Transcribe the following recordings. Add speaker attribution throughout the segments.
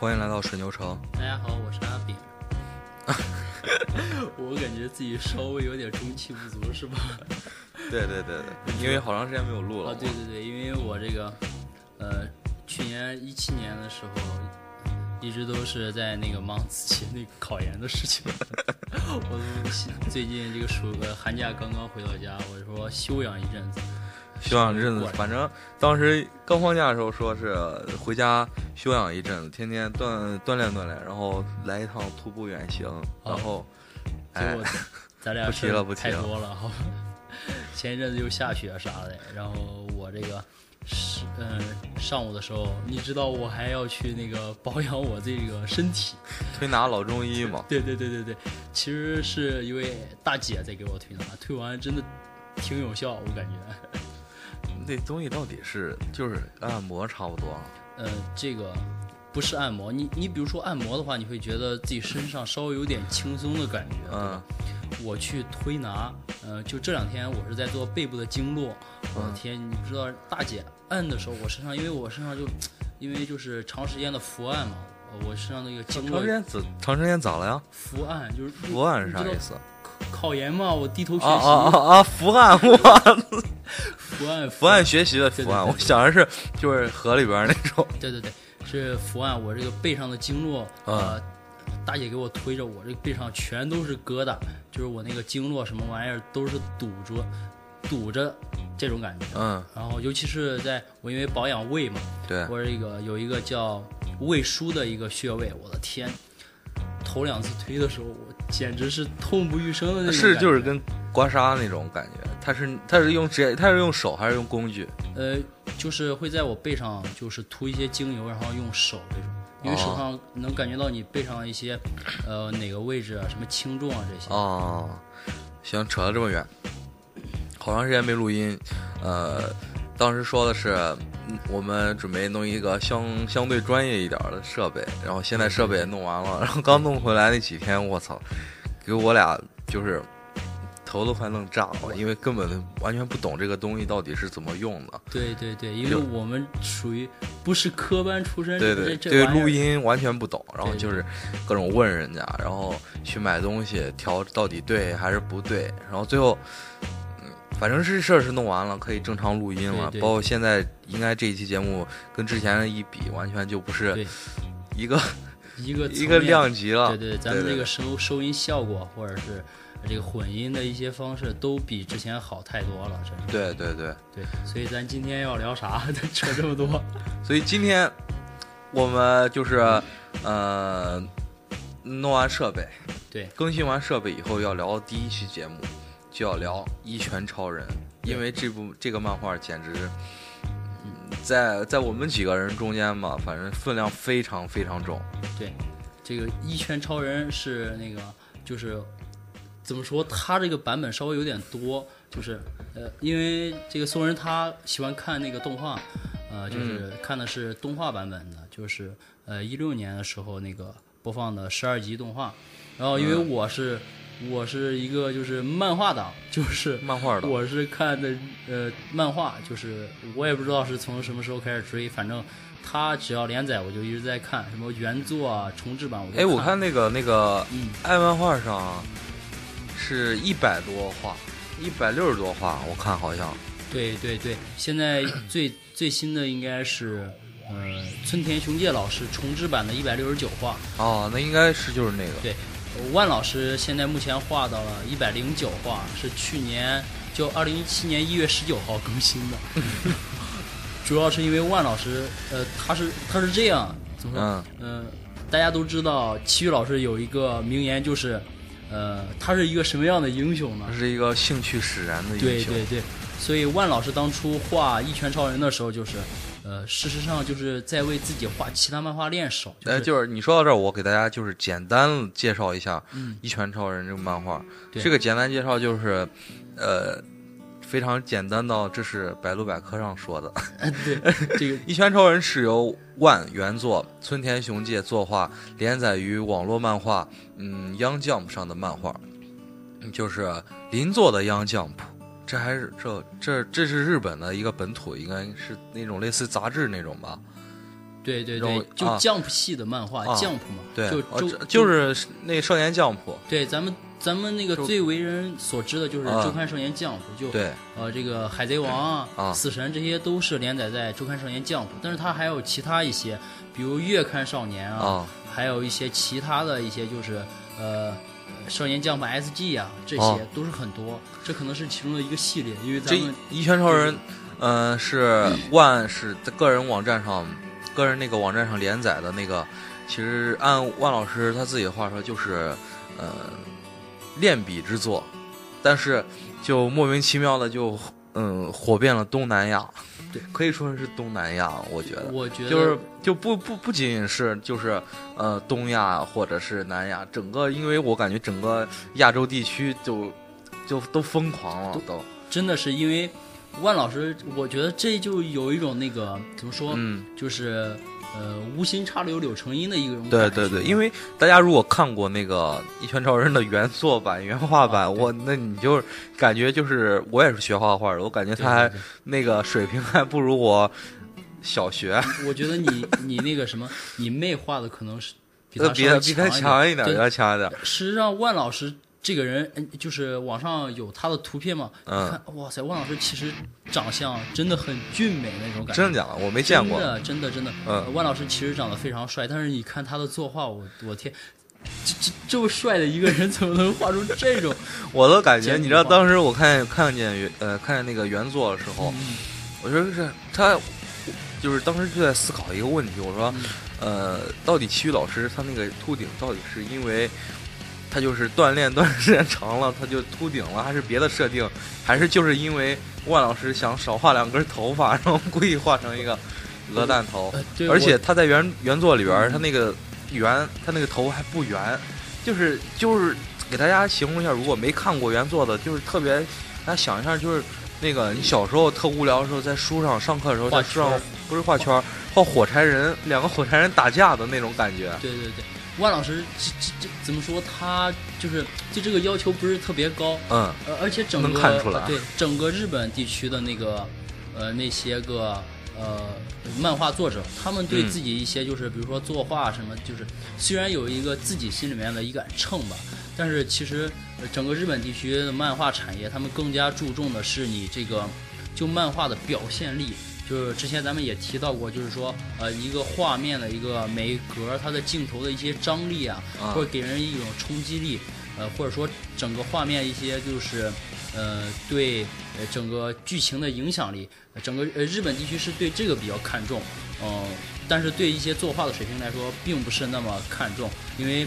Speaker 1: 欢迎来到水牛城。
Speaker 2: 大家好，我是阿炳。我感觉自己稍微有点中气不足，是吧？
Speaker 1: 对对对对，因为好长时间没有录
Speaker 2: 啊，
Speaker 1: 了。
Speaker 2: 对对对，因为我这个，呃，去年一七年的时候，一直都是在那个忙自己那个考研的事情。我都最近这个暑呃寒假刚刚回到家，我说休养一阵子。
Speaker 1: 休养一阵子，反正当时刚放假的时候说是回家休养一阵子，天天锻锻炼锻炼，然后来一趟徒步远行，
Speaker 2: 啊
Speaker 1: 然后，
Speaker 2: 结
Speaker 1: 哎
Speaker 2: 果，咱俩
Speaker 1: 不提
Speaker 2: 事儿
Speaker 1: 了不提
Speaker 2: 太
Speaker 1: 了
Speaker 2: 多了，好吧？前一阵子又下雪啊啥的，然后我这个是嗯、上午的时候，你知道我还要去那个保养我这个身体，
Speaker 1: 推拿老中医嘛，
Speaker 2: 对对对对对，其实是一位大姐在给我推拿，推完真的挺有效，我感觉。
Speaker 1: 那东西到底是就是按摩差不多。啊
Speaker 2: 呃，这个不是按摩，你你比如说按摩的话，你会觉得自己身上稍微有点轻松的感觉，对吧？
Speaker 1: 嗯，
Speaker 2: 我去推拿，呃，就这两天我是在做背部的经络。
Speaker 1: 嗯
Speaker 2: 我的天，你不知道大姐按的时候，我身上因为我身上就，因为就是长时间的伏按嘛，我身上那个经
Speaker 1: 长
Speaker 2: 络
Speaker 1: 时间怎长时间咋了呀？
Speaker 2: 伏按就是
Speaker 1: 伏案是啥
Speaker 2: 你知
Speaker 1: 意
Speaker 2: 道
Speaker 1: 思？
Speaker 2: 考研嘛，我低头学
Speaker 1: 啊啊
Speaker 2: 习，
Speaker 1: 啊啊！伏案， 我
Speaker 2: 伏按
Speaker 1: 伏案学习的伏案，
Speaker 2: 对对对对
Speaker 1: 我想的是就是河里边那种。
Speaker 2: 对对对，是伏按我这个背上的经络，
Speaker 1: 嗯
Speaker 2: 呃，大姐给我推着，我这个背上全都是疙瘩，就是我那个经络什么玩意儿都是堵着，堵着这种感觉。
Speaker 1: 嗯，
Speaker 2: 然后，尤其是在我因为保养胃嘛，
Speaker 1: 对，
Speaker 2: 我这个有一个叫胃腧的一个穴位，我的天，头两次推的时候，我简直是痛不欲生的那种。
Speaker 1: 是就是跟刮痧那种感觉，它是它是用直接它是用手还是用工具？
Speaker 2: 呃，就是会在我背上就是涂一些精油，然后用手这种，因为手上能感觉到你背上的一些，呃，哪个位置啊，什么轻重啊这些。
Speaker 1: 哦，行，扯了这么远，好长时间没录音，呃，当时说的是嗯我们准备弄一个相相对专业一点儿的设备，然后现在设备也弄完了，然后刚弄回来那几天，我操，给我俩就是。头都快弄炸了，因为根本完全不懂这个东西到底是怎么用的。
Speaker 2: 对对对，因为
Speaker 1: 就
Speaker 2: 我们属于不是科班出身，
Speaker 1: 对
Speaker 2: 这
Speaker 1: 对
Speaker 2: 这
Speaker 1: 对，
Speaker 2: 玩意儿
Speaker 1: 录音完全不懂，然后
Speaker 2: 对对
Speaker 1: 就是各种问人家，然后去买东西调到底对还是不对，然后最后，嗯，反正是事儿是弄完了，可以正常录音了。
Speaker 2: 对对
Speaker 1: 包括现在应该这一期节目跟之前的一比，完全就不是
Speaker 2: 对
Speaker 1: 一个
Speaker 2: 一个
Speaker 1: 一
Speaker 2: 层
Speaker 1: 个
Speaker 2: 面
Speaker 1: 量级了。
Speaker 2: 对啊对，咱们这个收收音效果或者是这个混音的一些方式都比之前好太多了，真是。
Speaker 1: 对对对，
Speaker 2: 对，所以咱今天要聊啥？ 扯这么多，
Speaker 1: 所以今天我们就是呃弄完设备，
Speaker 2: 对，
Speaker 1: 更新完设备以后要聊第一期节目，就要聊《一拳超人》，因为这部这个漫画简直，嗯在在我们几个人中间嘛，反正分量非常非常重。
Speaker 2: 对，这个一拳超人是那个，就是怎么说，他这个版本稍微有点多，就是呃，因为这个松仁他喜欢看那个动画，呃，
Speaker 1: 嗯
Speaker 2: 就是看的是动画版本的，就是呃一六年的时候那个播放的十二集动画，然后因
Speaker 1: 嗯
Speaker 2: 为我是、我是一个就是漫画党，就是
Speaker 1: 漫画的，
Speaker 2: 我是看的呃漫画，就是我也不知道是从什么时候开始追，反正他只要连载我就一直在看，什么原作啊、重制版我都
Speaker 1: 哎，我
Speaker 2: 看
Speaker 1: 看那个那个
Speaker 2: 嗯
Speaker 1: 爱漫画上是一百多话，一百六十多话，我看好像。
Speaker 2: 对对对，现在最最新的应该是呃村田雄介老师重制版的一百六十九话，
Speaker 1: 哦，那应该是就是那个。
Speaker 2: 对，万老师现在目前画到了一百零九话，是去年就二零一七年一月十九号更新的。 主要是因为万老师，呃，他是他是这样，怎么说？嗯、呃，大家都知道，齐豫老师有一个名言，就是，呃，他是一个什么样的英雄呢
Speaker 1: 他？是一个兴趣使然的英
Speaker 2: 对
Speaker 1: 雄，
Speaker 2: 对对，所以万老师当初画《一拳超人》的时候，就是，呃，事实上就是在为自己画其他漫画练手，就
Speaker 1: 哎，
Speaker 2: 是
Speaker 1: 就是你说到这儿，我给大家就是简单介绍一下《一拳超人》这个漫画。
Speaker 2: 嗯对
Speaker 1: 这 个简单介绍就是，呃，非常简单到这是百度百科上说的， 《
Speaker 2: 这个
Speaker 1: 一拳超人》是由万原作、村田雄介作画，连载于网络漫画嗯 Young Jump 上的漫画，就是邻作的 Young Jump。这还是这这这是日本的一个本土，应该是那种类似杂志那种吧，
Speaker 2: 对对
Speaker 1: 然
Speaker 2: 对
Speaker 1: 后，
Speaker 2: 就
Speaker 1: 啊
Speaker 2: Jump 系的漫画
Speaker 1: 啊
Speaker 2: ，Jump 嘛，
Speaker 1: 对，
Speaker 2: 就
Speaker 1: 哦
Speaker 2: 周
Speaker 1: 这就是那少年 Jump，
Speaker 2: 对咱们咱们那个
Speaker 1: 周
Speaker 2: 最为人所知的就是
Speaker 1: 啊
Speaker 2: 《周刊少年 Jump》，就
Speaker 1: 对，
Speaker 2: 呃，这个《海贼王》啊、
Speaker 1: 啊
Speaker 2: 死神》这些都是连载在《周刊少年 Jump》，但是它还有其他一些，比如《月刊少年》啊，
Speaker 1: 啊
Speaker 2: 还有一些其他的一些就是呃，《少年 Jump》SG 啊，这
Speaker 1: 啊
Speaker 2: 些都是很多，这可能是其中的一个系列，因为咱
Speaker 1: 这
Speaker 2: 们
Speaker 1: 一拳超人，嗯、是万是在个人网站上，个人那个网站上连载的那个，其实按万老师他自己的话说，就是呃练笔之作，但是就莫名其妙的就嗯火遍了东南亚，
Speaker 2: 对，
Speaker 1: 可以说是东南亚，我觉得。
Speaker 2: 我觉得
Speaker 1: 就是就不不不仅仅是就是呃东亚或者是南亚，整个因为我感觉整个亚洲地区就就都疯狂了都，
Speaker 2: 真的是因为万老师，我觉得这就有一种那个怎么说，
Speaker 1: 嗯，
Speaker 2: 就是呃无心插柳柳成荫的一种
Speaker 1: 对
Speaker 2: 感觉。
Speaker 1: 对对，因
Speaker 2: 为
Speaker 1: 为大家如果看过那个《一拳超人》的原作版、原画版，
Speaker 2: 啊对
Speaker 1: 我那你就是感觉就是我也是学画画的，我感觉他还那个水平还不如我小学，
Speaker 2: 我觉得你你那个什么，你妹画的可 能是比
Speaker 1: 呃
Speaker 2: 他
Speaker 1: 比
Speaker 2: 稍微
Speaker 1: 比他
Speaker 2: 强
Speaker 1: 强一点，比
Speaker 2: 对
Speaker 1: 他强一点。
Speaker 2: 事实上，万老师这个人，嗯就是网上有他的图片嘛，
Speaker 1: 嗯
Speaker 2: 你看哇塞，万老师其实长相真的很俊美那种感觉。
Speaker 1: 真的假的？我没见过
Speaker 2: 真。的真的真的，呃
Speaker 1: 嗯
Speaker 2: 万老师其实长得非常帅，但是你看他的作画，我我天，这这这么帅的一个人 怎么能画出这种？
Speaker 1: 我都感觉，
Speaker 2: 见
Speaker 1: 你
Speaker 2: 过
Speaker 1: 知道
Speaker 2: 吧
Speaker 1: 当时我看看见原呃看见那个原作的时候，
Speaker 2: 嗯
Speaker 1: 我觉得是他，就是当时就在思考一个问题，我说，呃，到底体育老师他那个秃顶到底是因为他就是锻炼锻炼时间长了他就秃顶了，还是别的设定，还是就是因为万老师想少画两根头发，然后故意画成一个鹅蛋头，
Speaker 2: 呃对，
Speaker 1: 而且
Speaker 2: 我
Speaker 1: 他在原原作里边儿，
Speaker 2: 嗯
Speaker 1: 他那个圆，他那个头还不圆，就是就是给大家形容一下，如果没看过原作的，就是特别，大家想一下，就是那个你小时候特无聊的时候，在书上上课的时候，
Speaker 2: 画
Speaker 1: 在书上
Speaker 2: 圈儿
Speaker 1: 不是画圈儿，画火柴人，两个火柴人打架的那种感觉。
Speaker 2: 对对对，万老师这这这怎么说？他就是对这个要求不是特别高，
Speaker 1: 嗯，
Speaker 2: 呃，而且整个
Speaker 1: 能看出来
Speaker 2: 呃对整个日本地区的那个呃那些个呃漫画作者，他们对
Speaker 1: 嗯
Speaker 2: 自己一些就是比如说作画什么，就是虽然有一个自己心里面的一杆秤吧，但是其实呃整个日本地区的漫画产业，他们更加注重的是你这个就漫画的表现力。就是之前咱们也提到过，就是说，呃，一个画面的一个每一格它的镜头的一些张力啊，
Speaker 1: 啊
Speaker 2: 会给人一种冲击力，呃，或者说整个画面一些就是，呃，对呃整个剧情的影响力，呃整个呃日本地区是对这个比较看重，呃，但是对一些作画的水平来说，并不是那么看重，因为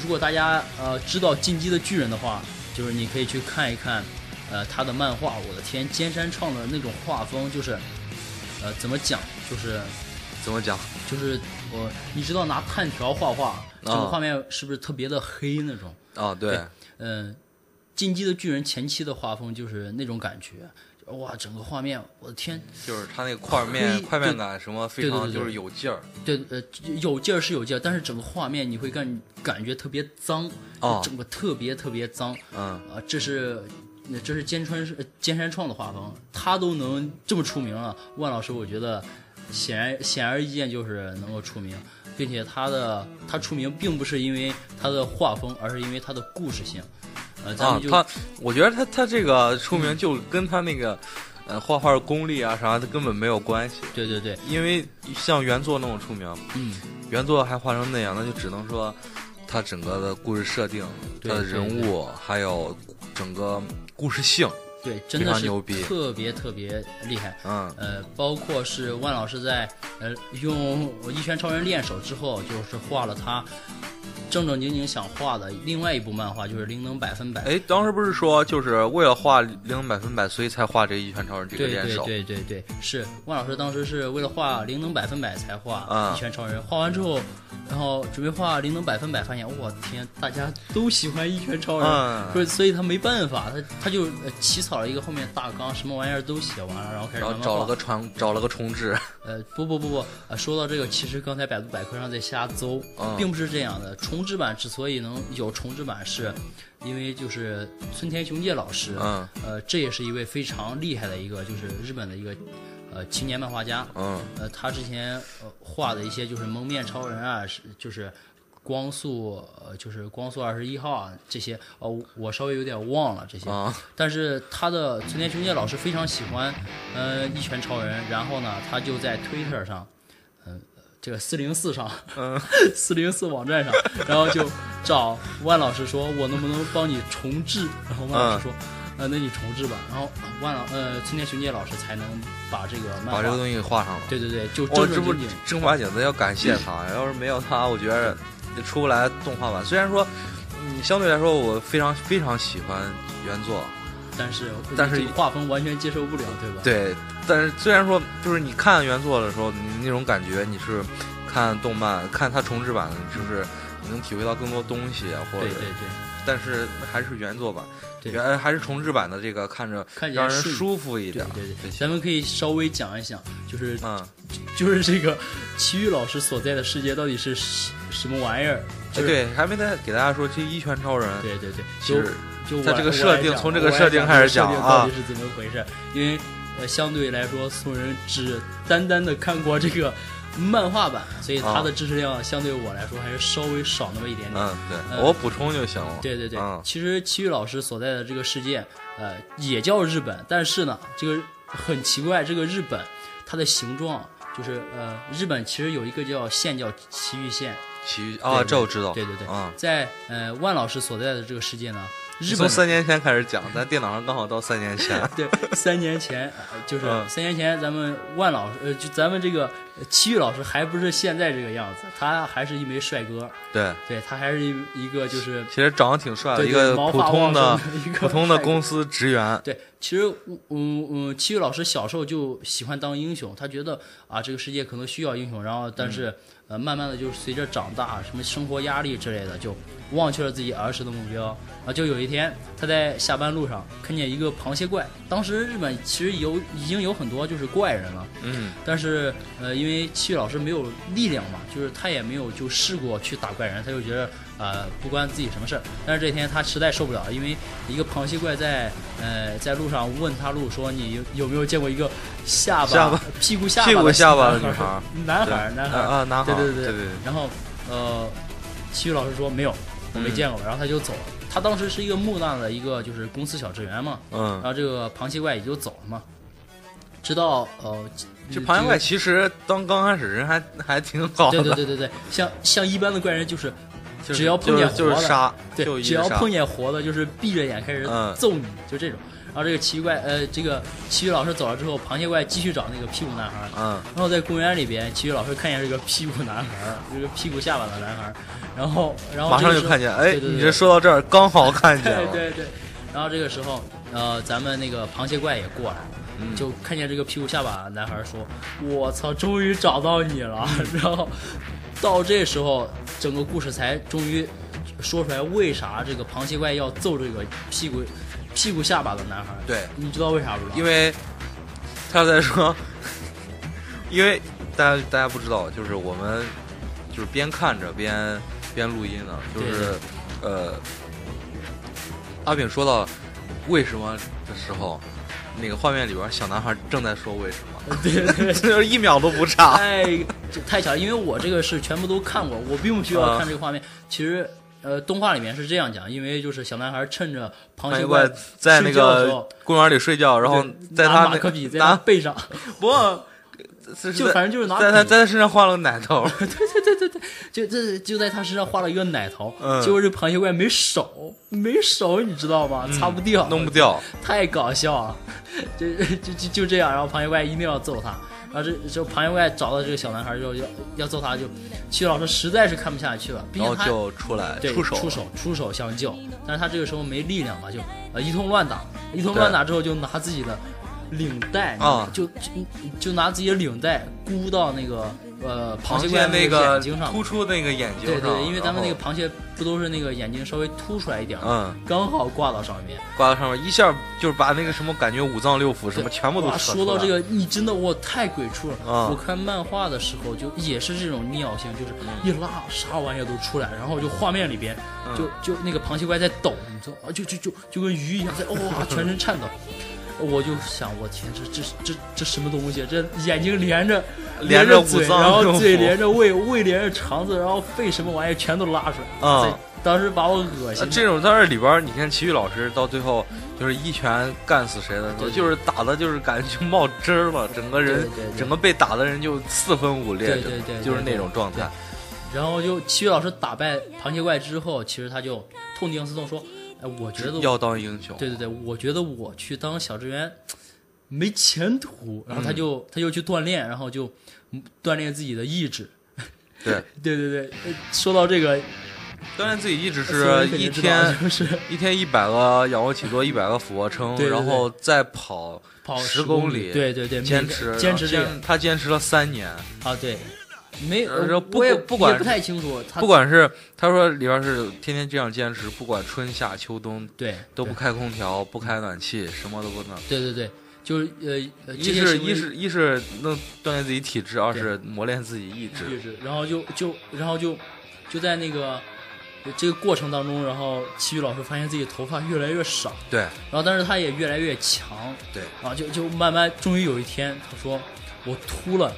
Speaker 2: 如果大家呃知道《进击的巨人》的话，就是你可以去看一看，呃，他的漫画，我的天，尖山创的那种画风，就是，呃，怎么讲，就是
Speaker 1: 怎么讲？
Speaker 2: 就是我，你知道拿碳条画画，整个画面是不是特别的黑那种？
Speaker 1: 啊，对
Speaker 2: 对，嗯，《进击的巨人》前期的画风就是那种感觉，哇，整个画面，我的天，
Speaker 1: 就是他那个块面
Speaker 2: 灰
Speaker 1: 块面感什么非
Speaker 2: 对对
Speaker 1: 常
Speaker 2: 对对
Speaker 1: 就是有劲儿
Speaker 2: 对，呃，有劲儿是有劲儿，但是整个画面你会感感觉特别脏，
Speaker 1: 啊
Speaker 2: 就整个特别特别脏，
Speaker 1: 嗯，
Speaker 2: 啊，这是。这是坚川呃坚山创的画风，他都能这么出名了，万老师我觉得显然显而易见就是能够出名，并且他的他出名并不是因为他的画风，而是因为他的故事性。呃，咱
Speaker 1: 啊
Speaker 2: 们，就、
Speaker 1: 他，我觉得他他这个出名就跟他那个，呃，画画功力啊啥的根本没有关系，
Speaker 2: 对对对，
Speaker 1: 因为像原作那种出名，
Speaker 2: 嗯，
Speaker 1: 原作还画成那样，那就只能说他整个的故事设定、他
Speaker 2: 对
Speaker 1: 的
Speaker 2: 对
Speaker 1: 人物还有整个故事性，
Speaker 2: 对，真
Speaker 1: 非
Speaker 2: 的
Speaker 1: 常
Speaker 2: 是
Speaker 1: 牛逼
Speaker 2: 特别特别厉害。
Speaker 1: 嗯
Speaker 2: 呃，包括是万老师在呃用一拳超人练手之后，就是画了他正正经经想画的另外一部漫画，就是《灵能百分百》。
Speaker 1: 哎，当时不是说就是为了画零百分百，所以才画这一拳超人这个
Speaker 2: 对
Speaker 1: 练
Speaker 2: 对
Speaker 1: 手，
Speaker 2: 对对对，是万老师当时是为了画灵能百分百才画
Speaker 1: 啊
Speaker 2: 一拳超人，画完之后，然后准备画灵能百分百，发现我天，大家都喜欢一拳超人，
Speaker 1: 嗯
Speaker 2: 所以所以他没办法，他他就呃起草了一个后面大纲，什么玩意儿都写完了，然后开始
Speaker 1: 然后
Speaker 2: 慢慢
Speaker 1: 找了
Speaker 2: 画。
Speaker 1: 个重找了个重 置，
Speaker 2: 呃，不不不不，呃，说到这个，其实刚才百度百科上在瞎搜，
Speaker 1: 嗯
Speaker 2: 并不是这样的。重制版之所以能有重制版，是因为就是村田雄介老师，
Speaker 1: 嗯
Speaker 2: 呃，这也是一位非常厉害的一个，就是日本的一个，呃，呃青年漫画家，
Speaker 1: 嗯
Speaker 2: 呃，他之前呃画的一些就是蒙面超人啊，是就是光速呃就是光速二十一号啊这些，哦、我稍微有点忘了这些，
Speaker 1: 啊
Speaker 2: 但是他的村田雄介老师非常喜欢，呃，一拳超人，然后呢，他就在 Twitter 上，嗯、这个四零四上，
Speaker 1: 嗯
Speaker 2: 四零四网站上，然后就找万老师说，我能不能帮你重置？然后万老师说，
Speaker 1: 嗯
Speaker 2: 呃，那你重置吧。然后万老，呃，村田雄介老师才能把这个漫
Speaker 1: 把这个
Speaker 2: 画，
Speaker 1: 东西给画上了。
Speaker 2: 对对对，就
Speaker 1: 我
Speaker 2: 正
Speaker 1: 这
Speaker 2: 正
Speaker 1: 不
Speaker 2: 经经，
Speaker 1: 正儿八经的要感谢他，要是没有他，我觉着出不来动画版。虽然说，嗯，相对来说我非常非常喜欢原作，
Speaker 2: 但是
Speaker 1: 但是
Speaker 2: 这个画风完全接受不了，对吧？
Speaker 1: 对，但是虽然说就是你看原作的时候，你那种感觉你是看动漫看它重制版的，你就是你能体会到更多东西啊，或
Speaker 2: 对
Speaker 1: 者
Speaker 2: 对对，
Speaker 1: 但是还是原作版，
Speaker 2: 对
Speaker 1: 原还是重制版的这个看着
Speaker 2: 看起
Speaker 1: 让
Speaker 2: 来
Speaker 1: 人
Speaker 2: 顺。
Speaker 1: 舒服一
Speaker 2: 对
Speaker 1: 点。
Speaker 2: 对对，
Speaker 1: 这些
Speaker 2: 咱们可以稍微讲一讲，就是
Speaker 1: 嗯，
Speaker 2: 就是这个齐豫老师所在的世界到底是什什么玩意儿？
Speaker 1: 哎
Speaker 2: 就是、
Speaker 1: 对，还没再给大家说，这一拳超人
Speaker 2: 对对对
Speaker 1: 其
Speaker 2: 就
Speaker 1: 实
Speaker 2: 就
Speaker 1: 在
Speaker 2: 我
Speaker 1: 这个
Speaker 2: 我
Speaker 1: 设
Speaker 2: 来
Speaker 1: 定
Speaker 2: 讲
Speaker 1: 从这个
Speaker 2: 我来
Speaker 1: 设定
Speaker 2: 讲
Speaker 1: 开始
Speaker 2: 这个设
Speaker 1: 讲啊
Speaker 2: 定到底是怎么回事？因为呃，相对来说，素人只单单的看过这个漫画版，所以他
Speaker 1: 啊
Speaker 2: 的知识量相对我来说还是稍微少那么一点点。
Speaker 1: 嗯，对
Speaker 2: 呃
Speaker 1: 我补充就行了。
Speaker 2: 对对对，
Speaker 1: 嗯
Speaker 2: 其实齐豫老师所在的这个世界，呃，也叫日本，但是呢，这个很奇怪，这个日本它的形状就是呃，日本其实有一个叫县叫埼玉县，
Speaker 1: 其余啊，
Speaker 2: 对对
Speaker 1: 这我知道。
Speaker 2: 对对对，
Speaker 1: 嗯，
Speaker 2: 在呃万老师所在的这个世界呢，日
Speaker 1: 从
Speaker 2: 本
Speaker 1: 三年前开始讲，咱电脑上刚好到三年前。
Speaker 2: 对三年前，呃就是
Speaker 1: 嗯
Speaker 2: 三年前咱们万老师呃，就咱们这个呃齐豫老师还不是现在这个样子，他还是一枚帅哥，
Speaker 1: 对，
Speaker 2: 对他还是一一个就是
Speaker 1: 其实长得挺帅的，
Speaker 2: 对
Speaker 1: 一
Speaker 2: 对
Speaker 1: 个
Speaker 2: 毛
Speaker 1: 普
Speaker 2: 发
Speaker 1: 通
Speaker 2: 旺
Speaker 1: 的
Speaker 2: 盛的一个
Speaker 1: 普通的
Speaker 2: 帅哥
Speaker 1: 公司职员。
Speaker 2: 对，其实嗯嗯，齐豫老师小时候就喜欢当英雄，他觉得啊，这个世界可能需要英雄，然后但是、呃，慢慢的就是随着长大，什么生活压力之类的，就忘却了自己儿时的目标。啊，就有一天他在下班路上看见一个螃蟹怪，当时日本其实有已经有很多就是怪人了，
Speaker 1: 嗯，
Speaker 2: 但是呃，因为戚老师没有力量嘛，就是他也没有就试过去打怪人，他就觉得呃不关自己什么事儿。但是这天他实在受不了了，因为一个螃蟹怪在呃在路上问他路，说你有有没有见过一个下巴
Speaker 1: 下巴
Speaker 2: 屁股下巴
Speaker 1: 屁股
Speaker 2: 的
Speaker 1: 下巴的
Speaker 2: 男孩儿男
Speaker 1: 对
Speaker 2: 孩儿男孩
Speaker 1: 啊
Speaker 2: 儿
Speaker 1: 啊，男孩
Speaker 2: 对
Speaker 1: 儿，
Speaker 2: 对
Speaker 1: 对
Speaker 2: 对
Speaker 1: 对，
Speaker 2: 然后呃，齐豫老师说没有，我没
Speaker 1: 嗯
Speaker 2: 见过，然后他就走了。他当时是一个木讷的一个就是公司小职员嘛，然
Speaker 1: 嗯。
Speaker 2: 后这个螃蟹怪也就走了嘛。直到呃，
Speaker 1: 这螃蟹
Speaker 2: 个
Speaker 1: 怪其实当刚开始人还还挺好的，
Speaker 2: 对对对对对，像像一般的怪人就是，
Speaker 1: 就是
Speaker 2: 只要碰见
Speaker 1: 就是就
Speaker 2: 活
Speaker 1: 是
Speaker 2: 的
Speaker 1: 杀，就
Speaker 2: 对，
Speaker 1: 一
Speaker 2: 只
Speaker 1: 直
Speaker 2: 要
Speaker 1: 杀
Speaker 2: 碰见活的，就是闭着眼开始
Speaker 1: 嗯
Speaker 2: 揍你，就这种。然后这个奇怪，呃，这个奇遇老师走了之后，螃蟹怪继续找那个屁股男孩儿。
Speaker 1: 嗯，
Speaker 2: 然后在公园里边，奇遇老师看见这个屁股男孩儿，这个屁股下巴的男孩儿，然后然后
Speaker 1: 马上就
Speaker 2: 这个时候
Speaker 1: 看见，哎，
Speaker 2: 对对对
Speaker 1: 你这说到这儿刚好看见
Speaker 2: 对
Speaker 1: 了，
Speaker 2: 对对。然后这个时候，呃，咱们那个螃蟹怪也过来了，
Speaker 1: 嗯
Speaker 2: 就看见这个屁股下巴男孩说：“我操，终于找到你了。”
Speaker 1: 嗯
Speaker 2: 然后到这时候，整个故事才终于说出来为啥这个螃蟹怪要揍这个屁股屁股下巴的男孩。，
Speaker 1: 对，
Speaker 2: 你知道为啥不知道？
Speaker 1: 因
Speaker 2: 为
Speaker 1: 为他在说， 因为大家大家不知道，就是我们就是边看着边边录音呢，就
Speaker 2: 对
Speaker 1: 是呃，阿炳说到为什么的时候，那个画面里边小男孩正在说为 什么，
Speaker 2: 对 对。
Speaker 1: 就是一秒都不差。
Speaker 2: 太这太巧了，因为我这个是全部都看过，我并不需要
Speaker 1: 啊
Speaker 2: 看这个画面。其实，呃，动画里面是这样讲，因为就是小男孩趁着螃
Speaker 1: 螃
Speaker 2: 蟹
Speaker 1: 蟹
Speaker 2: 怪
Speaker 1: 怪哎在那
Speaker 2: 睡觉的时
Speaker 1: 个
Speaker 2: 候
Speaker 1: 公园里睡觉，然后
Speaker 2: 对
Speaker 1: 哦在
Speaker 2: 拿
Speaker 1: 他
Speaker 2: 马
Speaker 1: 那
Speaker 2: 克笔在他
Speaker 1: 拿
Speaker 2: 背上，
Speaker 1: 不，这是
Speaker 2: 就
Speaker 1: 在
Speaker 2: 反正就是拿
Speaker 1: 在他
Speaker 2: 笔
Speaker 1: 在他身上画了个奶 头，
Speaker 2: 就这就在他身上画了一个奶头，
Speaker 1: 嗯
Speaker 2: 结果这螃蟹怪没手，没手，你知道吗？擦不掉，
Speaker 1: 嗯弄不掉。
Speaker 2: 太搞笑了，就就就就这样，然后螃蟹怪一定要揍他，然后这这螃蟹怪找到这个小男孩之后要要揍他就，齐老师实在是看不下去了，毕
Speaker 1: 然后
Speaker 2: 竟他
Speaker 1: 就出来
Speaker 2: 对
Speaker 1: 出手，
Speaker 2: 出手出手相救，但是他这个时候没力量嘛，就呃一通乱打，一通乱打之后就拿自己的领带
Speaker 1: 啊
Speaker 2: 就就就拿自己的领带箍到那个呃螃
Speaker 1: 螃
Speaker 2: 蟹
Speaker 1: 蟹
Speaker 2: 怪
Speaker 1: 那
Speaker 2: 个
Speaker 1: 个
Speaker 2: 眼睛上嘛，
Speaker 1: 突出那个眼睛
Speaker 2: 对
Speaker 1: 上，
Speaker 2: 对，因为咱们那个
Speaker 1: 然
Speaker 2: 螃蟹不都是那个眼睛稍微凸出来一点
Speaker 1: 后
Speaker 2: 吗？
Speaker 1: 嗯
Speaker 2: 刚好挂到上面。
Speaker 1: 挂在上面，一下就是把那个什么感觉五脏六腑什么
Speaker 2: 对
Speaker 1: 全部都
Speaker 2: 哇
Speaker 1: 扯
Speaker 2: 说
Speaker 1: 出
Speaker 2: 到
Speaker 1: 来
Speaker 2: 这个，你真的我太鬼畜了。
Speaker 1: 啊
Speaker 2: 我看漫画的时候就也是这种尿性，就是
Speaker 1: 嗯
Speaker 2: 一拉啥玩意儿都出来，然后就画面里边
Speaker 1: 嗯
Speaker 2: 啊哦 就就那个螃蟹怪在抖，你知道吗？就就就就跟鱼一样在哇，全身颤抖。我就想，我天，这这这这什么东西？这眼睛连着
Speaker 1: 连着
Speaker 2: 着
Speaker 1: 五
Speaker 2: 嘴，
Speaker 1: 脏
Speaker 2: 然
Speaker 1: 六腑
Speaker 2: 后嘴连着胃，胃连着肠子，然后肺什么玩意儿全都拉出来。
Speaker 1: 啊
Speaker 2: 这当时把我恶
Speaker 1: 啊
Speaker 2: 心
Speaker 1: 这
Speaker 2: 的。
Speaker 1: 种但是里边儿，你看齐豫老师到最后就是一拳干死谁的时候，
Speaker 2: 对对
Speaker 1: 就是打的，就是感觉就冒汁儿了，整个人
Speaker 2: 对对对
Speaker 1: 整个被打的人就四分五裂，
Speaker 2: 对对
Speaker 1: 整个
Speaker 2: 对对
Speaker 1: 就是那种状态。
Speaker 2: 然后就七月老师打败螃蟹怪之后，其实他就痛定思痛说：“哎，我觉得我
Speaker 1: 要当英雄，
Speaker 2: 对对对，我觉得我去当小职员没前途，然后他就、
Speaker 1: 嗯
Speaker 2: 他就去锻炼，然后就嗯锻炼自己的意志。
Speaker 1: 对，
Speaker 2: 对对对，呃说到这个，
Speaker 1: 锻炼自己一直
Speaker 2: 所有
Speaker 1: 是
Speaker 2: 人肯
Speaker 1: 一
Speaker 2: 定知道
Speaker 1: 天
Speaker 2: 就是
Speaker 1: 一天一百个仰卧起坐，一百个俯卧撑，
Speaker 2: 对对对
Speaker 1: 然后再跑
Speaker 2: 跑
Speaker 1: 10
Speaker 2: 10
Speaker 1: 公
Speaker 2: 公
Speaker 1: 里
Speaker 2: 对对对，
Speaker 1: 坚
Speaker 2: 每个
Speaker 1: 持
Speaker 2: 坚持这
Speaker 1: 然
Speaker 2: 个
Speaker 1: 后他坚持了三年。
Speaker 2: 啊，对，没
Speaker 1: 呃
Speaker 2: 呃
Speaker 1: 不
Speaker 2: 我也
Speaker 1: 不管
Speaker 2: 也不太清楚，他
Speaker 1: 不管是他说里边是天天这样坚持，不管春夏秋冬
Speaker 2: 对
Speaker 1: 都不
Speaker 2: 对
Speaker 1: 开空调，不开暖气，什么都不弄。
Speaker 2: 对对对，就是呃，呃
Speaker 1: 一
Speaker 2: 这些
Speaker 1: 是
Speaker 2: 行为
Speaker 1: 一是一是能锻炼自己体质，二是磨练自己意
Speaker 2: 意
Speaker 1: 志。
Speaker 2: 志，然后就就然后就就在那个这个过程当中，然后齐豫老师发现自己头发越来越少。
Speaker 1: 对
Speaker 2: 然后但是他也越来越强，
Speaker 1: 对，
Speaker 2: 然后就就慢慢，终于有一天他说我秃了，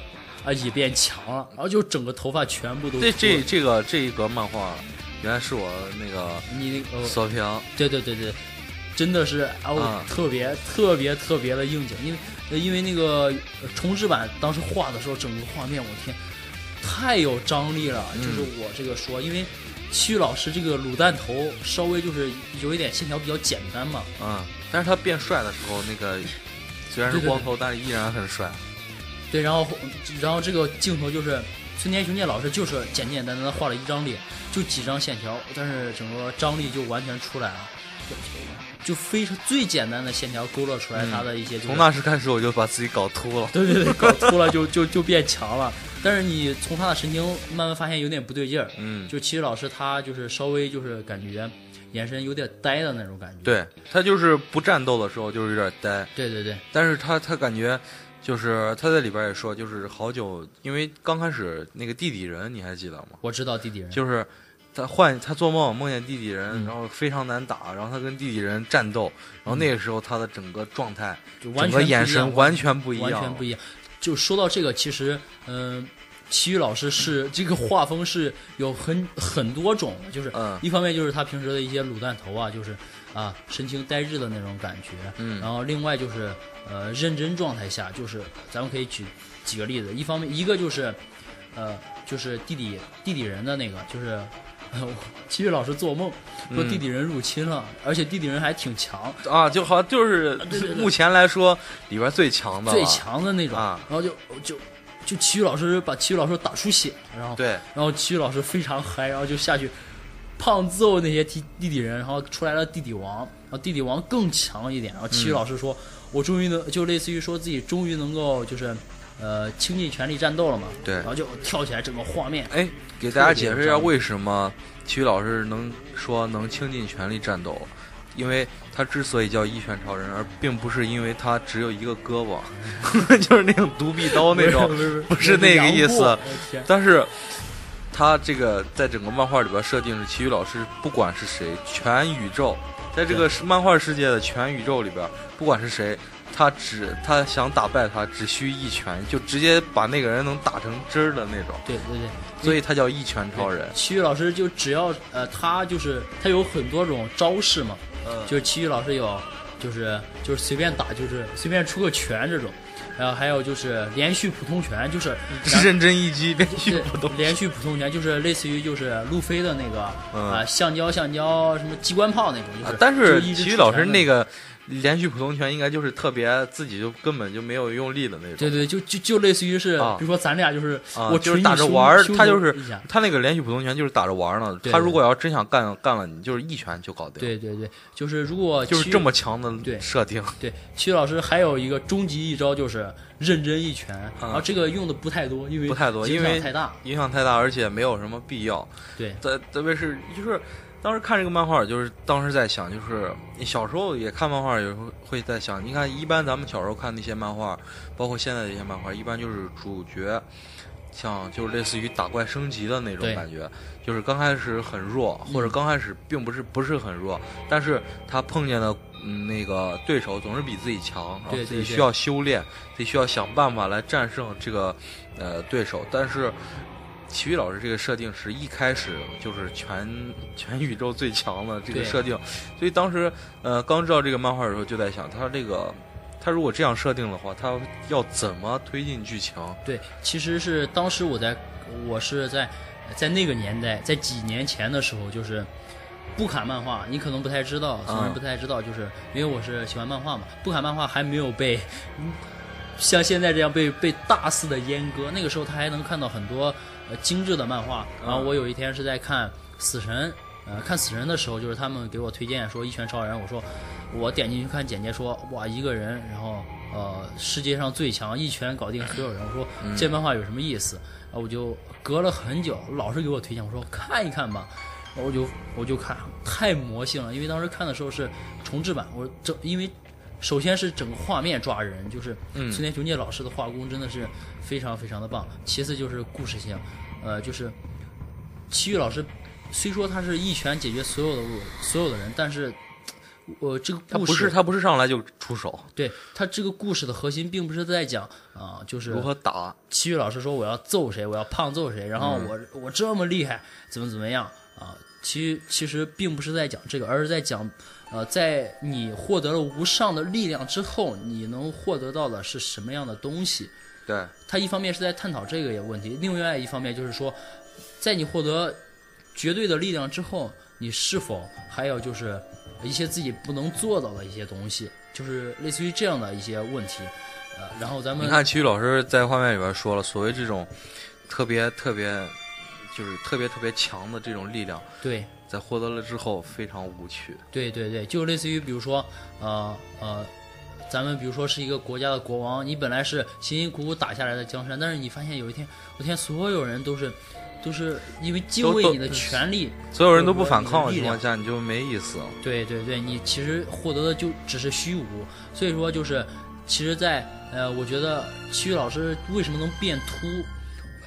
Speaker 2: 啊也变强了，然后就整个头发全部都
Speaker 1: 这
Speaker 2: 秃
Speaker 1: 这
Speaker 2: 了
Speaker 1: 这个这一格漫画，原来是我那个
Speaker 2: 你那个、呃
Speaker 1: 索平，
Speaker 2: 对对对对，真的是啊我
Speaker 1: 啊
Speaker 2: 特别特别特别的应景，因为呃因为那个呃重制版当时画的时候，整个画面我天太有张力了，就是
Speaker 1: 嗯
Speaker 2: 我这个说，因为屈老师这个卤蛋头稍微就是有一点线条比较简单嘛，
Speaker 1: 嗯，但是他变帅的时候，那个虽然是
Speaker 2: 对对对
Speaker 1: 光头，但是依然很帅。
Speaker 2: 对，然后然后这个镜头就是村田雄介老师就是简简单单的画了一张脸，就几张线条，但是整个张力就完全出来了，就非常最简单的线条勾勒出来他的一些、就
Speaker 1: 嗯
Speaker 2: 是
Speaker 1: 从那时开始，我就把自己搞秃了。
Speaker 2: 对对对，搞秃了就 就就变强了。但是你从他的神情慢慢发现有点不对劲儿，
Speaker 1: 嗯，
Speaker 2: 就其实老师他就是稍微就是感觉眼神有点呆的那种感觉。
Speaker 1: 对他就是不战斗的时候就是有点呆，
Speaker 2: 对对对
Speaker 1: 但是他他感觉。就是他在里边也说，就是好久，因为刚开始那个地底人你还记得吗？
Speaker 2: 我知道弟弟人。
Speaker 1: 就是他换他做梦梦见地底人，
Speaker 2: 嗯
Speaker 1: 然后非常难打，然后他跟地底人战斗，然后那个时候他的整个状态、
Speaker 2: 就
Speaker 1: 整
Speaker 2: 嗯完全
Speaker 1: 个
Speaker 2: 不一样
Speaker 1: 眼神完全不一样，
Speaker 2: 完全不一样。就说到这个，其实，嗯、齐豫老师是这个画风是有很很多种的，就是
Speaker 1: 嗯
Speaker 2: 一方面就是他平时的一些卤蛋头啊，就是啊神情呆滞的那种感觉，
Speaker 1: 嗯
Speaker 2: 然后另外就是呃认真状态下，就是咱们可以举几个例子，一方面一个就是呃就是地底地底人的那个就是。 齐豫老师做梦说
Speaker 1: 嗯
Speaker 2: 地底人入侵了，而且地底人还挺强，
Speaker 1: 啊，就好像就是
Speaker 2: 对对对
Speaker 1: 目前来说里边最强的了
Speaker 2: 最，强的那种，
Speaker 1: 啊
Speaker 2: 然后就就就体育老师把体育老师打出血，然后
Speaker 1: 对，
Speaker 2: 然后体育老师非常嗨，然后就下去胖揍那些地地底人，然后出来了地底王，然后地底王更强一点，然后体育老师说，我终于能就类似于说自己终于能够就是呃倾尽全力战斗了嘛，
Speaker 1: 对
Speaker 2: 然后就跳起来整个画面，
Speaker 1: 哎，给大家解释一下
Speaker 2: 特别有张力
Speaker 1: 为什么体育老师能说能倾尽全力战斗，因为他之所以叫一拳超人，而并不是因为他只有一个胳膊， 就是那种独臂刀那 种， 不是那个意思
Speaker 2: 杨过我天
Speaker 1: 但是他这个在整个漫画里边设定是，奇遇老师不管是谁，全宇宙，在这个漫画世界的全宇宙里边，不管是谁，他只他想打败他，只需一拳，就直接把那个人能打成汁儿的那种，
Speaker 2: 对对对。
Speaker 1: 所以他叫一拳超人。
Speaker 2: 体育老师就只要呃，他就是他有很多种招式嘛，
Speaker 1: 嗯
Speaker 2: 就是体育老师有，就是就是随便打，就是随便出个拳这种，然后还有就是连续普通 拳，就是
Speaker 1: 认真一击，连续
Speaker 2: 对
Speaker 1: 不动。
Speaker 2: 连续普通拳，就是类似于就是路飞的那个啊、
Speaker 1: 嗯
Speaker 2: 呃橡胶橡胶什么机关炮那种，就
Speaker 1: 啊
Speaker 2: 是、
Speaker 1: 但
Speaker 2: 就是一直
Speaker 1: 体育
Speaker 2: 出
Speaker 1: 老
Speaker 2: 拳
Speaker 1: 师
Speaker 2: 的
Speaker 1: 那个连续普通拳应该就是特别自己就根本就没有用力的那种。
Speaker 2: 对对，就就就类似于是，
Speaker 1: 啊
Speaker 2: 比如说咱俩就是、
Speaker 1: 啊，
Speaker 2: 我
Speaker 1: 就是
Speaker 2: 捶
Speaker 1: 打
Speaker 2: 你
Speaker 1: 着
Speaker 2: 胸
Speaker 1: 玩儿，
Speaker 2: 胸
Speaker 1: 他就
Speaker 2: 口
Speaker 1: 是
Speaker 2: 一下
Speaker 1: 他那个连续普通拳就是打着玩儿呢。
Speaker 2: 对
Speaker 1: 他
Speaker 2: 对
Speaker 1: 如果要真想干干了你，就是一拳就搞定。，
Speaker 2: 对对对，就是如果
Speaker 1: 就是
Speaker 2: 体育
Speaker 1: 这么强的
Speaker 2: 对
Speaker 1: 设定。
Speaker 2: 对，体育老师还有一个终极一招就是认真一拳，然后这个用的不太多，因为
Speaker 1: 啊不太多
Speaker 2: 影
Speaker 1: 因
Speaker 2: 响
Speaker 1: 为
Speaker 2: 太大。
Speaker 1: 影响太大，而且没有什么必要。
Speaker 2: 对
Speaker 1: 特特别是就是当时看这个漫画，就是当时在想，就是你小时候也看漫画，有时候会在想，你看一般咱们小时候看那些漫画，包括现在的一些漫画，一般就是主角像就是类似于打怪升级的那种
Speaker 2: 对
Speaker 1: 感觉，就是刚开始很弱，或者
Speaker 2: 嗯
Speaker 1: 刚开始并不是不是很弱，但是他碰见的嗯那个对手总是比自己强，然后
Speaker 2: 对
Speaker 1: 自
Speaker 2: 对
Speaker 1: 己需
Speaker 2: 对
Speaker 1: 要修炼，自己需要想办法来战胜这个呃对手，但是。奇遇老师这个设定是一开始就是全全宇宙最强的这个
Speaker 2: 对
Speaker 1: 设定，所以当时呃刚知道这个漫画的时候就在想，他这个他如果这样设定的话，他要怎么推进剧情？
Speaker 2: 对，其实是当时我在，我是在在那个年代，在几年前的时候，就是不卡漫画，你可能不太知道，虽然
Speaker 1: 嗯
Speaker 2: 不太知道，就是因为我是喜欢漫画嘛，不卡漫画还没有被。嗯像现在这样被被大肆的阉割，那个时候他还能看到很多呃精致的漫画。然后我有一天是在看死神，呃，看死神的时候，就是他们给我推荐说一拳超人，我说我点进去看简介说，哇，一个人，然后呃，世界上最强，一拳搞定所有人。我说这漫画有什么意思？然后我就隔了很久，老师给我推荐，我说看一看吧。然后我就我就看，太魔性了，因为当时看的时候是重制版，我整因为首先是整个画面抓人，就是
Speaker 1: 嗯
Speaker 2: 村田雄介老师的画工真的是非常非常的棒。其次就是故事性，呃，就是奇遇老师虽说他是一拳解决所有的所有的人，但是。我、这个
Speaker 1: 他
Speaker 2: 故
Speaker 1: 不
Speaker 2: 事
Speaker 1: 是他不是上来就出手，
Speaker 2: 对他这个故事的核心，并不是在讲啊、就是
Speaker 1: 如何打？
Speaker 2: 奇遇老师说我要揍谁，我要胖揍谁，然后
Speaker 1: 嗯
Speaker 2: 我、我这么厉害，怎么怎么样啊？其实其实并不是在讲这个，而是在讲，呃，在你获得了无上的力量之后，你能获得到的是什么样的东西？
Speaker 1: 对，
Speaker 2: 他一方面是在探讨这个问题，另外一方面就是说，在你获得绝对的力量之后，你是否还有就是一些自己不能做到的一些东西，就是类似于这样的一些问题。呃，然后咱们
Speaker 1: 你看齐宇老师在画面里边说了，所谓这种特别特别就是特别特别强的这种力量，
Speaker 2: 对
Speaker 1: 在获得了之后非常无趣。
Speaker 2: 对对对，就类似于比如说，呃呃，咱们比如说是一个国家的国王，你本来是辛辛苦苦打下来的江山，但是你发现有一天，有一天所有人都是都是因为敬
Speaker 1: 都
Speaker 2: 畏
Speaker 1: 都
Speaker 2: 你的权利，
Speaker 1: 所有人都不反抗的
Speaker 2: 有有力
Speaker 1: 情
Speaker 2: 量
Speaker 1: 况下，你就没意思了。
Speaker 2: 对对对，你其实获得的就只是虚无，所以说就是，其实在，呃，我觉得体育老师为什么能变秃，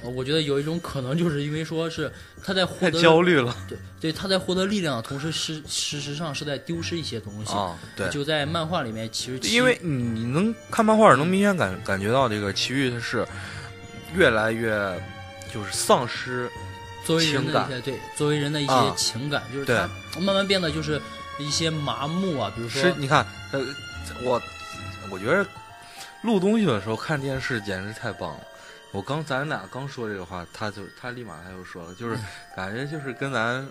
Speaker 2: 呃我觉得有一种可能就是因为说是他在获
Speaker 1: 太
Speaker 2: 得
Speaker 1: 焦虑了
Speaker 2: 对对，他在获得力量的同时，事事实上是在丢失一些东西。
Speaker 1: 啊！对，
Speaker 2: 就在漫画里面，其实
Speaker 1: 因为你能看漫画，能明显感感觉到这个奇遇他是越来越就是丧失
Speaker 2: 作为人
Speaker 1: 情
Speaker 2: 的
Speaker 1: 感
Speaker 2: 一些对作为人的一些
Speaker 1: 啊
Speaker 2: 情感，就是
Speaker 1: 对
Speaker 2: 他慢慢变得就是一些麻木啊，比如
Speaker 1: 是
Speaker 2: 说，
Speaker 1: 你看，呃，我我觉得录东西的时候看电视简直太棒了。我刚咱俩刚说这个话，他就他立马他就说了， 就是感觉就是跟咱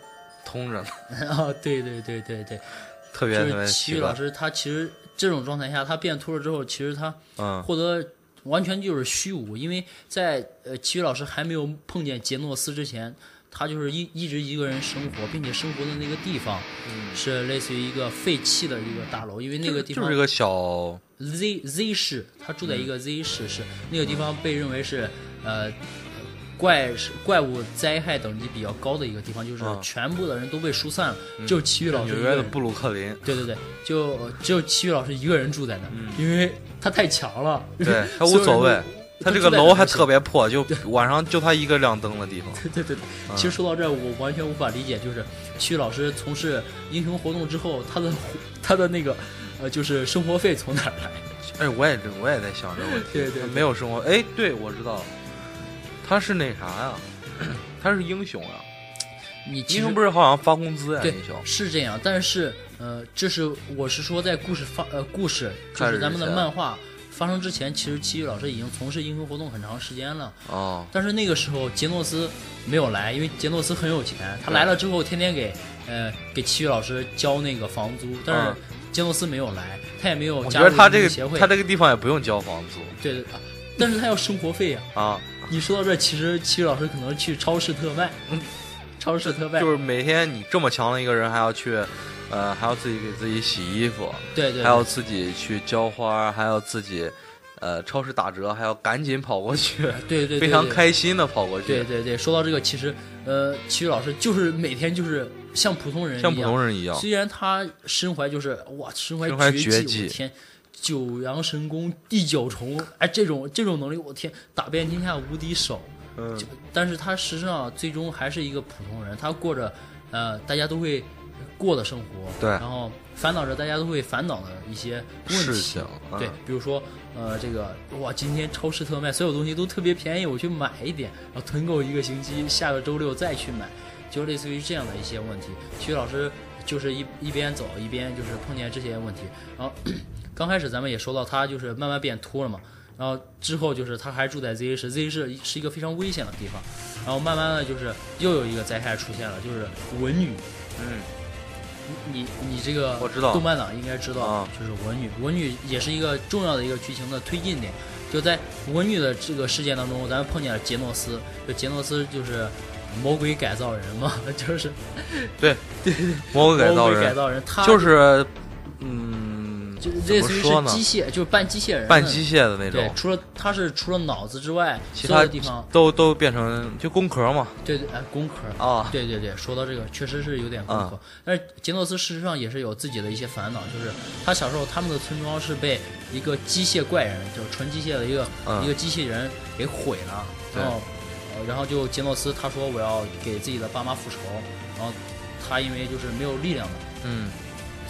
Speaker 1: 通着呢，
Speaker 2: 啊，对对对对对，
Speaker 1: 特别
Speaker 2: 就
Speaker 1: 特别
Speaker 2: 是奇
Speaker 1: 奇
Speaker 2: 遇老
Speaker 1: 怪。
Speaker 2: 师他其实这种状态下，他变秃了之后，其实他
Speaker 1: 嗯，
Speaker 2: 获得完全就是虚无，因为在呃奇遇老师还没有碰见杰诺斯之前，他就是一一直一个人生活，并且生活的那个地方是类似于一个废弃的一个大楼，因嗯为那个地
Speaker 1: 就
Speaker 2: 方哦
Speaker 1: 是一个嗯小
Speaker 2: Z Z 市，他住在一个 Z 市，是那个地方被认为是呃怪怪物灾害等级比较高的一个地方，就是
Speaker 1: 嗯
Speaker 2: 全部的人都被疏散了，只有奇遇老师
Speaker 1: 纽
Speaker 2: 一
Speaker 1: 约
Speaker 2: 个
Speaker 1: 的
Speaker 2: 人。
Speaker 1: 布鲁克林，
Speaker 2: 对对对，就呃只有奇遇老师一个人住在那儿，
Speaker 1: 嗯
Speaker 2: 因为他太强了，
Speaker 1: 对他无所谓，他这个楼还特别破，就晚上就他一个亮灯的地方。
Speaker 2: 对 对对，
Speaker 1: 嗯
Speaker 2: 其实说到这儿，我完全无法理解，就是曲老师从事英雄活动之后，他的他的那个呃，就是生活费从哪儿来？
Speaker 1: 哎，我也我也在想这个问题，
Speaker 2: 对对对
Speaker 1: 没有生活。哎，对，我知道了，他是那啥呀？他是英雄呀、啊
Speaker 2: 你其
Speaker 1: 英
Speaker 2: 实
Speaker 1: 雄不是好像发工资呀？
Speaker 2: 对
Speaker 1: 英雄，
Speaker 2: 是这样，但是呃，这是我是说在故事发呃故事就
Speaker 1: 开始
Speaker 2: 是咱们的
Speaker 1: 之前
Speaker 2: 漫画发生之前，其实奇遇老师已经从事英雄活动很长时间了。
Speaker 1: 哦，
Speaker 2: 但是那个时候杰诺斯没有来，因为杰诺斯很有钱，他
Speaker 1: 对
Speaker 2: 来了之后天天给呃给奇遇老师交那个房租，但是
Speaker 1: 嗯
Speaker 2: 杰诺斯没有来，他也没有
Speaker 1: 我觉
Speaker 2: 加入
Speaker 1: 得他这
Speaker 2: 英
Speaker 1: 个
Speaker 2: 雄协会，
Speaker 1: 他这个地方也不用交房租
Speaker 2: 对对啊，但是他要生活费呀、
Speaker 1: 啊，
Speaker 2: 你说到这儿，其实奇遇老师可能去超市特卖，超市特卖，
Speaker 1: 嗯就是每天你这么强的一个人，还要去，呃，还要自己给自己洗衣服，
Speaker 2: 对对对，
Speaker 1: 还要自己去浇花，还要自己，呃，超市打折还要赶紧跑过去，
Speaker 2: 对对对
Speaker 1: 非常
Speaker 2: 对
Speaker 1: 开心的跑过
Speaker 2: 对
Speaker 1: 去，
Speaker 2: 对对，说到这个，其实呃，奇遇老师就是每天就是像普通人一样，
Speaker 1: 像普通人一样。
Speaker 2: 虽然他身怀就是哇，身怀
Speaker 1: 身怀
Speaker 2: 绝
Speaker 1: 绝
Speaker 2: 技，
Speaker 1: 技
Speaker 2: 我天，九阳神功、第九重，哎，这种这种能力，我天，打遍天下无敌手。
Speaker 1: 嗯
Speaker 2: 就但是他实际上最终还是一个普通人，他过着呃大家都会过的生活，
Speaker 1: 对
Speaker 2: 然后烦恼着大家都会烦恼的一些问题，啊
Speaker 1: 事情，嗯
Speaker 2: 对，比如说，呃，这个哇，今天超市特卖，所有东西都特别便宜，我去买一点，然后囤购一个星期，下个周六再去买，就类似于这样的一些问题。体育老师就是一一边走一边就是碰见这些问题，然后刚开始咱们也说到他就是慢慢变秃了嘛，然后之后就是他还住在 ZA 市，ZA 市是一个非常危险的地方，然后慢慢的就是又有一个灾害出现了，就是文女，
Speaker 1: 嗯，
Speaker 2: 你你这个
Speaker 1: 我知道
Speaker 2: 动漫党应该知道，
Speaker 1: 啊
Speaker 2: 就是文女，文女也是一个重要的一个剧情的推进点。就在文女的这个事件当中，咱们碰见了杰诺斯，就杰诺斯就是魔鬼改造人嘛， 就是
Speaker 1: 魔鬼改
Speaker 2: 魔
Speaker 1: 造
Speaker 2: 鬼改
Speaker 1: 人
Speaker 2: 造人，他
Speaker 1: 就是，嗯，
Speaker 2: 就
Speaker 1: 怎
Speaker 2: 类
Speaker 1: 么
Speaker 2: 似于
Speaker 1: 说
Speaker 2: 是
Speaker 1: 呢
Speaker 2: 机械，就是半机械人的，
Speaker 1: 半机械的那
Speaker 2: 对
Speaker 1: 种，，
Speaker 2: 除了他是除了脑子之外，
Speaker 1: 其
Speaker 2: 所有
Speaker 1: 他
Speaker 2: 的地方
Speaker 1: 都都变成就工壳嘛
Speaker 2: 对对，哎，工科
Speaker 1: 啊，
Speaker 2: 对对对，说到这个，确实是有点苛刻。但是杰诺斯事实上也是有自己的一些烦恼，就是他小时候他们的村庄是被一个机械怪人，就是纯机械的一个、
Speaker 1: 嗯
Speaker 2: 一个机器人给毁了。
Speaker 1: 对
Speaker 2: 然后，呃然后就杰诺斯他说我要给自己的爸妈复仇，然后他因为就是没有力量嘛，
Speaker 1: 嗯，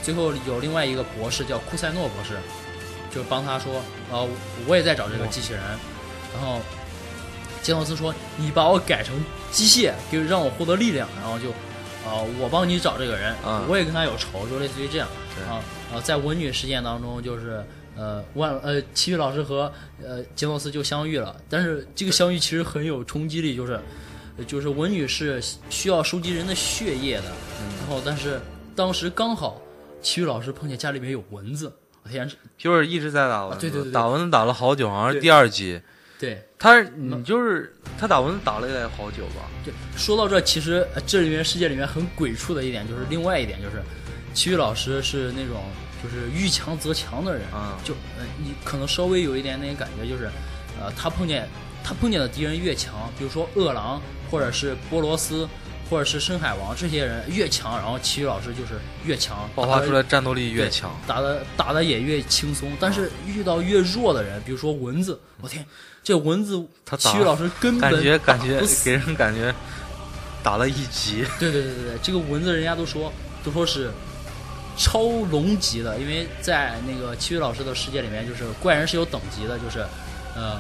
Speaker 2: 最后有另外一个博士叫库塞诺博士，就帮他说，呃，我也在找这个机器人，
Speaker 1: 嗯
Speaker 2: 然后杰诺斯说你把我改成机械，就是让我获得力量，然后就，呃，我帮你找这个人，
Speaker 1: 嗯
Speaker 2: 我也跟他有仇，就类似于这样
Speaker 1: 对
Speaker 2: 啊。然后在文女事件当中，就是呃万呃奇遇老师和呃杰诺斯就相遇了，但是这个相遇其实很有冲击力，就是。就是文女是需要收集人的血液的，
Speaker 1: 嗯
Speaker 2: 然后但是当时刚好体育老师碰见家里面有蚊子，哎我天，
Speaker 1: 就是一直在打蚊
Speaker 2: 啊对对
Speaker 1: 子，
Speaker 2: 对对
Speaker 1: 打蚊子打了好久，好像是
Speaker 2: 对
Speaker 1: 第二集，
Speaker 2: 对
Speaker 1: 他你就是他打蚊子打了也得好久吧，
Speaker 2: 对，说到这，其实呃这里面世界里面很鬼畜的一点就是另外一点就是，体育老师是那种就是遇强则强的人，
Speaker 1: 嗯
Speaker 2: 就呃你可能稍微有一点点感觉就是，呃他碰见他碰见的敌人越强，比如说饿狼或者是波罗斯。或者是深海王这些人越强，然后体育老师就是越强，
Speaker 1: 爆发
Speaker 2: 打得
Speaker 1: 出来战斗力越
Speaker 2: 啊对
Speaker 1: 强，啊
Speaker 2: 打的打的也越轻松。但是遇到越弱的人，比如说蚊子，我天，这蚊子，
Speaker 1: 他打
Speaker 2: 体育老师根本
Speaker 1: 感觉
Speaker 2: 打
Speaker 1: 感觉
Speaker 2: 啊不死
Speaker 1: 给人感觉打了一集，
Speaker 2: 对对对对对，这个蚊子人家都说都说是超龙级的，因为在那个体育老师的世界里面，就是怪人是有等级的，就是呃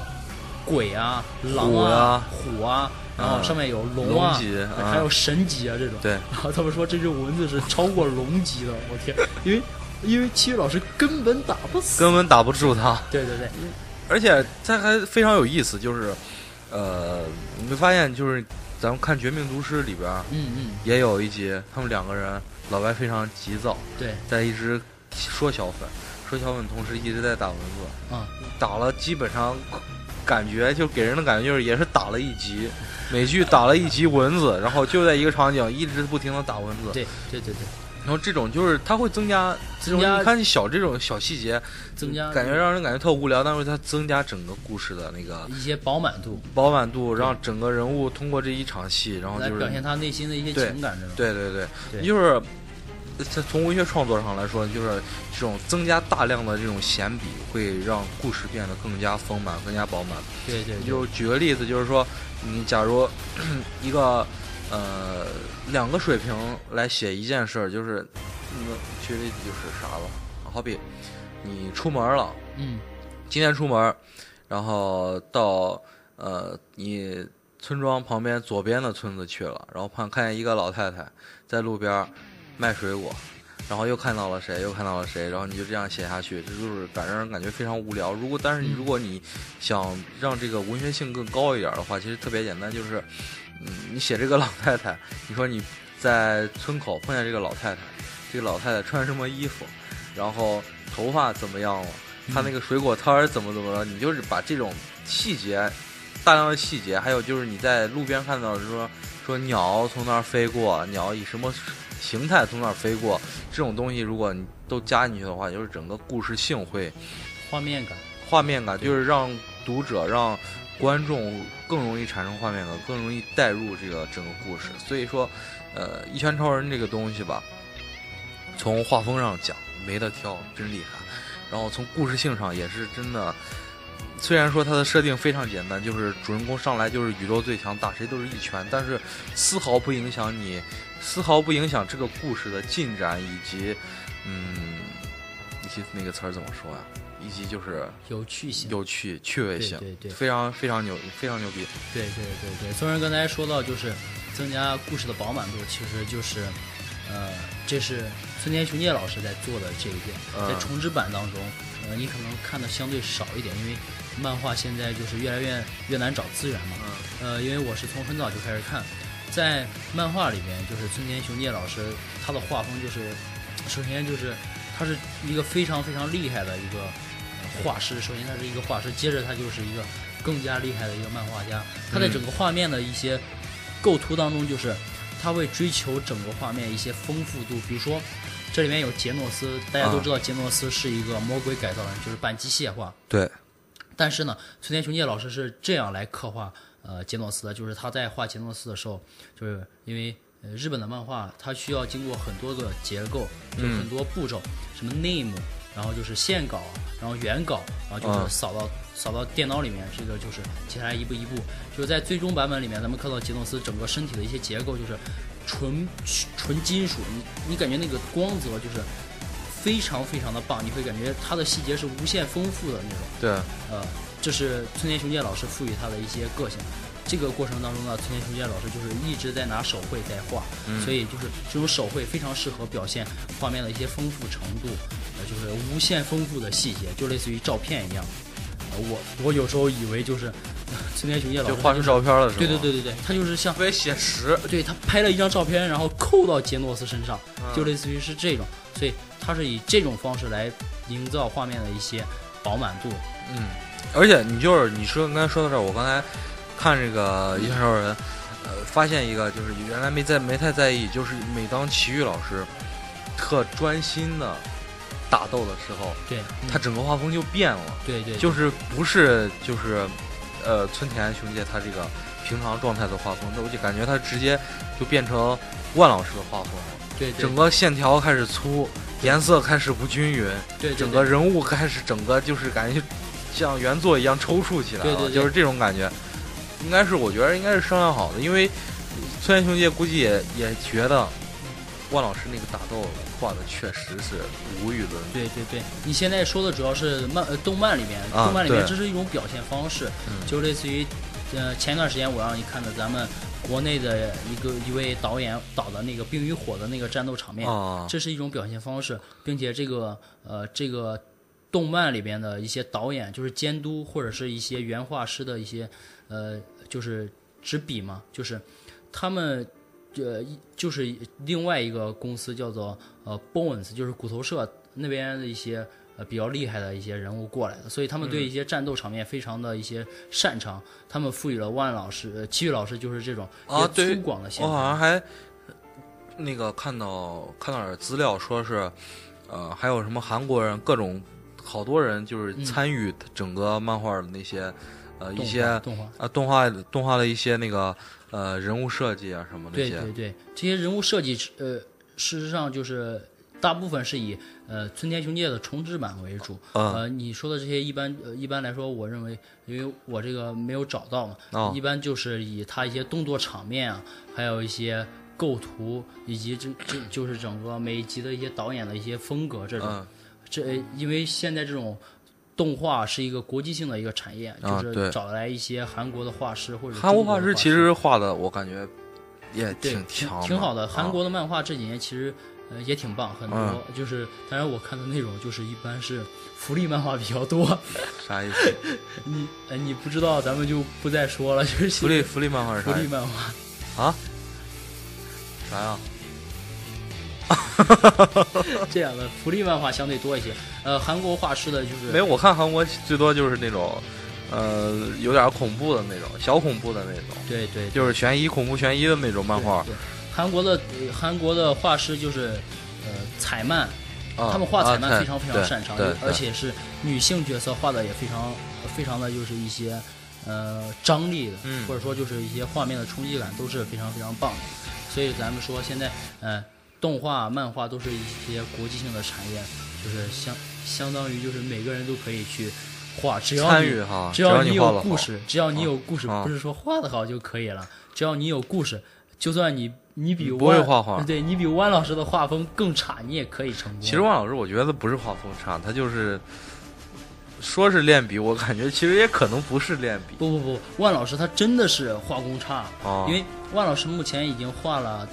Speaker 2: 鬼啊、狼啊、虎啊。然后上面有龙啊，
Speaker 1: 龙级啊
Speaker 2: 还有神级啊这种。
Speaker 1: 对
Speaker 2: 然后他们说这只蚊子是超过龙级的，我 天！因为因为体育老师根本打不死。
Speaker 1: 根本打不住他。
Speaker 2: 对对对，
Speaker 1: 而且它还非常有意思，就是，呃，你会发现就是咱们看《绝命毒师》里边儿
Speaker 2: 嗯嗯，
Speaker 1: 也有一集，他们两个人老白非常急躁，
Speaker 2: 对，
Speaker 1: 在一直说小粉，说小粉同时一直在打蚊子，
Speaker 2: 啊、
Speaker 1: 打了基本上感觉就给人的感觉就是也是打了一集，每句打了一集蚊子，然后就在一个场景一直不停的打蚊子，
Speaker 2: 对对对对，
Speaker 1: 然后这种就是它会增加这种
Speaker 2: 增加
Speaker 1: 你看小这种小细节，
Speaker 2: 增加
Speaker 1: 感觉让人感觉特无聊，但是它增加整个故事的那个。
Speaker 2: 一些饱满度，
Speaker 1: 饱满度，让整个人物通过这一场戏，然后
Speaker 2: 来
Speaker 1: 就是
Speaker 2: 表现他内心的一些
Speaker 1: 对
Speaker 2: 情感这种。
Speaker 1: 对对对，
Speaker 2: 对
Speaker 1: 就是它从文学创作上来说，就是这种增加大量的这种闲笔，会让故事变得更加丰满、更加饱满。
Speaker 2: 对对对，
Speaker 1: 就举个例子，就是说，你假如 一个呃两个水平来写一件事儿，就是那举例子就是啥了，好比你出门了，
Speaker 2: 嗯
Speaker 1: 今天出门，然后到呃你村庄旁边左边的村子去了，然后看看见一个老太太在路边卖水果，然后又看到了谁，又看到了谁，然后你就这样写下去，这就是感让人感觉非常无聊。如果但是你
Speaker 2: 嗯
Speaker 1: 如果你想让这个文学性更高一点的话，其实特别简单，就是嗯你写这个老太太，你说你在村口碰见这个老太太，这个老太太穿什么衣服，然后头发怎么样了。他那个水果摊儿怎么怎么了，你就是把这种细节，大量的细节，还有就是你在路边看到的说说鸟从那儿飞过，鸟以什么形态从那儿飞过，这种东西如果你都加进去的话，就是整个故事性会
Speaker 2: 嗯画面感，
Speaker 1: 画面感，就是让读者让观众更容易产生画面感，更容易带入这个整个故事。所以说，呃，一拳超人这个东西吧，从画风上讲没得挑，真厉害。然后从故事性上也是真的虽然说它的设定非常简单，就是主人公上来就是宇宙最强，打谁都是一拳，但是丝毫不影响你，丝毫不影响这个故事的进展以及，嗯，以及那个词儿怎么说呀、以及就是
Speaker 2: 有趣性。
Speaker 1: 有趣、趣味
Speaker 2: 对
Speaker 1: 性，
Speaker 2: 对对
Speaker 1: 非常非常牛，非常牛逼。
Speaker 2: 对对对对，虽然刚才说到就是增加故事的饱满度，其实就是，呃，这是村田雄介老师在做的这一点，
Speaker 1: 嗯
Speaker 2: 在重制版当中，呃，你可能看的相对少一点，因为漫画现在就是越来越越难找资源嘛。
Speaker 1: 嗯
Speaker 2: 呃，因为我是从很早就开始看，在漫画里面，就是村田雄介老师他的画风就是，首先就是他是一个非常非常厉害的一个呃画师，首先他是一个画师，接着他就是一个更加厉害的一个漫画家，他在
Speaker 1: 嗯
Speaker 2: 整个画面的一些构图当中，就是他会追求整个画面一些丰富度，比如说。这里面有杰诺斯，大家都
Speaker 1: 啊
Speaker 2: 知道杰诺斯是一个魔鬼改造人，就是半机械化。
Speaker 1: 对，
Speaker 2: 嗯但是呢，村田雄介老师是这样来刻画呃杰诺斯的，就是他在画杰诺斯的时候，就是因为呃日本的漫画它需要经过很多个结构，就是很多步骤，什么 name，然后就是线稿，然后原稿，然后就
Speaker 1: 嗯
Speaker 2: 是扫到、扫到电脑里面，这个就是接下来一步一步，就是在最终版本里面，咱们看到杰诺斯整个身体的一些结构就是纯纯金属，你你感觉那个光泽就是。非常非常的棒，你会感觉它的细节是无限丰富的那种。
Speaker 1: 对，
Speaker 2: 呃，这是村田雄介老师赋予他的一些个性。这个过程当中呢，村田雄介老师就是一直在拿手绘在画，
Speaker 1: 嗯
Speaker 2: 所以就是这种手绘非常适合表现画面的一些丰富程度，呃，就是无限丰富的细节，就类似于照片一样。呃我我有时候以为就是 呃村田雄介老师
Speaker 1: 就画
Speaker 2: 他
Speaker 1: 出
Speaker 2: 就
Speaker 1: 照片了是吗？
Speaker 2: 对对，对对对，他就是像
Speaker 1: 特别写实。
Speaker 2: 对他拍了一张照片，然后扣到杰诺斯身上，
Speaker 1: 嗯
Speaker 2: 就类似于是这种，所以他是以这种方式来营造画面的一些饱满度。
Speaker 1: 嗯，而且你就是你说刚才说到这儿，我刚才看这个《一拳超人》，呃，发现一个就是原来没在没太在意，就是每当奇遇老师特专心的打斗的时候，
Speaker 2: 对，嗯
Speaker 1: 他整个画风就变了，
Speaker 2: 对对，
Speaker 1: 就是不是就是呃村田雄介他这个平常状态的画风，那我就感觉他直接就变成万老师的画风了，
Speaker 2: 对对
Speaker 1: 整个线条开始粗，颜色开始不均匀。
Speaker 2: 对对
Speaker 1: 整
Speaker 2: 对
Speaker 1: 个人物开始整个就是感觉就像原作一样抽搐起来了，
Speaker 2: 对对对
Speaker 1: 就是这种感觉。应该是我觉得应该是商量好的，因为村田雄介估计也也觉得万老师那个打斗画的确实是无与伦比。
Speaker 2: 对对对，你现在说的主要是漫呃动漫里面，
Speaker 1: 啊
Speaker 2: 动漫里面
Speaker 1: 对
Speaker 2: 这是一种表现方式，
Speaker 1: 嗯
Speaker 2: 就类似于，呃，前一段时间我让你看的咱们国内的一个一位导演导的那个《冰与火》的那个战斗场面，
Speaker 1: 啊，
Speaker 2: 这是一种表现方式，并且这个呃这个动漫里边的一些导演就是监督或者是一些原画师的一些呃就是执笔嘛，就是他们呃一就是另外一个公司叫做呃 Bones，就是骨头社那边的一些。呃，比较厉害的一些人物过来的，所以他们
Speaker 1: 嗯
Speaker 2: 对一些战斗场面非常的一些擅长，他们赋予了万老师、呃齐宇老师就是这种
Speaker 1: 啊
Speaker 2: 比较
Speaker 1: 对
Speaker 2: 粗犷的线
Speaker 1: 我
Speaker 2: 条。
Speaker 1: 好像还那个看到看到点资料说是，呃，还有什么韩国人各种好多人就是
Speaker 2: 嗯
Speaker 1: 参与整个漫画的那些、呃一
Speaker 2: 动
Speaker 1: 些
Speaker 2: 画动画，
Speaker 1: 啊，动画动画的一些那个呃人物设计啊什么那
Speaker 2: 对
Speaker 1: 些，
Speaker 2: 对对，这些人物设计，呃，事实上就是大部分是以呃村田雄介的重制版为主。
Speaker 1: 嗯
Speaker 2: 呃，你说的这些一般、呃、一般来说，我认为，因为我这个没有找到嘛，
Speaker 1: 哦
Speaker 2: 一般就是以他一些动作场面啊，还有一些构图，以及这这就是整个每一集的一些导演的一些风格这种。
Speaker 1: 嗯
Speaker 2: 这因为现在这种动画是一个国际性的一个产业，
Speaker 1: 啊
Speaker 2: 就
Speaker 1: 对
Speaker 2: 是找来一些韩国的画师或者
Speaker 1: 韩国
Speaker 2: 中国
Speaker 1: 画
Speaker 2: 的
Speaker 1: 师其实画的我感觉也
Speaker 2: 对，
Speaker 1: 挺强
Speaker 2: 挺好的。
Speaker 1: 的。
Speaker 2: 韩
Speaker 1: 啊
Speaker 2: 国的漫画这几年其实呃也挺棒，很多、
Speaker 1: 嗯
Speaker 2: 就是，当然我看的内容就是一般是福利漫画比较多。
Speaker 1: 啥意思？
Speaker 2: 你呃你不知道，咱们就不再说了，就是
Speaker 1: 福利福利漫画是
Speaker 2: 福
Speaker 1: 啥
Speaker 2: 利
Speaker 1: 意思？啊
Speaker 2: 漫画。
Speaker 1: 啥呀？
Speaker 2: 这样的福利漫画相对多一些，呃，韩国画师的就是
Speaker 1: 没有，我看韩国最多就是那种，呃，有点恐怖的那种，小恐怖的那种，
Speaker 2: 对对
Speaker 1: 就是悬疑恐怖悬疑的那种漫画
Speaker 2: 对韩国的呃韩国的画师就是呃彩漫，
Speaker 1: 啊。
Speaker 2: 他们画彩
Speaker 1: 啊
Speaker 2: 漫非常非常
Speaker 1: 对
Speaker 2: 擅长，
Speaker 1: 对，
Speaker 2: 而
Speaker 1: 对
Speaker 2: 且是女性角色画的也非常非常的就是一些呃张力的，
Speaker 1: 嗯
Speaker 2: 或者说就是一些画面的冲击感都是非常非常棒的。所以咱们说现在呃动画、漫画都是一些国际性的产业，就是相相当于就是每个人都可以去画，只要
Speaker 1: 参
Speaker 2: 你
Speaker 1: 与哈，
Speaker 2: 只
Speaker 1: 要
Speaker 2: 你
Speaker 1: 画
Speaker 2: 有
Speaker 1: 得
Speaker 2: 故
Speaker 1: 好
Speaker 2: 事，只要你有故事，
Speaker 1: 啊
Speaker 2: 不是说画的好就可以了，只要你有故事，就算你你比
Speaker 1: 你不会
Speaker 2: 弯
Speaker 1: 画画
Speaker 2: 对你比弯老师的画风更差，你也可以成功。
Speaker 1: 其实万老师，我觉得不是画风差，他就是说是练笔，我感觉其实也可能不是练笔。
Speaker 2: 不不不，万老师他真的是画工差，啊
Speaker 1: 哦，
Speaker 2: 因为万老师目前已经画了，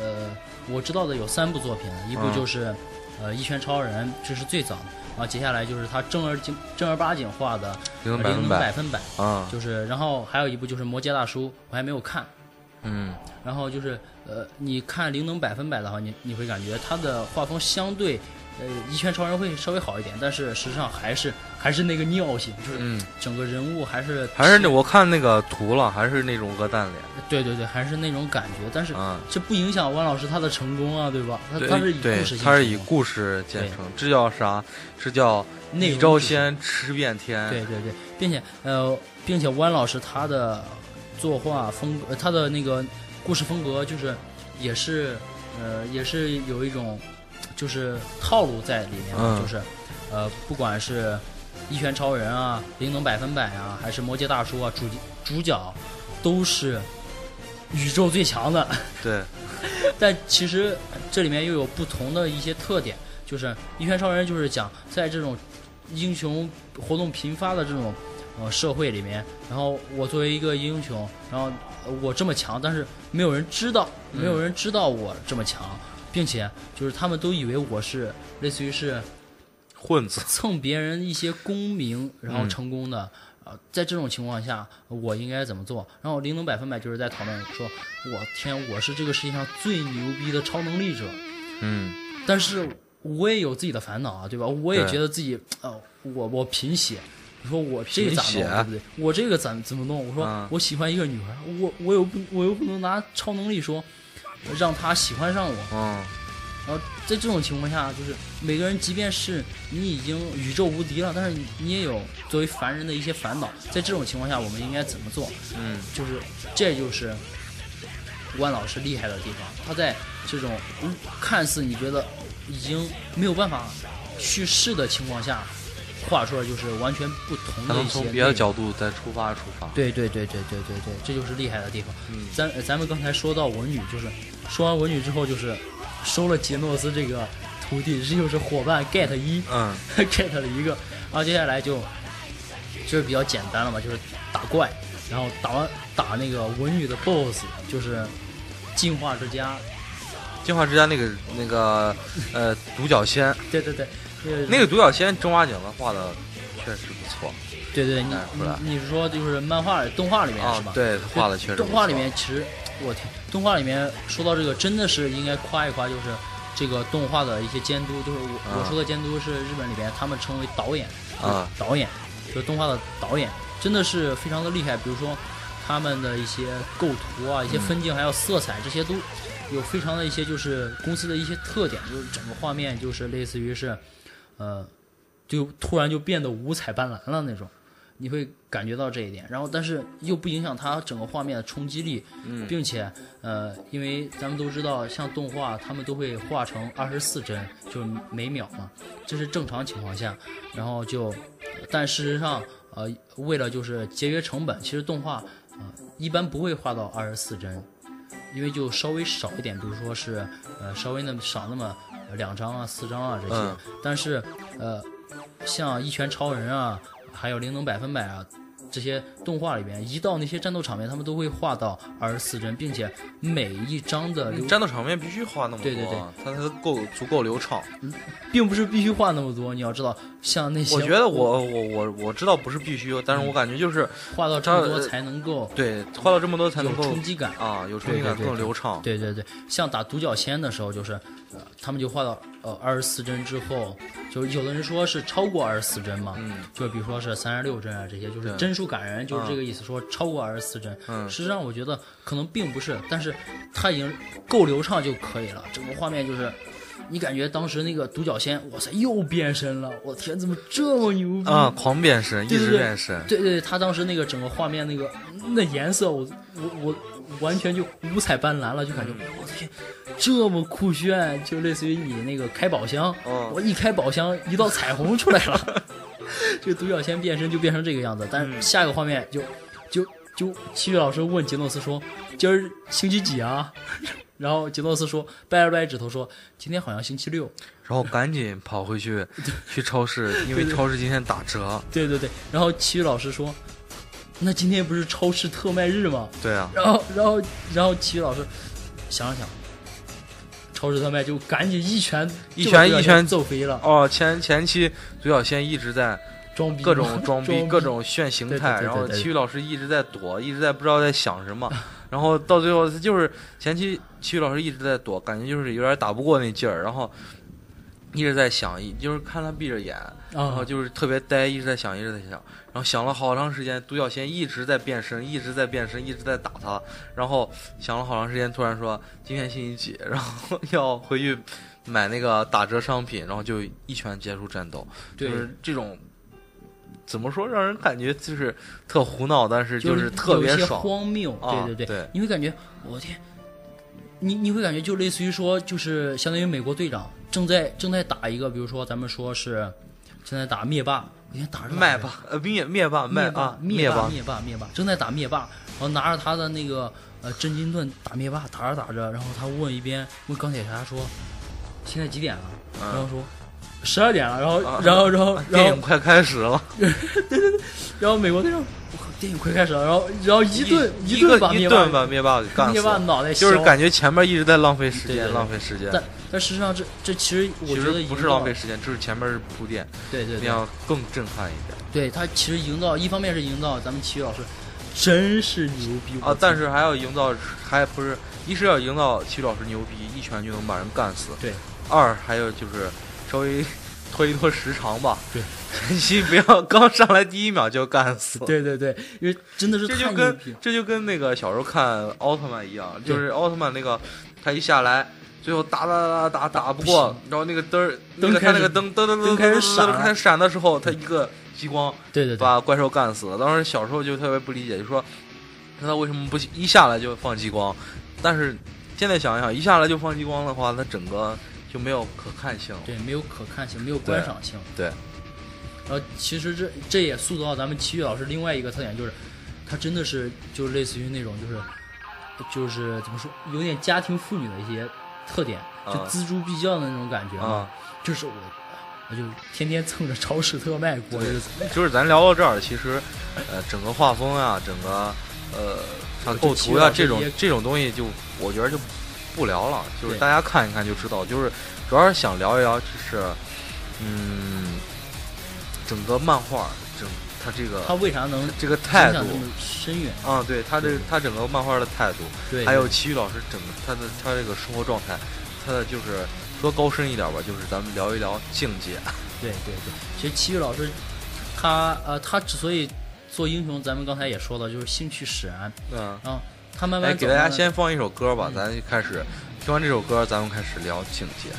Speaker 2: 呃，我知道的有三部作品了，一部
Speaker 1: 嗯
Speaker 2: 就是，呃，《一拳超人》，这是最早的，然后接下来就是他正儿经正儿八经画的
Speaker 1: 零
Speaker 2: 《
Speaker 1: 能百
Speaker 2: 灵
Speaker 1: 分
Speaker 2: 能
Speaker 1: 百
Speaker 2: 百分百》，
Speaker 1: 啊，
Speaker 2: 就是，然后还有一部就是《摩羯大叔》，我还没有看。
Speaker 1: 嗯，
Speaker 2: 然后就是，呃，你看《灵能百分百》的话，你你会感觉他的画风相对，呃，《一拳超人》会稍微好一点，但是实际上还是还是那个尿性，就是
Speaker 1: 嗯，
Speaker 2: 整个人物还是
Speaker 1: 还是那我看那个图了，还是那种鹅蛋脸
Speaker 2: 对对对，还是那种感觉，但是
Speaker 1: 啊。
Speaker 2: 这不影响汪老师他的成功啊，对吧？他
Speaker 1: 对
Speaker 2: 他是以
Speaker 1: 对
Speaker 2: 故事，性
Speaker 1: 他是
Speaker 2: 成
Speaker 1: 以
Speaker 2: 功
Speaker 1: 故事建成，这叫啥？这叫
Speaker 2: 内
Speaker 1: 一
Speaker 2: 容
Speaker 1: 招
Speaker 2: 之上
Speaker 1: 鲜吃遍天。
Speaker 2: 对对对，并且呃，并且汪老师他的作画风格，呃他的那个故事风格就是也是呃也是有一种就是套路在里面的，
Speaker 1: 嗯
Speaker 2: 就是呃不管是一拳超人啊、灵能百分百啊，还是摩羯大叔啊，主主角都是宇宙最强的。
Speaker 1: 对，
Speaker 2: 但其实这里面又有不同的一些特点，就是《一拳超人》就是讲在这种英雄活动频发的这种呃社会里面，然后我作为一个英雄，然后呃我这么强，但是没有人知道，
Speaker 1: 嗯
Speaker 2: 没有人知道我这么强，并且就是他们都以为我是类似于是
Speaker 1: 混子。
Speaker 2: 蹭别人一些功名然后
Speaker 1: 嗯
Speaker 2: 成功的。呃，在这种情况下，我应该怎么做？然后灵能百分百就是在讨论说，我天，我是这个世界上最牛逼的超能力者，
Speaker 1: 嗯，
Speaker 2: 但是我也有自己的烦恼啊，对吧？我也
Speaker 1: 对
Speaker 2: 觉得自己，呃，我我贫血，你说我这个
Speaker 1: 贫
Speaker 2: 咋
Speaker 1: 血啊
Speaker 2: 弄，对不对？我这个怎怎么弄？我说、
Speaker 1: 嗯
Speaker 2: 我喜欢一个女孩，我我又不我又不能拿超能力说让她喜欢上我，
Speaker 1: 嗯，
Speaker 2: 然后在这种情况下，就是每个人，即便是你已经宇宙无敌了，但是你也有作为凡人的一些烦恼。在这种情况下，我们应该怎么做？
Speaker 1: 嗯，
Speaker 2: 就是这就是万老师厉害的地方。他在这种嗯看似你觉得已经没有办法去世的情况下，画出来就是完全不同
Speaker 1: 他
Speaker 2: 的
Speaker 1: 能
Speaker 2: 一些
Speaker 1: 从
Speaker 2: 内
Speaker 1: 别的
Speaker 2: 容。
Speaker 1: 角度再出发出发。
Speaker 2: 对对对对对对对，这就是厉害的地方。
Speaker 1: 嗯
Speaker 2: 咱呃咱们刚才说到文女，就是说完文女之后，就是收了杰诺斯这个徒弟，这就是伙伴 get 一
Speaker 1: 嗯
Speaker 2: get 了一个，然后接下来就就是比较简单了嘛，就是打怪，然后打完打那个文女的 BOSS，就是进化之家，
Speaker 1: 进化之家那个那个呃独角仙，
Speaker 2: 对对对，
Speaker 1: 那个独角仙正儿八经的画的确实不错
Speaker 2: 对对，你
Speaker 1: 哪儿出来
Speaker 2: 你你是说就是漫画动画里面
Speaker 1: 啊
Speaker 2: 是吧？，
Speaker 1: 对，他画的确实不
Speaker 2: 动
Speaker 1: 错
Speaker 2: 画里面其实，我天，动画里面说到这个，真的是应该夸一夸，就是这个动画的一些监督，就是我、
Speaker 1: 啊
Speaker 2: 我说的监督是日本里边他们称为导演，就是
Speaker 1: 啊
Speaker 2: 导演，就是动画的导演，真的是非常的厉害。比如说他们的一些构图啊，一些
Speaker 1: 嗯
Speaker 2: 分镜，还有色彩，这些都有非常的一些就是公司的一些特点，就是整个画面就是类似于是，呃，就突然就变得五彩斑斓了那种。你会感觉到这一点，然后但是又不影响它整个画面的冲击力，
Speaker 1: 嗯
Speaker 2: 并且呃，因为咱们都知道，像动画他们都会画成二十四帧，就是每秒嘛，这是正常情况下。然后就，但事实上，呃，为了就是节约成本，其实动画呃一般不会画到二十四帧，因为就稍微少一点，比如说是呃稍微那么少那么呃两张啊、四张啊这些。
Speaker 1: 嗯
Speaker 2: 但是呃，像一拳超人啊，还有灵能百分百啊。这些动画里边，一到那些战斗场面，他们都会画到二十四帧，并且每一张的流
Speaker 1: 战斗场面必须画那么多，
Speaker 2: 对对对
Speaker 1: 它才够足够流畅。
Speaker 2: 并不是必须画那么多。你要知道，像那些
Speaker 1: 我觉得我我我我知道不是必须，
Speaker 2: 嗯
Speaker 1: 但是我感觉就是
Speaker 2: 画到这么
Speaker 1: 它
Speaker 2: 多
Speaker 1: 呃
Speaker 2: 才能够
Speaker 1: 对画到这么多才
Speaker 2: 有
Speaker 1: 能够
Speaker 2: 冲击感。
Speaker 1: 啊有冲击
Speaker 2: 对对
Speaker 1: 感
Speaker 2: 对
Speaker 1: 更流畅。
Speaker 2: 对对对，像打独角仙的时候，就是、呃他们就画到呃二十四帧之后，就有的人说是超过二十四帧嘛，
Speaker 1: 嗯
Speaker 2: 就比如说是三十六帧啊这些，就是
Speaker 1: 对
Speaker 2: 帧数感人，就是这个意思，说超过二十四帧。
Speaker 1: 嗯
Speaker 2: 实际上我觉得可能并不是，但是它已经够流畅就可以了，整个画面就是。你感觉当时那个独角仙，哇塞，又变身了！我天，怎么这么牛逼？
Speaker 1: 啊，狂变身，一
Speaker 2: 对对
Speaker 1: 直
Speaker 2: 对
Speaker 1: 变身。
Speaker 2: 对对对，他当时那个整个画面那个那颜色我，我我完全就五彩斑斓了，就感觉我天，这么酷炫，就类似于你那个开宝箱，
Speaker 1: 嗯
Speaker 2: 我一开宝箱，一道彩虹出来了， 这个独角仙变身就变成这个样子，但是下一个画面就就就西剧老师问杰诺斯说：“今儿星期几啊？” 然后杰诺斯说掰了掰指头说：“今天好像星期六。
Speaker 1: 然后赶紧跑回 去去超市，因为超市今天打折。”
Speaker 2: 对对对，然后西剧老师说：“那今天不是超市特卖日吗？”
Speaker 1: 对啊，
Speaker 2: 然后，然后，然后体育老师想了想，超市特卖就赶紧一拳
Speaker 1: 一
Speaker 2: 就
Speaker 1: 拳
Speaker 2: 把这
Speaker 1: 一
Speaker 2: 个
Speaker 1: 拳
Speaker 2: 人揍飞了，
Speaker 1: 哦，前前期独角仙一直在
Speaker 2: 装逼
Speaker 1: 各种装逼
Speaker 2: 逼，，
Speaker 1: 各种炫形
Speaker 2: 对对
Speaker 1: 态，
Speaker 2: 对对
Speaker 1: 然后
Speaker 2: 对对
Speaker 1: 体育老师一直在躲，一直在不知道在想 什么，然后到最后他就是前期体育老师一直在躲，感觉就是有点打不过那劲儿，然后一直在想，一就是看他闭着眼，然后
Speaker 2: 啊，
Speaker 1: 就是特别呆，一直在想，一直在想，然后想了好长时间，独角仙一直在变身，一直在变身，一直在打他，然后想了好长时间，突然说今天星期几， 然后要回去买那个打折商品，然后就一拳结束战斗，就
Speaker 2: 对，
Speaker 1: 是这种。怎么说？让人感觉就是特胡闹，但是
Speaker 2: 就是
Speaker 1: 特别
Speaker 2: 有一些
Speaker 1: 爽
Speaker 2: 荒谬，
Speaker 1: 啊！
Speaker 2: 对
Speaker 1: 对
Speaker 2: 对，你会感觉我天，你你会感觉就类似于说，就是相当于美国队长正在正在打一个，比如说咱们说是正在打灭霸，我天打着打着
Speaker 1: 麦霸呃灭灭霸麦
Speaker 2: 灭
Speaker 1: 啊
Speaker 2: 霸
Speaker 1: 灭
Speaker 2: 霸灭霸灭霸正在打灭霸，然后拿着他的那个呃真金盾打灭霸，打着打着，然后他问一边问钢铁侠说：“现在几点了？”然后说：“十二点了。”然后
Speaker 1: 嗯啊
Speaker 2: 然后然后
Speaker 1: 电
Speaker 2: 然
Speaker 1: 影
Speaker 2: 后
Speaker 1: 快开始了，
Speaker 2: 然后美国队长，我靠，电影快开始了，然后然后一顿
Speaker 1: 一
Speaker 2: 顿把
Speaker 1: 个一
Speaker 2: 灭
Speaker 1: 顿
Speaker 2: 霸
Speaker 1: 把灭霸给干死
Speaker 2: 灭
Speaker 1: 了
Speaker 2: 霸。脑袋
Speaker 1: 就是
Speaker 2: 削
Speaker 1: 感觉前面一直在浪费时间，
Speaker 2: 对对对
Speaker 1: 浪费时间。
Speaker 2: 但但事实上这这其实我
Speaker 1: 其
Speaker 2: 觉
Speaker 1: 实
Speaker 2: 得已
Speaker 1: 不
Speaker 2: 经
Speaker 1: 是
Speaker 2: 到
Speaker 1: 浪费，时间，就是前面是铺垫，
Speaker 2: 对对
Speaker 1: 那
Speaker 2: 对，
Speaker 1: 样更震撼一点
Speaker 2: 对他其实营造一方面是营造咱们体育老师真是牛逼
Speaker 1: 啊！但是还要营造，还不是一是要营造齐老师牛逼，一拳就能把人干死。
Speaker 2: 对。
Speaker 1: 二还有就是稍微拖一拖时长吧。
Speaker 2: 对。
Speaker 1: 前期不要刚上来第一秒就干死。
Speaker 2: 对对对，因为真的是
Speaker 1: 这
Speaker 2: 太
Speaker 1: 就
Speaker 2: 牛
Speaker 1: 跟
Speaker 2: 逼了，
Speaker 1: 这就跟那个小时候看奥特曼一样，就是奥特曼那个他一下来，最后打打打打打不过，然后那个灯儿，那个他那个灯灯灯灯开始闪的时候，他一个激光
Speaker 2: 对对对。
Speaker 1: 把怪兽干死了。当时小时候就特别不理解，就说那他为什么不一下来就放激光？但是现在想一想，一下来就放激光的话，它整个就没有可看性了。
Speaker 2: 对，没有可看性，没有观赏性。
Speaker 1: 对
Speaker 2: 然后其实这这也塑造咱们齐豫老师另外一个特点，就是他真的是就类似于那种就是就是怎么说，有点家庭妇女的一些特点，就
Speaker 1: 啊
Speaker 2: 锱铢必较的那种感觉
Speaker 1: 啊，
Speaker 2: 就是我我就天天蹭着超市特卖过
Speaker 1: 对
Speaker 2: 日子。
Speaker 1: 就是咱聊到这儿，其实，呃，整个画风啊，整个呃，它
Speaker 2: 就
Speaker 1: 构
Speaker 2: 齐
Speaker 1: 图
Speaker 2: 老
Speaker 1: 啊，
Speaker 2: 师
Speaker 1: 这种
Speaker 2: 也
Speaker 1: 这种东西就我觉得就不聊了，就是
Speaker 2: 对
Speaker 1: 大家看一看就知道。就是主要是想聊一聊，就是嗯，整个漫画，整它这个
Speaker 2: 他为啥能
Speaker 1: 这个态
Speaker 2: 影
Speaker 1: 度
Speaker 2: 响这么深远？
Speaker 1: 啊，对它这
Speaker 2: 对
Speaker 1: 它整个漫画的态度，
Speaker 2: 对，
Speaker 1: 还有齐豫老师整个他的他这个生活状态，他的就是说高深一点吧，就是咱们聊一聊境界。
Speaker 2: 对对对，其实齐豫老师，他呃，他之所以做英雄，咱们刚才也说了，就是兴趣使然，
Speaker 1: 嗯，
Speaker 2: 然后他慢
Speaker 1: 来
Speaker 2: 慢
Speaker 1: 给
Speaker 2: 走
Speaker 1: 大
Speaker 2: 上
Speaker 1: 家
Speaker 2: 了
Speaker 1: 先放一首歌吧，
Speaker 2: 嗯
Speaker 1: 咱就开始听完这首歌，咱们开始聊境界。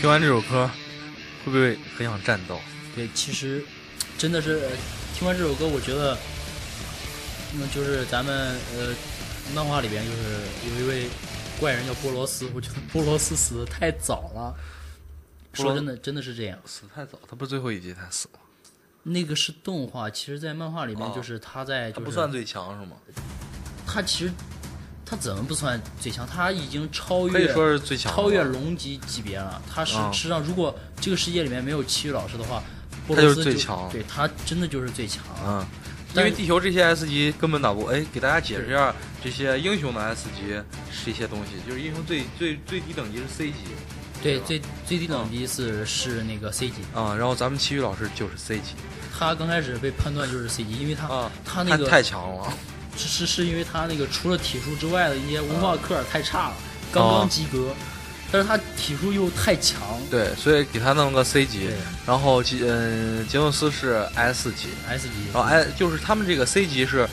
Speaker 1: 听完这首歌，会不会很想战斗？
Speaker 2: 对，其实真的是呃听完这首歌，我觉得，嗯，就是咱们呃，漫画里边就是有一位怪人叫波罗斯，我觉得波罗斯死的太早了。
Speaker 1: 波罗
Speaker 2: 说真的，真的是这样。
Speaker 1: 死太早，他不是最后一集才死吗？
Speaker 2: 那个是动画，其实，在漫画里面
Speaker 1: 哦
Speaker 2: 就是他在
Speaker 1: 他
Speaker 2: 就是
Speaker 1: 不算最强是吗？
Speaker 2: 他其实他怎么不算最强？他已经超越
Speaker 1: 可以说是最强了吧，
Speaker 2: 超越龙级级别了。他是
Speaker 1: 啊
Speaker 2: 实际上，如果这个世界里面没有奇遇老师的话，波
Speaker 1: 他就是
Speaker 2: 罗斯
Speaker 1: 最强了
Speaker 2: 对他真的就是最强。
Speaker 1: 嗯，因
Speaker 2: 但
Speaker 1: 为地球这些 S 级根本打不过。哎，给大家解释一下这些英雄的 S 级是一些东西，就是英雄最最最低等级是 C 级
Speaker 2: 对，
Speaker 1: 吧嗯
Speaker 2: 最最低等级是是那个 C 级，
Speaker 1: 啊、然后咱们体育老师就是 C 级
Speaker 2: 他刚开始被判断就是 C 级，因为他、
Speaker 1: 啊，
Speaker 2: 他那个
Speaker 1: 太强了，
Speaker 2: 是是是因为他那个除了体术之外的一些文
Speaker 1: 哦
Speaker 2: 化课太差了，刚刚及格，但是他体术又太强，
Speaker 1: 对，所以给他弄个 C 级
Speaker 2: 对，
Speaker 1: 然后吉嗯杰诺斯是 S 级，
Speaker 2: S 级，
Speaker 1: 然后 I 就是他们这个 C 级是，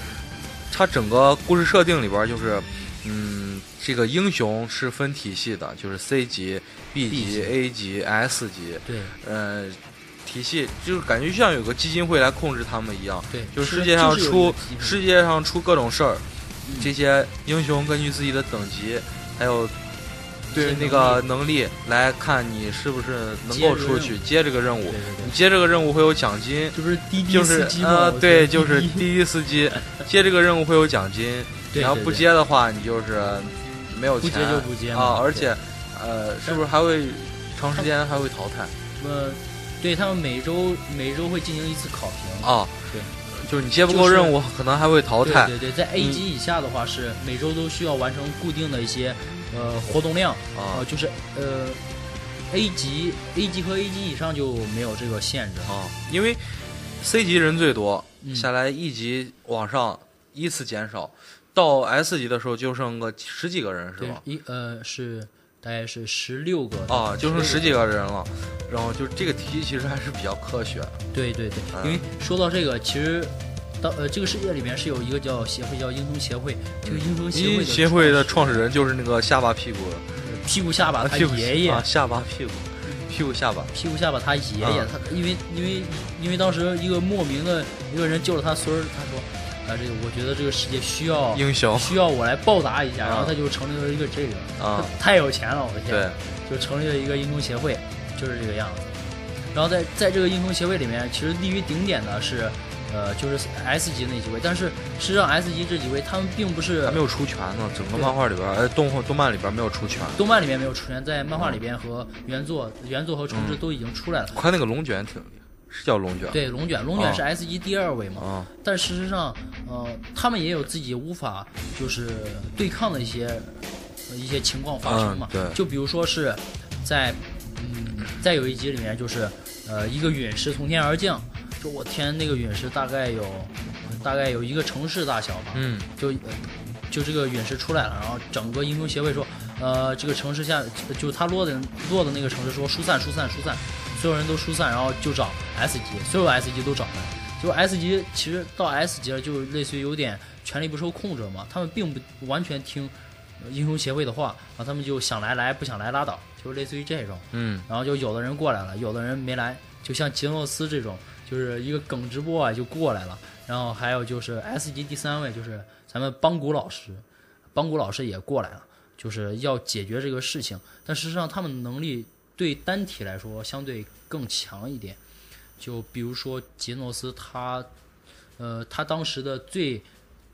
Speaker 1: 它整个故事设定里边儿就是，嗯，这个英雄是分体系的，就是 C 级、B 级、
Speaker 2: B 级
Speaker 1: A 级、S 级，
Speaker 2: 对
Speaker 1: 呃，体系就是感觉像有个基金会来控制他们一样，
Speaker 2: 对，
Speaker 1: 就是世界上
Speaker 2: 就是有
Speaker 1: 出
Speaker 2: 一个级别
Speaker 1: 世界上出各种事儿，
Speaker 2: 嗯
Speaker 1: 这些英雄根据自己的等级，还有对
Speaker 2: 一
Speaker 1: 那
Speaker 2: 些能
Speaker 1: 个
Speaker 2: 力
Speaker 1: 能力来看你是不是能
Speaker 2: 接
Speaker 1: 够
Speaker 2: 这个
Speaker 1: 出
Speaker 2: 任
Speaker 1: 去
Speaker 2: 务
Speaker 1: 接这个任务
Speaker 2: 对，对
Speaker 1: 你接这个任务会有奖金
Speaker 2: 对，，就是滴滴
Speaker 1: 就
Speaker 2: 司
Speaker 1: 是
Speaker 2: 机嘛，
Speaker 1: 呃
Speaker 2: 我觉，得
Speaker 1: 对，就是
Speaker 2: 滴
Speaker 1: 滴
Speaker 2: 滴
Speaker 1: 滴司 机接这个任务会有奖金，你
Speaker 2: 对
Speaker 1: 要
Speaker 2: 对
Speaker 1: 不
Speaker 2: 对
Speaker 1: 接的话，你就是没有
Speaker 2: 不
Speaker 1: 钱
Speaker 2: 接就不接
Speaker 1: 啊
Speaker 2: 嘛，
Speaker 1: 而
Speaker 2: 对
Speaker 1: 且呃，是不是还会长时间还会淘汰
Speaker 2: 什么，对他们每周每周会进行一次考评。
Speaker 1: 啊？
Speaker 2: 对，
Speaker 1: 就是你接不
Speaker 2: 就
Speaker 1: 够
Speaker 2: 是
Speaker 1: 任务，可能还会淘
Speaker 2: 对
Speaker 1: 汰
Speaker 2: 对对，在 A
Speaker 1: 嗯
Speaker 2: 级以下的话是每周都需要完成固定的一些呃活动量，
Speaker 1: 啊
Speaker 2: 呃，就是呃 A 级 A 级和 A 级以上就没有这个限制。
Speaker 1: 啊，因为 C 级人最多，
Speaker 2: 哦嗯
Speaker 1: 下来一级往上依次减少，到 S 级的时候就剩个十几个人是
Speaker 2: 对
Speaker 1: 吧，？
Speaker 2: 一呃是大概是十六个
Speaker 1: 啊，就剩十
Speaker 2: 16
Speaker 1: 几个人了，然后就这个题其实还是比较科学
Speaker 2: 对对对，
Speaker 1: 嗯
Speaker 2: 因为说到这个，其实到呃这个世界里面是有一个叫协会叫英雄协会，这个英雄协会
Speaker 1: 一
Speaker 2: 的
Speaker 1: 嗯协会的创
Speaker 2: 始
Speaker 1: 始人就是那个下巴屁股的
Speaker 2: 人屁股下巴
Speaker 1: 啊
Speaker 2: 他
Speaker 1: 屁股
Speaker 2: 爷爷
Speaker 1: 啊，下巴屁股，屁股下巴
Speaker 2: 屁股下巴他爷爷
Speaker 1: 啊，
Speaker 2: 他因为因为因为当时一个莫名的一个人救了他孙儿，他说啊这个我觉得这个世界需要
Speaker 1: 英雄
Speaker 2: 需要我来报答一下，
Speaker 1: 啊
Speaker 2: 然后他就成立了一个这个，
Speaker 1: 啊，
Speaker 2: 他 太有钱了，我的天，
Speaker 1: 对，
Speaker 2: 就成立了一个英雄协会，就是这个样子。然后在在这个英雄协会里面，其实立于顶点的是，呃，就是 S 级那几位，但是实际上 S 级这几位他们并不是
Speaker 1: 还没有出全呢，整个漫画里边儿，哎，动画动漫里边儿没有出全，
Speaker 2: 动漫里面没有出现，在漫画
Speaker 1: 嗯
Speaker 2: 里边和原作原作和重置都已经出来了。
Speaker 1: 快那个龙卷挺厉害，是叫龙卷
Speaker 2: 对龙卷，龙卷是
Speaker 1: 哦
Speaker 2: S 级第二位嘛，
Speaker 1: 啊，
Speaker 2: 但事实上，呃，他们也有自己无法就是对抗的一些、呃一些情况发生嘛。
Speaker 1: 嗯对
Speaker 2: 就比如说是在嗯，再有一集里面就是呃一个陨石从天而降，就我天，那个陨石大概有呃大概有一个城市大小吧，
Speaker 1: 嗯
Speaker 2: 就呃就这个陨石出来了，然后整个英雄协会说，呃，这个城市下就他落的落的那个城市说疏散疏散疏散，所有人都疏散，然后就找 S 级，所有 S 级都找来，就 S 级其实到 S 级了，就类似于有点权力不受控制嘛，他们并不完全听呃英雄协会的话，然后他们就想来来，不想来拉倒，就类似于这种。
Speaker 1: 嗯，
Speaker 2: 然后就有的人过来了，有的人没来，就像杰诺斯这种，就是一个梗直播啊就过来了。然后还有就是 S 级第三位就是咱们邦古老师，邦古老师也过来了，就是要解决这个事情。但事实上他们能力对单体来说相对更强一点，就比如说杰诺斯他，呃，他当时的最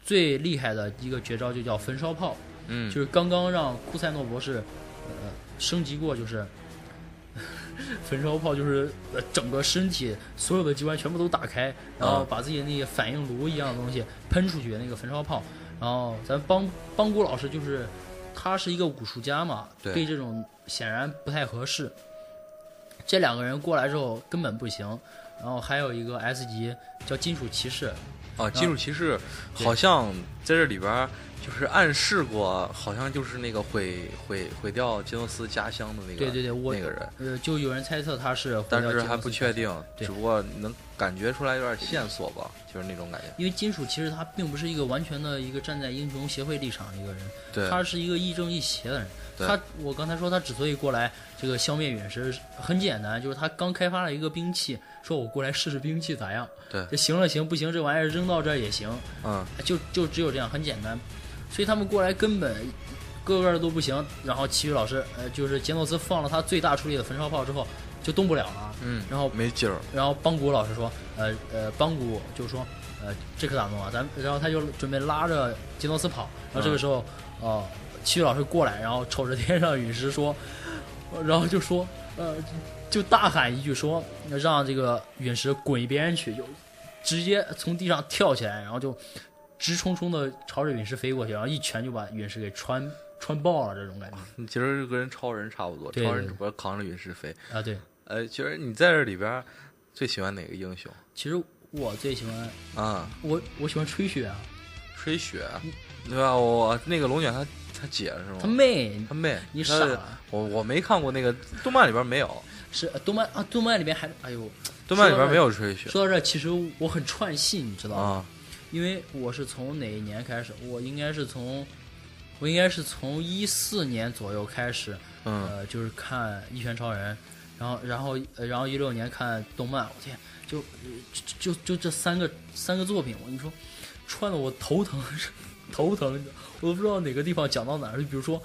Speaker 2: 最厉害的一个绝招就叫焚烧炮，
Speaker 1: 嗯
Speaker 2: 就是刚刚让库塞诺博士呃升级过，就是 焚烧炮，就是呃整个身体所有的机关全部都打开，然后
Speaker 1: 啊
Speaker 2: 把自己那个反应炉一样的东西喷出去那个焚烧炮，然后咱帮帮古老师就是他是一个武术家嘛，
Speaker 1: 对
Speaker 2: 对这种显然不太合适。这两个人过来之后根本不行，然后还有一个 S 级叫金属骑士，
Speaker 1: 啊，金属骑士
Speaker 2: 啊对
Speaker 1: 好像在这里边儿就是暗示过，好像就是那个毁毁毁掉杰诺斯家乡的那个
Speaker 2: 对对对，我
Speaker 1: 那个人，
Speaker 2: 呃，就有人猜测他是毁掉
Speaker 1: 但
Speaker 2: 金属
Speaker 1: 是
Speaker 2: 的，
Speaker 1: 还不确定，
Speaker 2: 对
Speaker 1: 只不过能感觉出来有点线索吧，就是那种感觉。
Speaker 2: 因为金属其实他并不是一个完全的一个站在英雄协会立场的一个人，
Speaker 1: 对，
Speaker 2: 他是一个亦正亦邪的人。
Speaker 1: 对
Speaker 2: 他我刚才说他之所以过来这个消灭陨石很简单，就是他刚开发了一个兵器，说我过来试试兵器咋样？
Speaker 1: 对
Speaker 2: 这行了行，不行这玩意儿扔到这儿也行，
Speaker 1: 嗯，
Speaker 2: 就就只有这样，很简单。所以他们过来根本个个都不行。然后奇遇老师，呃，就是杰诺斯放了他最大出力的焚烧炮之后，就动不了了。
Speaker 1: 嗯，
Speaker 2: 然后
Speaker 1: 没劲儿，
Speaker 2: 然后邦古老师说，呃呃，邦古就说，呃，这可咋弄啊？咱然后他就准备拉着杰诺斯跑，然后这个时候，哦、奇遇老师过来，然后瞅着天上陨石说，呃然后就说，呃，就大喊一句说，让这个陨石滚一边去，就直接从地上跳起来，然后就直冲冲的朝着陨石飞过去，然后一拳就把陨石给穿穿爆了，这种感觉
Speaker 1: 其实就跟超人差不多，
Speaker 2: 对
Speaker 1: 超人
Speaker 2: 对
Speaker 1: 只不过扛着陨石飞。
Speaker 2: 啊，对，
Speaker 1: 呃，其实你在这里边儿最喜欢哪个英雄
Speaker 2: 其实我最喜欢
Speaker 1: 啊？
Speaker 2: 我我喜欢吹雪啊，
Speaker 1: 吹雪，对吧？我那个龙卷他他姐是吗？
Speaker 2: 他妹，
Speaker 1: 他妹，
Speaker 2: 你
Speaker 1: 他
Speaker 2: 傻了。
Speaker 1: 我我没看过那个动漫里边没有，
Speaker 2: 是呃动漫啊，动漫里面还哎呦，
Speaker 1: 动漫里边没有吹雪
Speaker 2: 说到这儿其实我很串戏，你知道吗？
Speaker 1: 啊。
Speaker 2: 因为我是从哪一年开始？我应该是从，我应该是从一四年左右开始，
Speaker 1: 嗯，
Speaker 2: 呃，就是看《一拳超人》，然后然后呃然后一六年看动漫，我天，就呃就就就这三个三个作品，我跟你说，串的我头疼， 头疼，我都不知道哪个地方讲到哪儿。就比如说，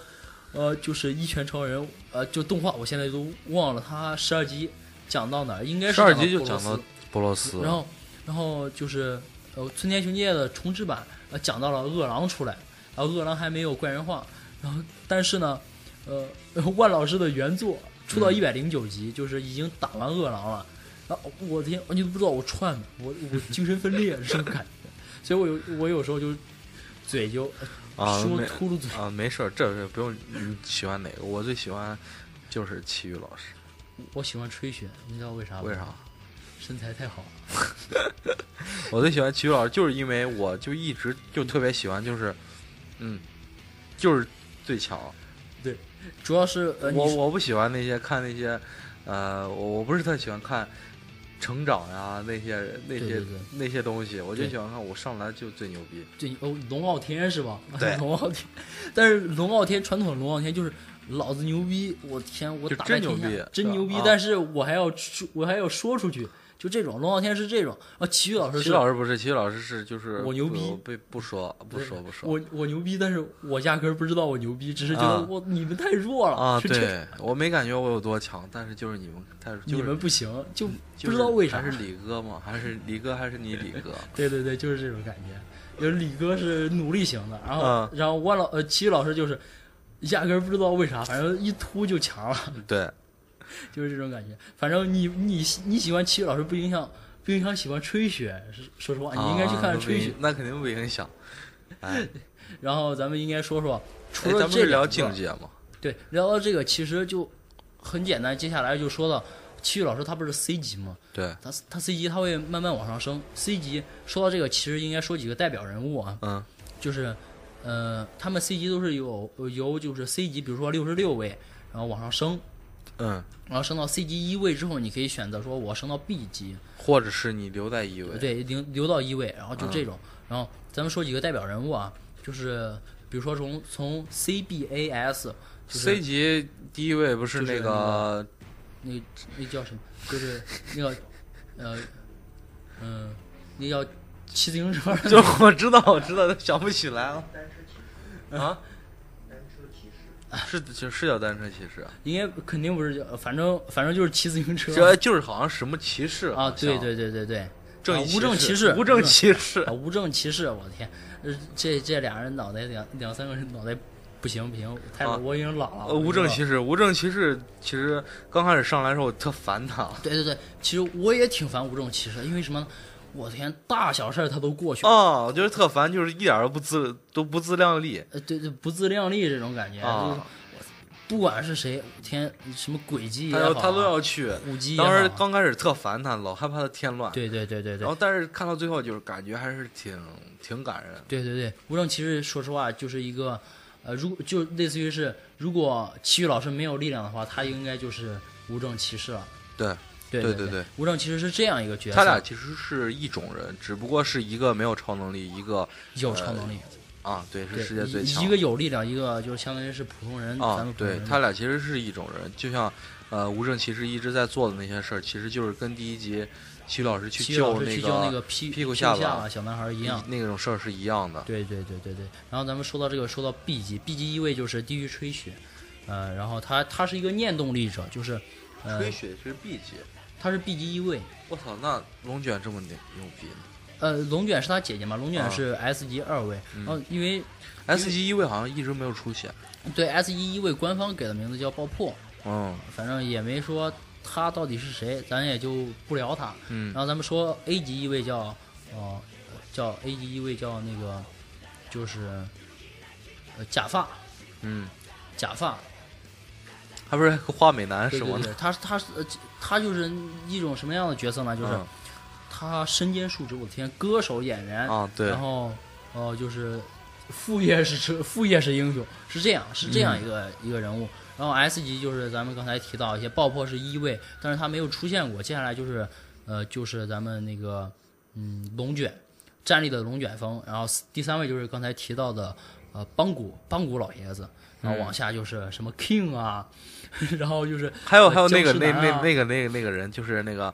Speaker 2: 呃，就是《一拳超人》，呃，就动画，我现在都忘了它十二集讲到哪儿，应该是
Speaker 1: 十二集就
Speaker 2: 布鲁
Speaker 1: 讲
Speaker 2: 斯
Speaker 1: 到波罗斯，
Speaker 2: 然后，然后就是呃，村田雄介的重制版呃讲到了饿狼出来，然后饿狼还没有怪人化，然后但是呢，呃， 万老师的原作出
Speaker 1: 嗯
Speaker 2: 到一百零九集，就是已经打完饿狼了，然后我的天，你都不知道我串的，我我精神分裂这种感觉，所以我有我有时候就嘴就呃
Speaker 1: 啊
Speaker 2: 说
Speaker 1: 没
Speaker 2: 秃噜嘴，
Speaker 1: 啊，没事儿，这是不用你喜欢哪个，我最喜欢就是齐豫老师，
Speaker 2: 我喜欢吹雪，你知道为啥吗？
Speaker 1: 为啥？？
Speaker 2: 身材太好了，
Speaker 1: 我最喜欢齐豫老师，就是因为我就一直就特别喜欢，就是嗯，就是最强。
Speaker 2: 主要是呃，你
Speaker 1: 我我不喜欢那些看那些，呃，我我不是特喜欢看成长呀那些那些
Speaker 2: 对对对
Speaker 1: 那些东西，我就
Speaker 2: 对
Speaker 1: 喜欢看我上来就最牛逼。
Speaker 2: 这哦，龙傲天是吧？
Speaker 1: 对
Speaker 2: 龙傲天，但是龙傲天传统的龙傲天就是老子牛逼，我天，我
Speaker 1: 就
Speaker 2: 打
Speaker 1: 真
Speaker 2: 败天
Speaker 1: 牛逼
Speaker 2: 下，
Speaker 1: 是
Speaker 2: 真
Speaker 1: 吧
Speaker 2: 牛逼
Speaker 1: 啊！
Speaker 2: 但是我还要出，我还要说出去，就这种龙傲天是这种啊。齐豫老师
Speaker 1: 齐
Speaker 2: 是，
Speaker 1: 老师不是，齐老师是就是
Speaker 2: 我牛逼
Speaker 1: 不不不说不说不说
Speaker 2: 我我牛逼，但是我压根儿不知道我牛逼，只是觉得
Speaker 1: 啊
Speaker 2: 我你们太弱了
Speaker 1: 啊！
Speaker 2: 是这
Speaker 1: 对我没感觉我有多强，但是就是你们，但是就是嗯
Speaker 2: 你们不行，就
Speaker 1: 就
Speaker 2: 不知道
Speaker 1: 是
Speaker 2: 为啥
Speaker 1: 还。是李哥吗？还是李哥还是你李 哥？
Speaker 2: 对对对，就是这种感觉。就是李哥是努力型的，然后、
Speaker 1: 啊
Speaker 2: 然后万老呃齐豫老师就是压根儿不知道为啥，反正一突就强了。
Speaker 1: 对，
Speaker 2: 就是这种感觉。反正你你你喜欢齐豫老师不影响不影响喜欢吹雪，是说实话，你应该去
Speaker 1: 啊
Speaker 2: 看吹雪。
Speaker 1: 那肯定不影响。 哎，
Speaker 2: 然后咱们应该说说，除
Speaker 1: 哎咱
Speaker 2: 了
Speaker 1: 们
Speaker 2: 这
Speaker 1: 是聊
Speaker 2: 两个
Speaker 1: 境界嘛？
Speaker 2: 对，聊到这个其实就很简单。接下来就说到齐豫老师，他不是 C 级吗？
Speaker 1: 对，
Speaker 2: 他他 C 级他会慢慢往上升。C 级说到这个，其实应该说几个代表人物啊，
Speaker 1: 嗯
Speaker 2: 就是呃，他们 C 级都是有由就是 C 级，比如说六十六位，然后往上升。
Speaker 1: 嗯，
Speaker 2: 然后升到 C 级一位之后，你可以选择说，我升到 B 级，
Speaker 1: 或者是你留在一位，
Speaker 2: 对，留留到一位，然后就
Speaker 1: 嗯
Speaker 2: 这种。然后咱们说几个代表人物啊，就是比如说从从 CBAS，就是
Speaker 1: C 级第一位不是
Speaker 2: 就是
Speaker 1: 那个
Speaker 2: 那个那叫什么，就是那个呃嗯、那叫骑自行车的
Speaker 1: 就我知道，我知道，但想不起来了。啊？单车骑 士是就是叫单车骑士啊，
Speaker 2: 应该肯定不是叫，反正反正就是骑自行车
Speaker 1: 这就是好像什么骑士
Speaker 2: 啊，对
Speaker 1: 好像
Speaker 2: 对对对对，
Speaker 1: 正
Speaker 2: 啊
Speaker 1: 义
Speaker 2: 无证骑士，
Speaker 1: 无证骑士
Speaker 2: 啊，无证骑士，我的天，呃这这俩人脑袋两两三个人脑袋不行不行，太老
Speaker 1: 啊
Speaker 2: 我已经老了，
Speaker 1: 呃，
Speaker 2: 我
Speaker 1: 无证
Speaker 2: 知道
Speaker 1: 骑士，无证骑士，其实刚开始上来的时候我特烦他。
Speaker 2: 对对对，其实我也挺烦无证骑士，因为什么呢？我天，大小事儿他都过去了，
Speaker 1: 哦，我觉得特烦，就是一点儿都不自都不自量力
Speaker 2: 呃，对对，不自量力这种感觉，
Speaker 1: 啊！
Speaker 2: 不管是谁，天什么轨迹也
Speaker 1: 他
Speaker 2: 好
Speaker 1: 要
Speaker 2: 啊，
Speaker 1: 哎他都要去。
Speaker 2: 舞姬也好
Speaker 1: 当
Speaker 2: 啊，
Speaker 1: 时刚开始特烦他，老害怕他添乱。
Speaker 2: 对对对对对
Speaker 1: 然后，，但是看到最后，就是感觉还是挺挺感人。
Speaker 2: 对对对，无证骑士说实话就是一个，呃，如就类似于是，如果奇遇老师没有力量的话，他应该就是无证骑士了。
Speaker 1: 对，
Speaker 2: 对
Speaker 1: 对
Speaker 2: 对
Speaker 1: 对对，
Speaker 2: 无证骑士是这样一个角色，
Speaker 1: 他俩其实是一种人，只不过是一个没有超能力，一个
Speaker 2: 有超能力，
Speaker 1: 啊，对，是
Speaker 2: 对，
Speaker 1: 世界最
Speaker 2: 一
Speaker 1: 强。
Speaker 2: 一个有力量，一个就是相当于是普通人，咱
Speaker 1: 啊
Speaker 2: 们，普通
Speaker 1: 对
Speaker 2: 人
Speaker 1: 他俩其实是一种人，就像呃无证骑士一直在做的那些事儿，其实就是跟第一集齐老师去
Speaker 2: 奇遇老
Speaker 1: 救
Speaker 2: 师
Speaker 1: 那
Speaker 2: 去救那
Speaker 1: 个
Speaker 2: 个屁
Speaker 1: 屁股
Speaker 2: 股
Speaker 1: 下巴嗯
Speaker 2: 巴啊小男孩一样。
Speaker 1: 那种事儿是一样的。
Speaker 2: 对对对对对，然后咱们说到这个，说到 B 级，B 级一位就是地狱吹雪，呃，然后他他是一个念动力者，就是，呃，
Speaker 1: 雪是 B 级，
Speaker 2: 他是 B 级一位，
Speaker 1: 我操，那龙卷这么牛牛逼呢
Speaker 2: 呃，龙卷是他姐姐嘛，龙
Speaker 1: 啊嗯
Speaker 2: 卷是 S 级二位，然后因为
Speaker 1: ？S 级一位好像一直没有出现，
Speaker 2: 对 S 级一位官方给的名字叫爆破，
Speaker 1: 嗯
Speaker 2: 反正也没说他到底是谁，咱也就不聊他。
Speaker 1: 嗯
Speaker 2: 然后咱们说 A 级一位叫呃叫 A 级一位叫那个就是呃假发
Speaker 1: 嗯，
Speaker 2: 假发，
Speaker 1: 他不是还和花美男
Speaker 2: 对
Speaker 1: 是
Speaker 2: 对
Speaker 1: 吗？
Speaker 2: 对，他他是呃他就是一种什么样的角色呢？就是
Speaker 1: 嗯
Speaker 2: 他身兼数职，我的天，歌手、演员，
Speaker 1: 啊，对
Speaker 2: 然，后呃就是副业是车副业是英雄，是这样是
Speaker 1: 嗯
Speaker 2: 这样一个、一个人物。然后 S 级就是咱们刚才提到一些爆破是一位，但是他没有出现过。接下来就是呃就是咱们那个嗯龙卷站立的龙卷风，然后第三位就是刚才提到的呃邦古邦古老爷子。然
Speaker 1: 嗯
Speaker 2: 后往下就是什么 King 啊， 然后就是
Speaker 1: 还有
Speaker 2: 呃
Speaker 1: 还有那个
Speaker 2: 僵
Speaker 1: 那
Speaker 2: 尸男
Speaker 1: 那
Speaker 2: 啊
Speaker 1: 那个那个那个人，就是那个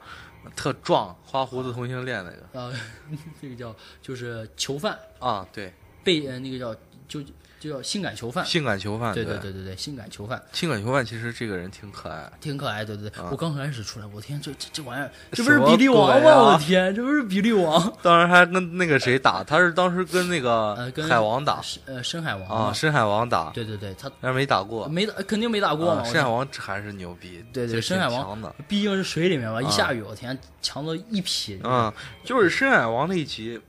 Speaker 1: 特壮花胡子同性恋那个
Speaker 2: 呃， 那个叫就是囚犯
Speaker 1: 啊，对，
Speaker 2: 被呃那个叫就就叫性感囚犯，
Speaker 1: 性感囚犯，
Speaker 2: 啊对对对对对，性感囚犯
Speaker 1: 性感囚犯其实这个人挺可爱。
Speaker 2: 挺可爱，对对对，
Speaker 1: 啊
Speaker 2: 我刚开始出来，我天，这这这玩意儿，这不
Speaker 1: 什
Speaker 2: 是
Speaker 1: 么
Speaker 2: 比利王
Speaker 1: 鬼
Speaker 2: 吗？
Speaker 1: 啊
Speaker 2: 我的天，这不是比利王，
Speaker 1: 当时还跟那个谁打，他是当时跟那
Speaker 2: 呃
Speaker 1: 个
Speaker 2: 跟
Speaker 1: 海王打
Speaker 2: 是呃深海王
Speaker 1: 啊，
Speaker 2: 嘛，
Speaker 1: 深海王打，
Speaker 2: 对对对，他
Speaker 1: 但是没打过。
Speaker 2: 没打肯定没打过
Speaker 1: 啊
Speaker 2: 嘛，我
Speaker 1: 深海
Speaker 2: 天
Speaker 1: 王还是牛逼，
Speaker 2: 对
Speaker 1: 这
Speaker 2: 对，深海
Speaker 1: 挺
Speaker 2: 王
Speaker 1: 强的。
Speaker 2: 毕竟是水里面嘛，一
Speaker 1: 啊
Speaker 2: 下雨，我天，强的一匹，
Speaker 1: 嗯，就是深海王那一集，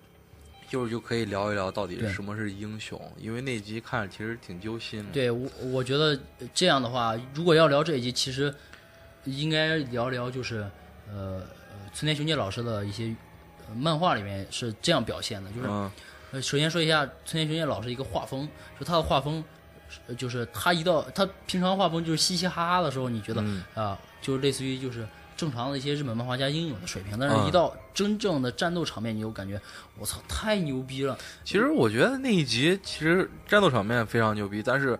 Speaker 1: 就是就可以聊一聊到底
Speaker 2: 对
Speaker 1: 什么是英雄，因为那集看着其实挺揪心的。，
Speaker 2: 对我我觉得这样的话，如果要聊这一集，其实应该聊聊就是呃呃村田雄介老师的一些呃漫画里面是这样表现的，就是
Speaker 1: 嗯
Speaker 2: 呃，首先说一下村田雄介老师一个画风，说他的画风，呃就是他一到他平常画风就是嘻嘻哈哈的时候，你觉得啊、
Speaker 1: 嗯
Speaker 2: 就类似于就是正常的一些日本漫画家应有的水平，但
Speaker 1: 嗯
Speaker 2: 是一到真正的战斗场面，你就感觉我操太牛逼了，
Speaker 1: 其实我觉得那一集其实战斗场面非常牛逼，但是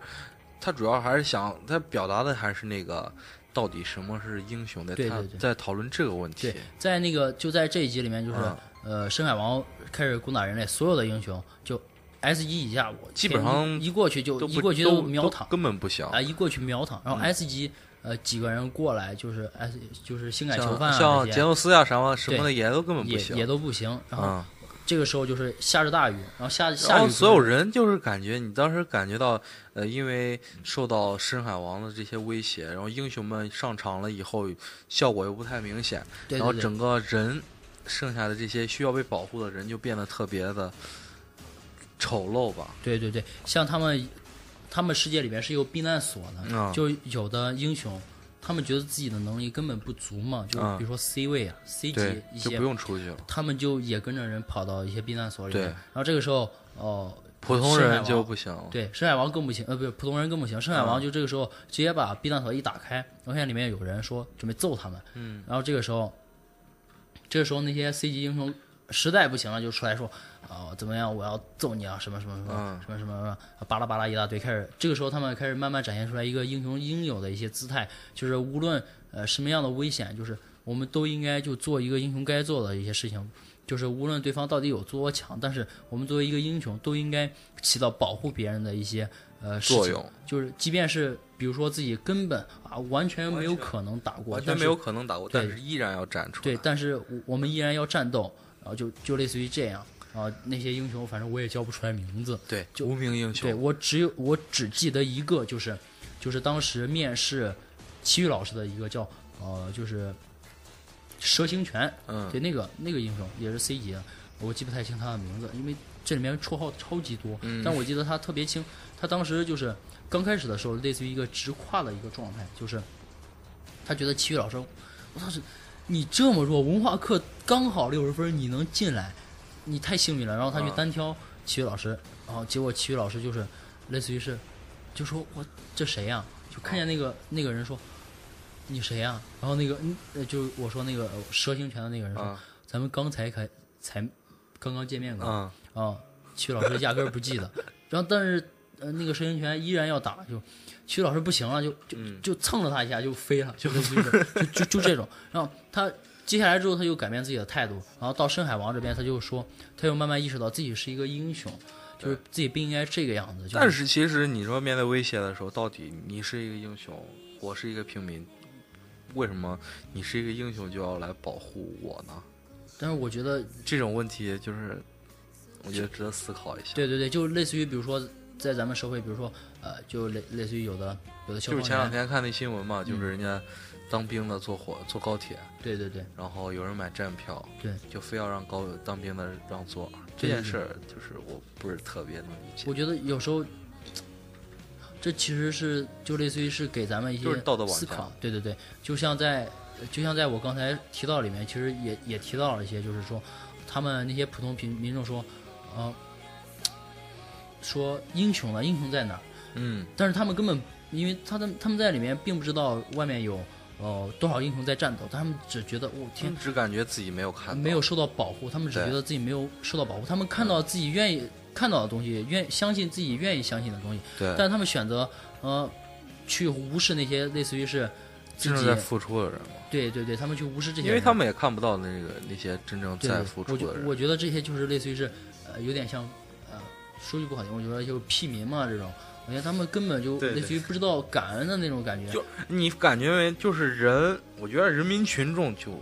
Speaker 1: 他主要还是想他表达的还是那个到底什么是英雄，在
Speaker 2: 对
Speaker 1: 他
Speaker 2: 对对
Speaker 1: 在讨论这个问题
Speaker 2: 对。，在那个就在这一集里面，就是、
Speaker 1: 嗯
Speaker 2: 呃，深海王开始攻打人类，所有的英雄就 S 一以下，我
Speaker 1: 基本
Speaker 2: 天
Speaker 1: 上
Speaker 2: 一一过去就
Speaker 1: 都
Speaker 2: 一
Speaker 1: 不
Speaker 2: 过去
Speaker 1: 都
Speaker 2: 秒
Speaker 1: 都
Speaker 2: 躺
Speaker 1: 根本不行
Speaker 2: 啊、。一过去秒躺，然
Speaker 1: 嗯
Speaker 2: 后 S 级、呃几个人过来就是 S 就是性感囚犯啊
Speaker 1: 像
Speaker 2: 这些
Speaker 1: 杰诺斯呀什么什么的也都根本不
Speaker 2: 也
Speaker 1: 行
Speaker 2: 也都不行。然后
Speaker 1: 啊。
Speaker 2: 这个时候就是下着大雨，然后下
Speaker 1: 然
Speaker 2: 下
Speaker 1: 后
Speaker 2: 雨
Speaker 1: 所有
Speaker 2: 可能
Speaker 1: 人就是感觉你当时感觉到，呃，因为受到深海王的这些威胁，然后英雄们上场了以后，效果又不太明显，
Speaker 2: 对
Speaker 1: 然后
Speaker 2: 对对
Speaker 1: 整个人剩下的这些需要被保护的人就变得特别的丑陋吧。
Speaker 2: 对对对，像他们他们世界里面是有避难所的，
Speaker 1: 啊
Speaker 2: 就有的英雄。他们觉得自己的能力根本不足嘛，就
Speaker 1: 啊
Speaker 2: 比如说 C 位啊、C 级
Speaker 1: 对，
Speaker 2: 一
Speaker 1: 就
Speaker 2: 些
Speaker 1: 不用出去了，
Speaker 2: 他们就也跟着人跑到一些避难所里面。
Speaker 1: 对
Speaker 2: 然后这个时候，哦、
Speaker 1: 普通
Speaker 2: 深海
Speaker 1: 人
Speaker 2: 王
Speaker 1: 就不行了。
Speaker 2: 对，深海王更不行，呃，不是普通人更不行。深海王就这个时候直接把避难所一打开，然后现在里面有人说准备揍他们，嗯，然后这个时候，这个时候那些 C 级英雄实在不行了，就出来说，哦、怎么样，我要揍你啊，什么什么什么、
Speaker 1: 嗯
Speaker 2: 什么什么什么，巴拉巴拉一大堆，开始这个时候他们开始慢慢展现出来一个英雄应有的一些姿态，就是无论呃什么样的危险，就是我们都应该就做一个英雄该做的一些事情。就是无论对方到底有多强，但是我们作为一个英雄，都应该起到保护别人的一些呃事情
Speaker 1: 作用
Speaker 2: 就是即便是比如说自己根本啊完全没有可能打过，
Speaker 1: 完全
Speaker 2: 但是
Speaker 1: 没有可能打过，但
Speaker 2: 对
Speaker 1: 是依然要站出来。
Speaker 2: 对，但是我我们依然要战斗，然后就就类似于这样啊，那些英雄反正我也叫不出来名字，
Speaker 1: 对，无名英
Speaker 2: 对
Speaker 1: 雄。
Speaker 2: 我只有我只记得一个，就是就是当时面试齐豫老师的一个叫呃就是蛇形拳，
Speaker 1: 嗯
Speaker 2: 对那个那个英雄也是 C 级的，我记不太清他的名字，因为这里面绰号超级多，
Speaker 1: 嗯
Speaker 2: 但我记得他特别清，他当时就是刚开始的时候，类似于一个直胯的一个状态，就是他觉得体育老师，我当时你这么弱，文化课刚好六十分，你能进来，你太幸运了。然后他去
Speaker 1: 啊
Speaker 2: 单挑体育老师，然后结果体育老师就是类似于是就说我这谁呀、就看见那个那个人说你谁呀、然后那个嗯呃就我说那个呃蛇形拳的那个人说、
Speaker 1: 啊
Speaker 2: 咱们刚才才才刚刚见面过
Speaker 1: 啊
Speaker 2: 啊，曲老师压根儿不记得。然后但是呃那个蛇形拳依然要打，就曲老师不行了，就就
Speaker 1: 嗯
Speaker 2: 就蹭了他一下就飞 了，就类似于这种就就就这种。然后他接下来之后他又改变自己的态度，然后到深海王这边他就说，他又慢慢意识到自己是一个英雄，就是自己不应该这个样子。就
Speaker 1: 但是其实你说面对威胁的时候，到底你是一个英雄，我是一个平民，为什么你是一个英雄就要来保护我呢？
Speaker 2: 但是我觉得
Speaker 1: 这种问题就是，我觉得值得思考一下。
Speaker 2: 对对对，就类似于比如说在咱们社会，比如说呃就类类似于有的有的消
Speaker 1: 就是
Speaker 2: 防
Speaker 1: 前两
Speaker 2: 员，
Speaker 1: 天看那新闻
Speaker 2: 嗯
Speaker 1: 嘛，就是人家当兵的坐火坐高铁，
Speaker 2: 对对对。
Speaker 1: 然后有人买站票，
Speaker 2: 对，
Speaker 1: 就非要让高当兵的让座，这
Speaker 2: 对
Speaker 1: 件
Speaker 2: 对对
Speaker 1: 事儿就是我不是特别能理解
Speaker 2: 我。觉得有时候，这其实是就类似于是给咱们一
Speaker 1: 就是
Speaker 2: 些
Speaker 1: 道德绑架
Speaker 2: 思考，对对对，就像在就像在我刚才提到里面，其实也也提到了一些，就是说他们那些普通民民众说，呃，说英雄呢，英雄在哪儿？
Speaker 1: 嗯，
Speaker 2: 但是他们根本，因为他们他们在里面并不知道外面有呃多少英雄在战斗，他们只觉得我、天
Speaker 1: 天只感觉自己没有看到，
Speaker 2: 没有受到保护，他们只
Speaker 1: 对
Speaker 2: 觉得自己没有受到保护，他们看到自己愿意看到的东西，愿相信自己愿意相信的东西，
Speaker 1: 对，
Speaker 2: 但他们选择呃去无视那些类似于是自
Speaker 1: 真正
Speaker 2: 己
Speaker 1: 在付出的人嘛，
Speaker 2: 对对对，他们去无视这些人，
Speaker 1: 因为他们也看不到那个那些真正
Speaker 2: 对
Speaker 1: 在
Speaker 2: 对
Speaker 1: 付
Speaker 2: 我
Speaker 1: 出
Speaker 2: 觉
Speaker 1: 的人。
Speaker 2: 我觉得这些就是类似于是呃有点像呃说句不好听，我觉得就是屁民嘛这种，我觉得他们根本就
Speaker 1: 对对
Speaker 2: 类似于不知道感恩的那种感觉。
Speaker 1: 就你感觉为就是人，我觉得人民群众就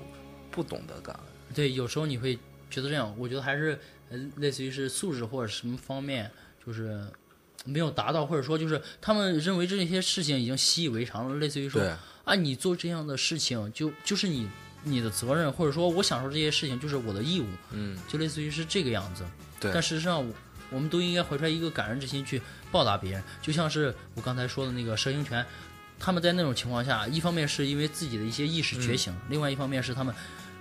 Speaker 1: 不懂得感恩。
Speaker 2: 对，有时候你会觉得这样，我觉得还是呃，类似于是素质或者什么方面，就是没有达到，或者说就是他们认为这些事情已经习以为常了，类似于说
Speaker 1: 对，
Speaker 2: 啊，你做这样的事情就就是你你的责任，或者说我享受这些事情就是我的义务，
Speaker 1: 嗯，
Speaker 2: 就类似于是这个样子。
Speaker 1: 对
Speaker 2: 但事实上我。我们都应该怀揣一个感恩之心去报答别人，就像是我刚才说的那个蛇形拳，他们在那种情况下，一方面是因为自己的一些意识
Speaker 1: 嗯
Speaker 2: 觉醒，另外一方面是他们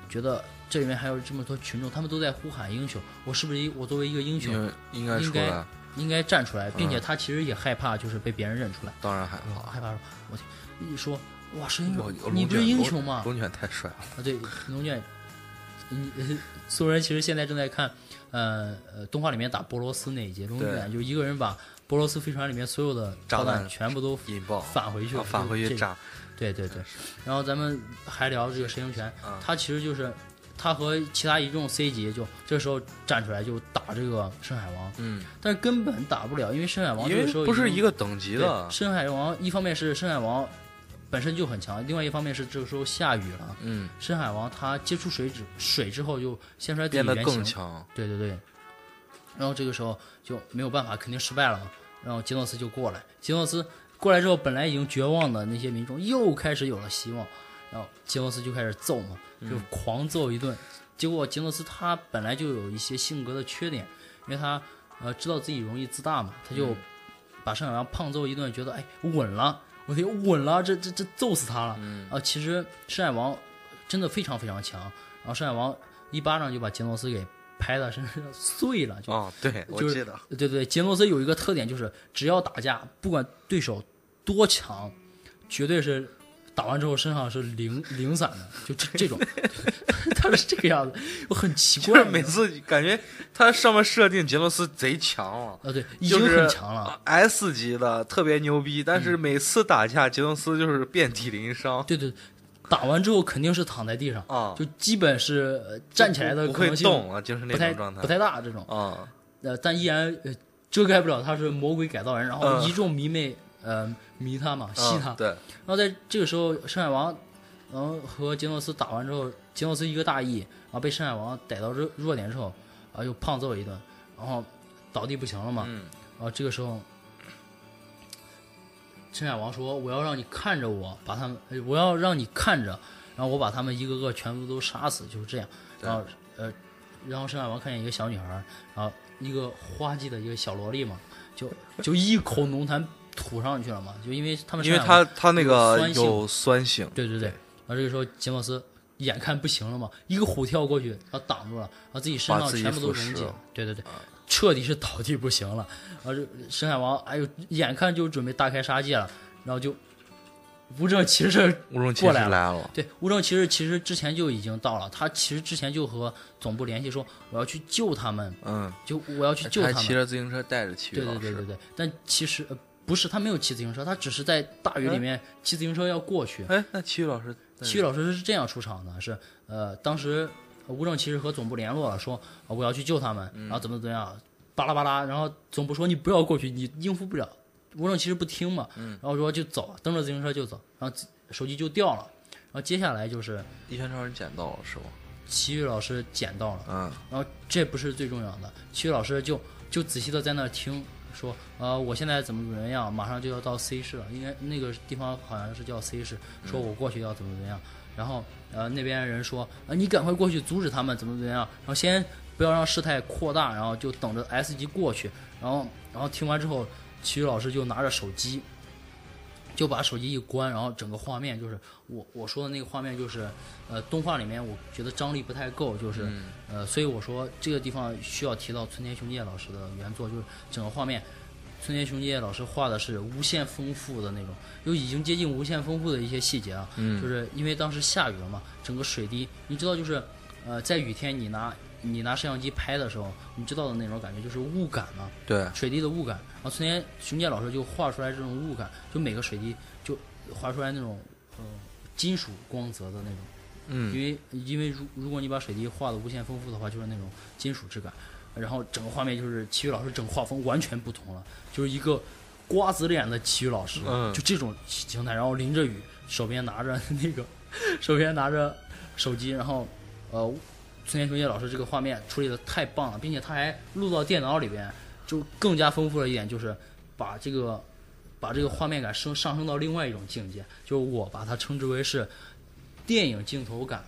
Speaker 2: 觉得这里面还有这么多群众，他们都在呼喊英雄，我是不是一我作为一个英雄
Speaker 1: 应应该
Speaker 2: 应
Speaker 1: 出
Speaker 2: 该
Speaker 1: 来，
Speaker 2: 应该站出来，并且
Speaker 1: 嗯
Speaker 2: 他其实也害怕就是被别人认出来，
Speaker 1: 当然害
Speaker 2: 啊
Speaker 1: 怕。
Speaker 2: 害怕说，我天一说哇蛇形
Speaker 1: 我
Speaker 2: 拳
Speaker 1: 我，
Speaker 2: 你
Speaker 1: 龙
Speaker 2: 不是
Speaker 1: 卷
Speaker 2: 英
Speaker 1: 龙
Speaker 2: 雄吗？
Speaker 1: 龙卷太帅了，
Speaker 2: 啊，对，龙卷，嗯，苏人其实现在正在看，呃呃，动画里面打波罗斯那一节，龙卷就一个人把波罗斯飞船里面所有的
Speaker 1: 炸
Speaker 2: 炮弹
Speaker 1: 弹
Speaker 2: 全部都
Speaker 1: 引爆，
Speaker 2: 返回去
Speaker 1: 啊
Speaker 2: 了，
Speaker 1: 返回
Speaker 2: 这
Speaker 1: 去。炸，
Speaker 2: 对对对，然后咱们还聊这个神行拳
Speaker 1: 啊，
Speaker 2: 他其实就是他和其他一众 C 级就这时候站出来就打这个深海王，
Speaker 1: 嗯，
Speaker 2: 但是根本打不了，因为深海王
Speaker 1: 因
Speaker 2: 这
Speaker 1: 为
Speaker 2: 个时候
Speaker 1: 不是
Speaker 2: 已
Speaker 1: 一
Speaker 2: 经
Speaker 1: 个等级
Speaker 2: 对
Speaker 1: 的，
Speaker 2: 深海王，一方面是深海王本身就很强，另外一方面是这个时候下雨了。
Speaker 1: 嗯，
Speaker 2: 深海王他接触水之水之后就现出来自
Speaker 1: 变
Speaker 2: 己
Speaker 1: 得
Speaker 2: 原
Speaker 1: 更
Speaker 2: 形，
Speaker 1: 强，
Speaker 2: 对对对，然后这个时候就没有办法，肯定失败了嘛。然后杰诺斯就过来，杰诺斯过来之后，本来已经绝望的那些民众又开始有了希望，然后杰诺斯就开始揍嘛，就狂揍一顿。结果杰诺斯他本来就有一些性格的缺点，因为他呃知道自己容易自大嘛，他就把上海王胖揍一顿，觉得哎稳了，我得稳了，这这这揍死他了。嗯、啊，其实深海王真的非常非常强，然后深海王一巴掌就把杰诺斯给拍的身上碎了，就
Speaker 1: 啊，对，我
Speaker 2: 就是
Speaker 1: 记得，
Speaker 2: 对对，杰诺斯有一个特点就是，只要打架，不管对手多强，绝对是打完之后身上是零零散的，就这这种， 他是这个样子，我很奇
Speaker 1: 就
Speaker 2: 怪
Speaker 1: 是。每次感觉它上面设定杰诺斯贼强了。
Speaker 2: 啊，对，已
Speaker 1: 就
Speaker 2: 经
Speaker 1: 是
Speaker 2: 很强了。
Speaker 1: 啊嗯 S 级的特别牛逼，但是每次打架，杰诺斯就是遍体鳞伤
Speaker 2: 对对，打完之后肯定是躺在地上，
Speaker 1: 啊，
Speaker 2: 就基本是呃站起来的
Speaker 1: 不
Speaker 2: 可
Speaker 1: 会
Speaker 2: 能性
Speaker 1: 动了，就是那
Speaker 2: 不太
Speaker 1: 种状态
Speaker 2: 不太大这种。
Speaker 1: 啊，
Speaker 2: 呃，但依然呃遮盖不了他是魔鬼改造人，然后
Speaker 1: 嗯
Speaker 2: 一众迷妹呃迷他嘛，吸
Speaker 1: 嗯
Speaker 2: 他。
Speaker 1: 对，
Speaker 2: 然后在这个时候，深海王，然后和杰诺斯打完之后，杰诺斯一个大意，然后被深海王逮到弱弱点之后，啊又胖揍一顿，然后倒地不行了嘛。
Speaker 1: 嗯
Speaker 2: 然后这个时候，深海王说：“我要让你看着我，把他们，呃我要让你看着，然后我把他们一个个全部都杀死，就是这样。”
Speaker 1: 对
Speaker 2: 然后呃，然后深海王看见一个小女孩儿，然后一个花季的一个小萝莉嘛，就就一口浓痰吐上去了嘛，就因为他们
Speaker 1: 因为
Speaker 2: 深海王
Speaker 1: 它它那个
Speaker 2: 有酸性
Speaker 1: 有酸性，
Speaker 2: 对对对，然后这个时候杰莫斯眼看不行了嘛，一个虎跳过去，然后挡住了，然后自己身
Speaker 1: 把
Speaker 2: 上
Speaker 1: 自己
Speaker 2: 全部都
Speaker 1: 腐蚀
Speaker 2: 溶解
Speaker 1: 了，啊
Speaker 2: 对对对，彻底是倒地不行了。然后这深海王，哎呦，眼看就准备大开杀戒了，然后就无证骑士
Speaker 1: 物种歧
Speaker 2: 过
Speaker 1: 视
Speaker 2: 来
Speaker 1: 来了，
Speaker 2: 对，无证骑士其实之前就已经到了，他其实之前就和总部联系说我要去救他们，
Speaker 1: 嗯，
Speaker 2: 就我要去救
Speaker 1: 他
Speaker 2: 他
Speaker 1: 还
Speaker 2: 们。
Speaker 1: 骑着自行车带着体育
Speaker 2: 对
Speaker 1: 老
Speaker 2: 对
Speaker 1: 师，
Speaker 2: 对对对，但其实、呃、不是他没有骑自行车，他只是在大雨里面骑自行车要过去。
Speaker 1: 哎，那体育老师，
Speaker 2: 体育老师是这样出场的，是呃，当时呃吴正其实和总部联络了，说、呃我要去救他们，然后怎么怎么样，巴拉巴拉，然后总部说你不要过去，你应付不了。吴正其实不听嘛，然后说就走，蹬着自行车就走，然后自手机就掉了，然后接下来就是
Speaker 1: 一拳超人捡到了是吗？
Speaker 2: 体育老师捡到了，
Speaker 1: 嗯，
Speaker 2: 然后这不是最重要的，体育老师就就仔细的在那儿听，说，呃，我现在怎么怎么样，马上就要到 C 市了，应该那个地方好像是叫 C 市，说我过去要怎么怎么样，然后呃那边人说，呃你赶快过去阻止他们怎么怎么样，然后先不要让事态扩大，然后就等着 S 级过去，然后然后听完之后，体育老师就拿着手机。就把手机一关，然后整个画面就是我我说的那个画面就是，呃，动画里面我觉得张力不太够，就是、呃，所以我说这个地方需要提到村田雄介老师的原作，就是整个画面，村田雄介老师画的是无限丰富的那种，就已经接近无限丰富的一些细节啊，就是因为当时下雨了嘛，整个水滴，你知道就是，呃，在雨天你拿你拿摄像机拍的时候，你知道的那种感觉就是雾感啊嘛、
Speaker 1: 对，
Speaker 2: 水滴的雾感，然后村田雄介老师就画出来这种雾感，就每个水滴就画出来那种呃金属光泽的那种，
Speaker 1: 嗯，
Speaker 2: 因为因为如如果你把水滴画的无限丰富的话，就是那种金属质感，然后整个画面就是奇遇老师整个画风完全不同了，就是一个瓜子脸的奇遇老师，
Speaker 1: 嗯
Speaker 2: 就这种形态，然后淋着雨，手边拿着那个手边拿着手机，然后呃，村田雄介老师这个画面处理的太棒了，并且他还录到电脑里边，就更加丰富了一点，就是把这个把这个画面感升上升到另外一种境界，就是我把它称之为是电影镜头感，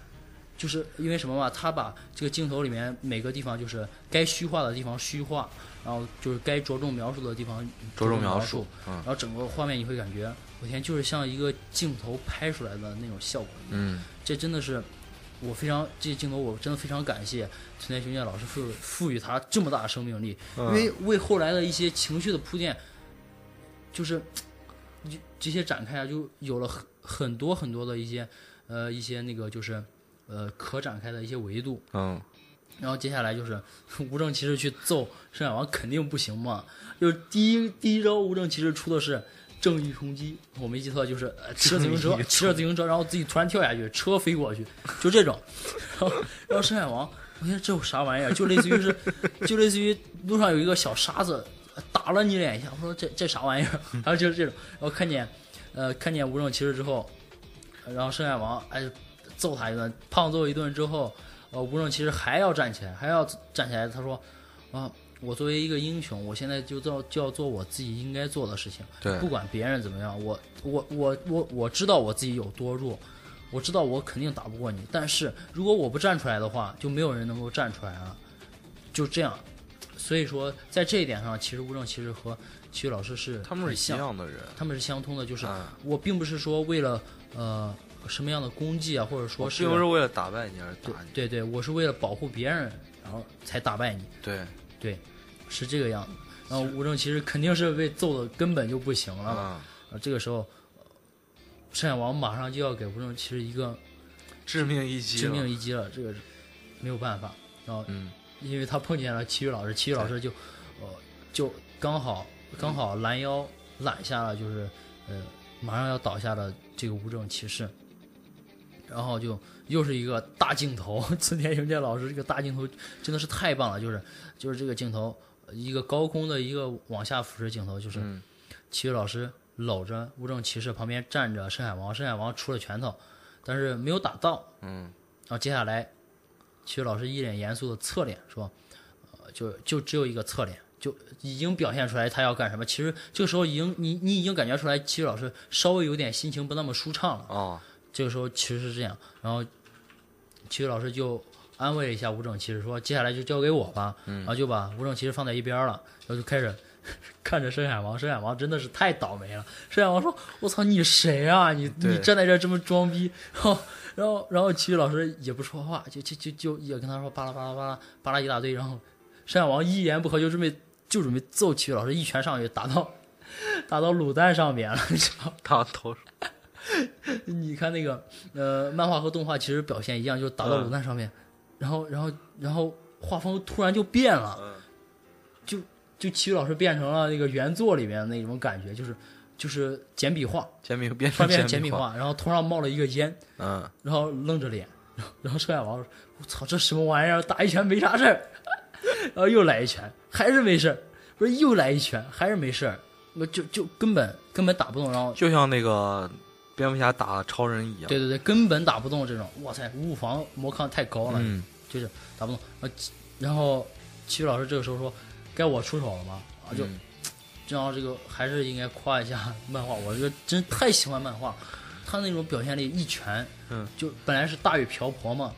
Speaker 2: 就是因为什么嘛？他把这个镜头里面每个地方就是该虚化的地方虚化，然后就是该着重描述的地方
Speaker 1: 着重
Speaker 2: 描
Speaker 1: 描述，嗯
Speaker 2: 然后整个画面你会感觉，我天，就是像一个镜头拍出来的那种效果一样。
Speaker 1: 嗯，
Speaker 2: 这真的是我非常这镜头，我真的非常感谢村田雄介老师赋赋予他这么大的生命力，因为为后来的一些情绪的铺垫，就是你这些展开啊，就有了很很多很多的一些呃一些那个就是呃可展开的一些维度。
Speaker 1: 嗯，
Speaker 2: 然后接下来就是 无证骑士去揍深海王肯定不行嘛，就是第一第一招无证骑士出的是正义冲击，我没记错就是呃骑着自行车骑着自行车，然后自己突然跳下去，车飞过去，就这种， 然后然后深海王，我天这有啥玩意儿？就类似于是 就类似于路上有一个小沙子呃打了你脸一下，我说这这啥玩意儿？ 然后就是这种，然后看见呃看见无证骑士之后，然后深海王哎揍他一顿，胖揍一顿之后，呃，吴正其实还要站起来，还要站起来。他说：“啊，我作为一个英雄，我现在就要就要做我自己应该做的事情，
Speaker 1: 对
Speaker 2: 不管别人怎么样，我我我我我知道我自己有多弱，我知道我肯定打不过你，但是如果我不站出来的话，就没有人能够站出来了。就这样，所以说在这一点上，其实吴正其实和体育老师是
Speaker 1: 他们
Speaker 2: 很
Speaker 1: 是
Speaker 2: 像
Speaker 1: 一样的人，
Speaker 2: 他们是相通的，就是
Speaker 1: 嗯
Speaker 2: 我并不是说为了呃什么样的功绩啊，或者说
Speaker 1: 我
Speaker 2: 是
Speaker 1: 哦并不是为了打败你而打你，
Speaker 2: 对对，我是为了保护别人，然后才打败你，
Speaker 1: 对，
Speaker 2: 对，是这个样子。然后吴正其实肯定是被揍的根本就不行了，
Speaker 1: 嗯，
Speaker 2: 啊，这个时候，山海王马上就要给吴正其实一个
Speaker 1: 致命一击
Speaker 2: 致
Speaker 1: 了，
Speaker 2: 命一击了，这个是没有办法。然后
Speaker 1: 嗯，
Speaker 2: 因为他碰见了奇遇老师，奇遇老师就，呃，就刚好刚好拦腰揽下了，就是呃马上要倒下的这个无证骑士，然后就又是一个大镜头， 村田雄介老师这个大镜头真的是太棒了，就是就是这个镜头，呃一个高空的一个往下俯视镜头，就是
Speaker 1: 嗯
Speaker 2: 奇遇老师搂着无证骑士，旁边站着深海王，深海王出了拳头，但是没有打到，
Speaker 1: 嗯，
Speaker 2: 然后接下来，体育老师一脸严肃的侧脸说：“呃，就就只有一个侧脸，就已经表现出来他要干什么。其实这个时候已经你你已经感觉出来，体育老师稍微有点心情不那么舒畅了。
Speaker 1: 哦，
Speaker 2: 这个时候其实是这样，然后体育老师就安慰一下无证骑士，说接下来就交给我吧，然后就把无证骑士放在一边了，然后就开始 看着深海王，深海王真的是太倒霉了。深海王说：“我操，你谁啊？你你
Speaker 1: 对
Speaker 2: 站在这儿这么装逼。”然后然后然后骑士老师也不说话，就就就就也跟他说巴拉巴拉巴拉巴拉一大堆，然后深海王一言不合就准备就准备揍骑士老师一拳上去打到打到卤蛋上面了，你知道吗？
Speaker 1: 他头上
Speaker 2: 你看那个呃，漫画和动画其实表现一样，就是打到
Speaker 1: 嗯
Speaker 2: 卤蛋上面，然后然后然后画风突然就变了，
Speaker 1: 嗯
Speaker 2: 就就齐宇老师变成了那个原作里面那种感觉，就是就是简笔画，
Speaker 1: 煎饼变
Speaker 2: 突
Speaker 1: 成
Speaker 2: 然变成
Speaker 1: 煎
Speaker 2: 简笔
Speaker 1: 画，
Speaker 2: 画，然后头上冒了一个烟，
Speaker 1: 嗯，
Speaker 2: 然后愣着脸，然后然后车海王说：“我操，这什么玩意儿？打一拳没啥事儿， 然后又来一拳，还是没事儿，不是又来一拳，还是没事儿，我就就根本根本打不动，然后
Speaker 1: 就像那个蝙蝠侠打超人一样，
Speaker 2: 对对对，根本打不动这种。哇塞，五五防魔抗太高了，
Speaker 1: 嗯，
Speaker 2: 就是打不动。然后，然后齐宇老师这个时候说：“该我出手了吧？”啊，就
Speaker 1: 嗯
Speaker 2: 正好这个还是应该夸一下漫画，我这真太喜欢漫画，他那种表现力一拳，
Speaker 1: 嗯，
Speaker 2: 就本来是大雨瓢泼嘛，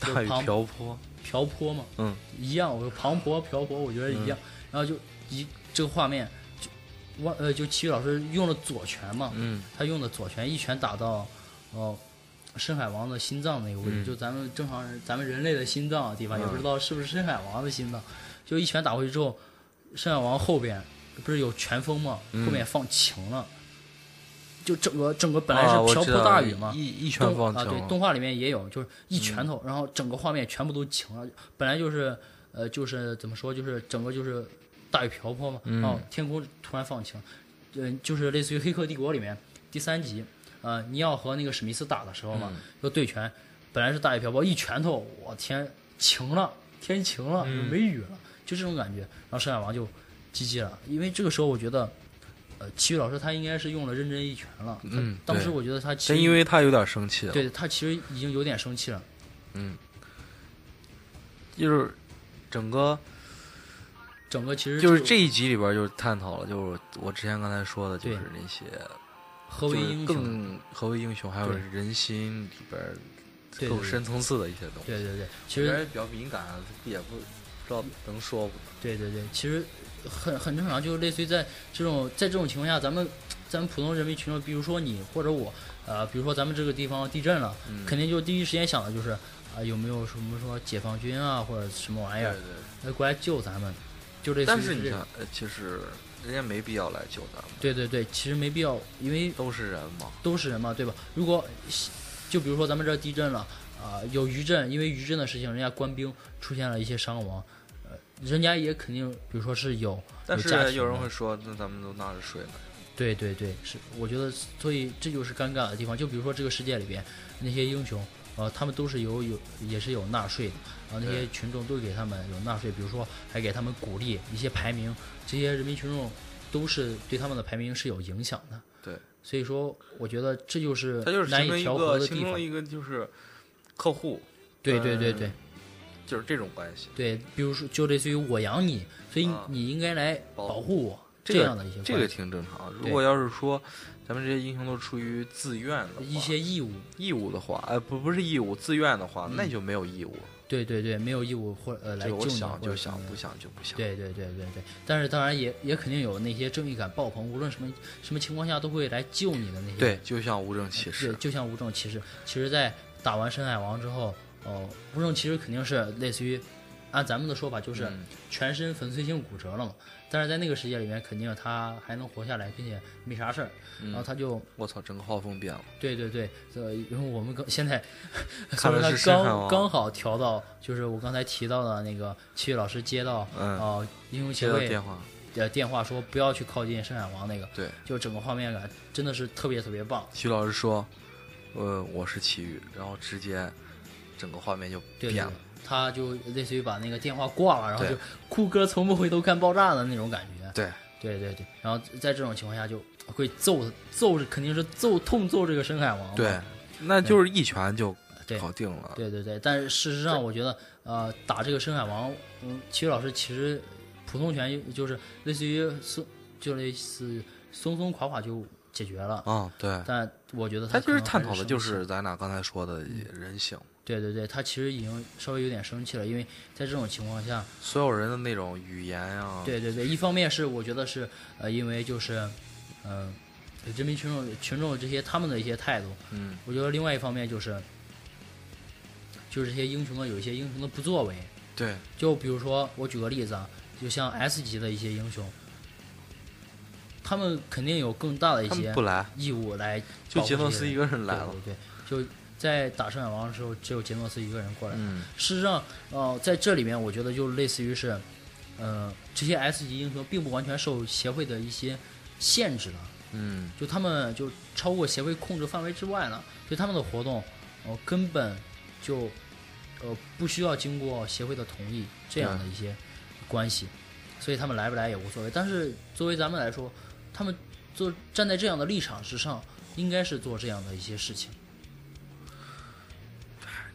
Speaker 2: 就
Speaker 1: 大雨
Speaker 2: 旁
Speaker 1: 瓢泼，
Speaker 2: 瓢泼嘛，
Speaker 1: 嗯，
Speaker 2: 一样，我说磅礴瓢泼，我觉得一样。然后就一这个画面，就我呃，就齐宇老师用了左拳嘛，
Speaker 1: 嗯
Speaker 2: 他用的左拳一拳打到，呃，深海王的心脏那个位置，
Speaker 1: 嗯
Speaker 2: 就咱们正常人咱们人类的心脏啊的地方，
Speaker 1: 嗯
Speaker 2: 也不知道是不是深海王的心脏，就一拳打过去之后，深海王后边不是有拳风吗？
Speaker 1: 嗯
Speaker 2: 后面放晴了，就整个整个本来
Speaker 1: 啊
Speaker 2: 是瓢泼大雨嘛。
Speaker 1: 一一拳
Speaker 2: 动
Speaker 1: 放
Speaker 2: 啊，对，
Speaker 1: 晴，嗯
Speaker 2: 动画里面也有，就是一拳头，然后整个画面全部都晴了。本来就是，呃，就是怎么说，就是整个就是大雨瓢泼嘛，
Speaker 1: 嗯
Speaker 2: 然后天空突然放晴，嗯、就是类似于《黑客帝国》里面第三集，呃，尼奥和那个史密斯打的时候
Speaker 1: 嗯
Speaker 2: 嘛，就对拳，本来是大雨瓢泼，一拳头，我天，晴了，天晴了，
Speaker 1: 嗯
Speaker 2: 没雨了，就这种感觉。然后深海王就 GG 了，因为这个时候我觉得。呃，齐宇老师他应该是用了认真一拳了。他
Speaker 1: 嗯
Speaker 2: 当
Speaker 1: 对
Speaker 2: 时我觉得他其
Speaker 1: 但
Speaker 2: 实
Speaker 1: 因为他有点生气了，
Speaker 2: 对他其实已经有点生气了。
Speaker 1: 就是整个
Speaker 2: 整个其实
Speaker 1: 就是这一集里边就是探讨了，就是我之前刚才说的，就是那些
Speaker 2: 何为
Speaker 1: 就是
Speaker 2: 英雄？
Speaker 1: 更何为英雄，还有
Speaker 2: 对
Speaker 1: 人心里边
Speaker 2: 对
Speaker 1: 更
Speaker 2: 对
Speaker 1: 深层次的一些东西。
Speaker 2: 对对对，其
Speaker 1: 有
Speaker 2: 实
Speaker 1: 人比较敏感，啊也不知道能说不。
Speaker 2: 对对对，其实很很正常，就是类似于在这种在这种情况下，咱们咱们普通人民群众，比如说你或者我，呃，比如说咱们这个地方地震了，
Speaker 1: 嗯
Speaker 2: 肯定就第一时间想的就是啊、有没有什么说解放军啊或者什么玩意儿
Speaker 1: 对。
Speaker 2: 来过来救咱们，就类似于
Speaker 1: 但是你
Speaker 2: 这
Speaker 1: 看
Speaker 2: 种。，
Speaker 1: 呃其实人家没必要来救咱们，
Speaker 2: 对对对，其实没必要，因为
Speaker 1: 都是人嘛。
Speaker 2: 都是人嘛，对吧？如果就比如说咱们这儿地震了，啊、有余震，因为余震的事情，人家官兵出现了一些伤亡，呃，人家也肯定，比如说是有，
Speaker 1: 但
Speaker 2: 有家
Speaker 1: 是
Speaker 2: 庭
Speaker 1: 有人
Speaker 2: 的
Speaker 1: 会说，那咱们都拿着水呢。
Speaker 2: 对对对，是，我觉得，所以这就是尴尬的地方。就比如说这个世界里边那些英雄，呃，他们都是有有也是有纳税的，然后那些
Speaker 1: 对
Speaker 2: 群众都给他们有纳税，比如说还给他们鼓励一些排名，这些人民群众都是对他们的排名是有影响的。
Speaker 1: 对，
Speaker 2: 所以说我觉得这就是
Speaker 1: 它就是
Speaker 2: 难
Speaker 1: 形成
Speaker 2: 以
Speaker 1: 一
Speaker 2: 调和
Speaker 1: 个
Speaker 2: 的
Speaker 1: 形成
Speaker 2: 地方
Speaker 1: 了。一个就是客户，
Speaker 2: 对对对对
Speaker 1: 嗯就是这种关系。
Speaker 2: 对，比如说就类似于我养你，所以
Speaker 1: 啊
Speaker 2: 你应该来
Speaker 1: 保
Speaker 2: 保护我
Speaker 1: 这个
Speaker 2: 这样的一些
Speaker 1: 这个
Speaker 2: 关系
Speaker 1: 挺正常。啊如
Speaker 2: 对
Speaker 1: 果要是说咱们这些英雄都出于自愿的话
Speaker 2: 一些义务。
Speaker 1: 义务的话，呃，不不是义务，自愿的话，
Speaker 2: 嗯
Speaker 1: 那就没有义务。
Speaker 2: 对对对，没有义务或呃来
Speaker 1: 这个
Speaker 2: 救
Speaker 1: 我
Speaker 2: 你
Speaker 1: 想
Speaker 2: 或
Speaker 1: 就
Speaker 2: 者什
Speaker 1: 想
Speaker 2: 么，的
Speaker 1: 不想就不想。
Speaker 2: 对对对对对，但是当然也也肯定有那些正义感爆棚，无论什么什么情况下都会来救你的那些。
Speaker 1: 对，就像无证骑
Speaker 2: 对，
Speaker 1: 士，
Speaker 2: 就像无证骑士，其实，在打完深海王之后，哦、无证骑士肯定是类似于，按咱们的说法就是
Speaker 1: 嗯
Speaker 2: 全身粉碎性骨折了嘛。但是在那个世界里面，肯定他还能活下来，并且没啥事儿，然后
Speaker 1: 嗯，
Speaker 2: 他就
Speaker 1: 我操，整个画风变了。
Speaker 2: 对对对，呃，因为我们刚 现在，
Speaker 1: 看啊的
Speaker 2: 所
Speaker 1: 是
Speaker 2: 以他
Speaker 1: 深海
Speaker 2: 刚
Speaker 1: 王
Speaker 2: 刚好调到，就是我刚才提到的那个七月老师接到，
Speaker 1: 嗯
Speaker 2: 呃，英雄协
Speaker 1: 接到
Speaker 2: 会
Speaker 1: 电话，
Speaker 2: 的电话说不要去靠近深海王那个，
Speaker 1: 对，
Speaker 2: 就整个画面感真的是特别特别棒，
Speaker 1: 徐老师说，呃，我是奇遇，然后直接整个画面就
Speaker 2: 对
Speaker 1: 变了。
Speaker 2: 他就类似于把那个电话挂了，然后
Speaker 1: 对
Speaker 2: 就酷哥从不回头看爆炸的那种感觉，
Speaker 1: 对，
Speaker 2: 对对对，然后在这种情况下就会揍揍肯定是揍痛揍这个深海王嘛，
Speaker 1: 对，那就是一拳就
Speaker 2: 对
Speaker 1: 搞定了。
Speaker 2: 对对对，但是事实上，我觉得，呃，打这个深海王，嗯，齐宇老师其实普通拳就是类似于松，就类似松松垮垮就解决了。
Speaker 1: 啊，对，
Speaker 2: 但我觉得
Speaker 1: 他
Speaker 2: 他
Speaker 1: 其实探讨的就
Speaker 2: 可能还嗯
Speaker 1: 是咱俩刚才说的人性。
Speaker 2: 生对对对，他其实已经稍微有点生气了，因为在这种情况下，
Speaker 1: 所有人的那种语言啊，
Speaker 2: 对对对，一方面是我觉得是呃，因为就是嗯、呃，人民群众群众这些他们的一些态度，
Speaker 1: 嗯，
Speaker 2: 我觉得另外一方面就是就是这些英雄的有一些英雄的不作为，
Speaker 1: 对，
Speaker 2: 就比如说我举个例子啊，就像 S 级的一些英雄，他们肯定有更大的一
Speaker 1: 他们
Speaker 2: 些
Speaker 1: 不来，
Speaker 2: 义务来
Speaker 1: 就
Speaker 2: 保护
Speaker 1: 杰诺
Speaker 2: 这些
Speaker 1: 斯
Speaker 2: 人
Speaker 1: 一个人来了，
Speaker 2: 对对对，就在打圣海王的时候，只有杰诺斯一个人过来。
Speaker 1: 嗯，
Speaker 2: 事实上，呃，在这里面，我觉得就类似于是，呃，这些 S 级英雄并不完全受协会的一些限制了，
Speaker 1: 嗯，
Speaker 2: 就他们就超过协会控制范围之外了，所以他们的活动，呃，根本就，呃，不需要经过协会的同意这样的一些关系，所以他们来不来也无所谓。但是作为咱们来说，他们做站在这样的立场之上，应该是做这样的一些事情。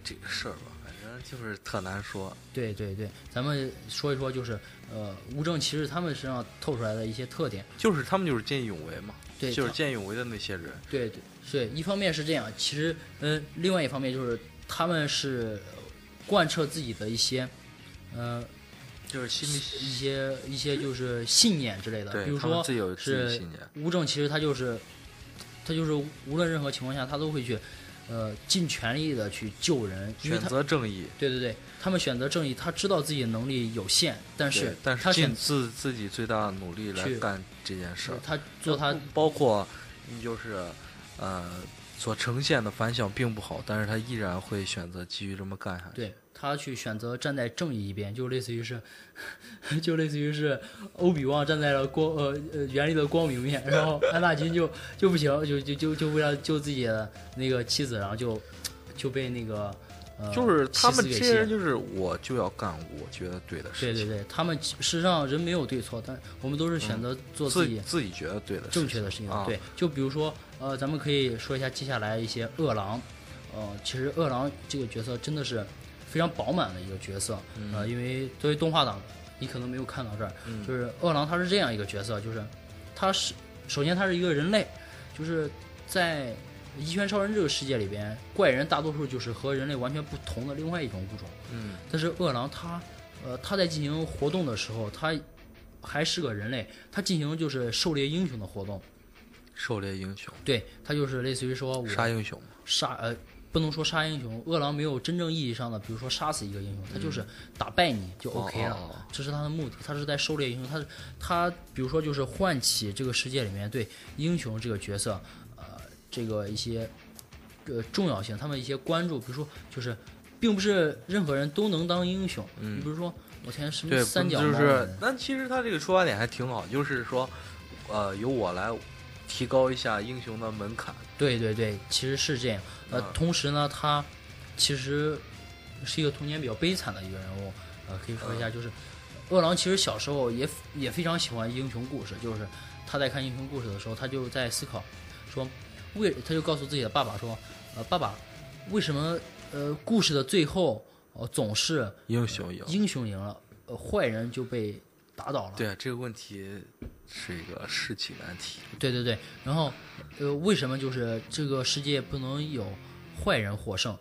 Speaker 1: 这个事儿吧，反正就是特难说，
Speaker 2: 对对对，咱们说一说，就是呃，无证骑士他们身上透出来的一些特点。
Speaker 1: 就是他们就是见义勇为嘛，
Speaker 2: 对，
Speaker 1: 就是
Speaker 2: 他
Speaker 1: 见义勇为的那些人，
Speaker 2: 对对对，一方面是这样，其实呃，另外一方面就是他们是呃贯彻自己的一些呃
Speaker 1: 就是心里
Speaker 2: 一些一些就是信念之类的，
Speaker 1: 对，
Speaker 2: 比如
Speaker 1: 他们
Speaker 2: 说
Speaker 1: 自己有自己的
Speaker 2: 是
Speaker 1: 信念，
Speaker 2: 无证其实他就是他就是无论任何情况下他都会去呃尽全力的去救人，因为
Speaker 1: 选
Speaker 2: 他
Speaker 1: 择正义，
Speaker 2: 对对对，他们选择正义，他知道自己能力有限，但
Speaker 1: 对
Speaker 2: 是
Speaker 1: 但
Speaker 2: 他
Speaker 1: 是
Speaker 2: 选
Speaker 1: 尽自自己最大的努力来
Speaker 2: 去
Speaker 1: 干这件事儿，嗯
Speaker 2: 他做他
Speaker 1: 包括你就是呃所呈现的反响并不好，但是他依然会选择继续这么干下去。
Speaker 2: 对他去选择站在正义一边，就类似于是， 就类似于是欧比旺站在了光呃呃原力的光明面，然后安纳金就就不行，就就就就为了救自己的那个妻子，然后就就被那个呃
Speaker 1: 就是他们
Speaker 2: 西
Speaker 1: 这
Speaker 2: 斯
Speaker 1: 些
Speaker 2: 给吸
Speaker 1: 人，
Speaker 2: 引
Speaker 1: 就
Speaker 2: 了
Speaker 1: 是我就要干我觉得对的
Speaker 2: 对
Speaker 1: 事
Speaker 2: 对
Speaker 1: 情，
Speaker 2: 对，他们事实上人没有对错，但我们都是选择做
Speaker 1: 自
Speaker 2: 自己
Speaker 1: 自己觉得对的事情
Speaker 2: 正确的事情。
Speaker 1: 啊、
Speaker 2: 对，就比如说，呃，咱们可以说一下接下来一些饿狼，呃，其实饿狼这个角色真的是非常饱满的一个角色，呃，因为作为动画党，你可能没有看到这儿，
Speaker 1: 嗯
Speaker 2: 就是饿狼他是这样一个角色，就是他是首先他是一个人类，就是在。一拳超人这个世界里边，怪人大多数就是和人类完全不同的另外一种物种，
Speaker 1: 嗯，
Speaker 2: 但是饿狼他，呃，他在进行活动的时候，他还是个人类，他进行就是狩猎英雄的活动，
Speaker 1: 狩猎英雄，
Speaker 2: 对他就是类似于说我
Speaker 1: 杀英雄嘛，
Speaker 2: 杀呃，不能说杀英雄，饿狼没有真正意义上的，比如说杀死一个英雄，他就是打败你就 OK 了，
Speaker 1: 哦哦哦
Speaker 2: 这是他的目的，他是在狩猎英雄，他是他比如说就是唤起这个世界里面对英雄这个角色，呃，这个一些呃重要性，他们一些关注，比如说就是。并不是任何人都能当英雄，
Speaker 1: 嗯
Speaker 2: 你比如说我天什么
Speaker 1: 对，
Speaker 2: 嗯三角猫
Speaker 1: 就
Speaker 2: 人，
Speaker 1: 是，但其实他这个出发点还挺好，就是说，呃，由我来提高一下英雄的门槛，
Speaker 2: 对对对，其实是这样。呃，
Speaker 1: 嗯
Speaker 2: 同时呢，他其实是一个童年比较悲惨的一个人物。呃，可以说一下，就是饿狼其实小时候也也非常喜欢英雄故事，就是他在看英雄故事的时候，他就在思考说，为他就告诉自己的爸爸说，呃，爸爸，为什么呃故事的最后呃总是
Speaker 1: 英雄赢。
Speaker 2: 英雄赢了，呃坏人就被打倒了？
Speaker 1: 对啊这个问题是一个世纪难题。
Speaker 2: 对对对，然后，呃，为什么就是这个世界不能有坏人获胜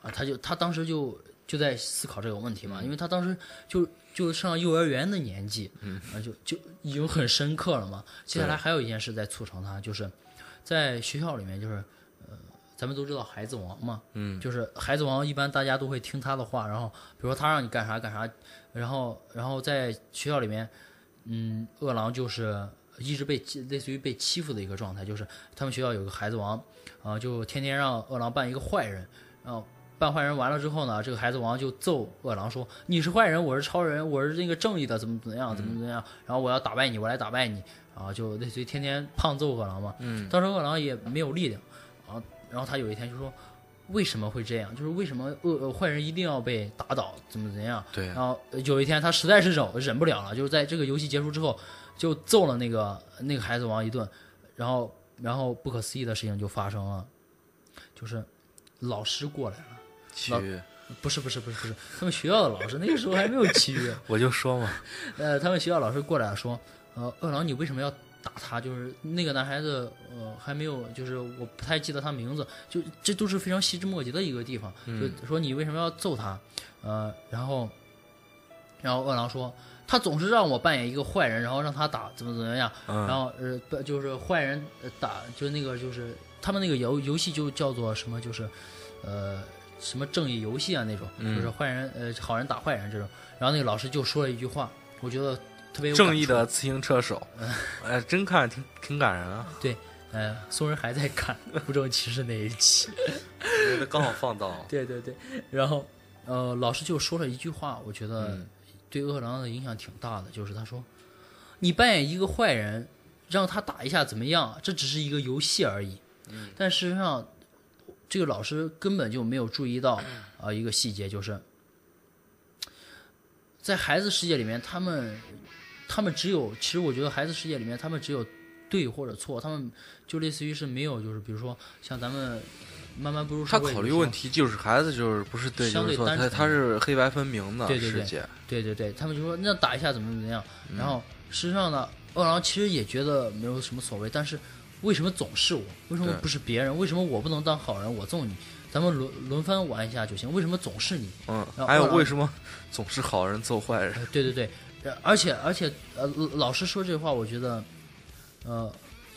Speaker 2: 啊？他就他当时就就在思考这个问题嘛，因为他当时就就上幼儿园的年纪，嗯，啊，就就已经很深刻了嘛。接下来还有一件事在促成他，就是在学校里面，就是呃，咱们都知道孩子王嘛，
Speaker 1: 嗯，
Speaker 2: 就是孩子王，一般大家都会听他的话，然后比如说他让你干啥干啥，然后然后在学校里面，嗯，饿狼就是一直被欺类似于被欺负的一个状态，就是他们学校有个孩子王，啊、就天天让饿狼扮一个坏人，然后扮坏人完了之后呢，这个孩子王就揍饿狼说你是坏人，我是超人，我是那个正义的，怎么怎么样，怎么怎么样，然后我要打败你，我来打败你，啊、就类似于天天胖揍饿狼嘛，
Speaker 1: 嗯，
Speaker 2: 当时饿狼也没有力量，啊，然后他有一天就说。为什么会这样？就是为什么恶、呃坏人一定要被打倒？怎么怎么样？
Speaker 1: 对
Speaker 2: 然，后呃有一天他实在是忍忍不了了，就是在这个游戏结束之后，就揍了那个那个孩子王一顿，然后然后不可思议的事情就发生了，就是老师过来了，
Speaker 1: 其余
Speaker 2: 不是不是不是不是，他们学校的老师那个时候还没有契约，
Speaker 1: 我就说嘛，
Speaker 2: 呃，他们学校老师过来了说，呃，饿狼你为什么要打他，就是那个男孩子，呃，还没有，就是我不太记得他名字，就这都是非常细枝末节的一个地方。
Speaker 1: 嗯
Speaker 2: 就说你为什么要揍他？呃，然后，然后饿狼说，他总是让我扮演一个坏人，然后让他打，怎么怎么样，
Speaker 1: 嗯
Speaker 2: 然后呃，不就是坏人呃打，就是那个就是他们那个游游戏就叫做什么，就是呃什么正义游戏啊那种，
Speaker 1: 嗯
Speaker 2: 就是坏人呃好人打坏人这种。然后那个老师就说了一句话，哎我觉得特别有感嗯
Speaker 1: 正义
Speaker 2: 触
Speaker 1: 的自行车手， 哎，真看挺挺感人啊，
Speaker 2: 呃，松仁还在看 不正骑士那一期。
Speaker 1: 我觉得刚好放到，
Speaker 2: 对对对，然后呃，老师就说了一句话，我觉得
Speaker 1: 嗯
Speaker 2: 对饿狼的影响挺大的，就是他说：“你扮演一个坏人，让他打一下怎么样？这只是一个游戏而已。”
Speaker 1: 嗯
Speaker 2: 但事实上，这个老师根本就没有注意到啊、
Speaker 1: 嗯
Speaker 2: 呃一个细节，就是在孩子世界里面，他们他们只有，其实我觉得孩子世界里面，他们只有对或者错，他们就类似于是没有，就是比如说像咱们慢慢步入
Speaker 1: 他
Speaker 2: 社会，
Speaker 1: 考虑问。题就是孩子就是不是对
Speaker 2: 相
Speaker 1: 就
Speaker 2: 对
Speaker 1: 是错，
Speaker 2: 单
Speaker 1: 他
Speaker 2: 纯
Speaker 1: 他是黑白分明的
Speaker 2: 对对对
Speaker 1: 世界，
Speaker 2: 对对对，他们就说那打一下怎么怎么样。
Speaker 1: 嗯
Speaker 2: 然后事实上呢，饿狼其实也觉得没有什么所谓，但是为什么总是我？为什么
Speaker 1: 对
Speaker 2: 不是别人？为什么我不能当好人？我揍你，咱们轮轮番玩一下就行。为什么总是你？
Speaker 1: 嗯
Speaker 2: 然后，
Speaker 1: 还有
Speaker 2: 后来
Speaker 1: 为什么总是好人揍坏人？
Speaker 2: 呃对对对，呃而且而且呃，老师说这话，我觉得，呃，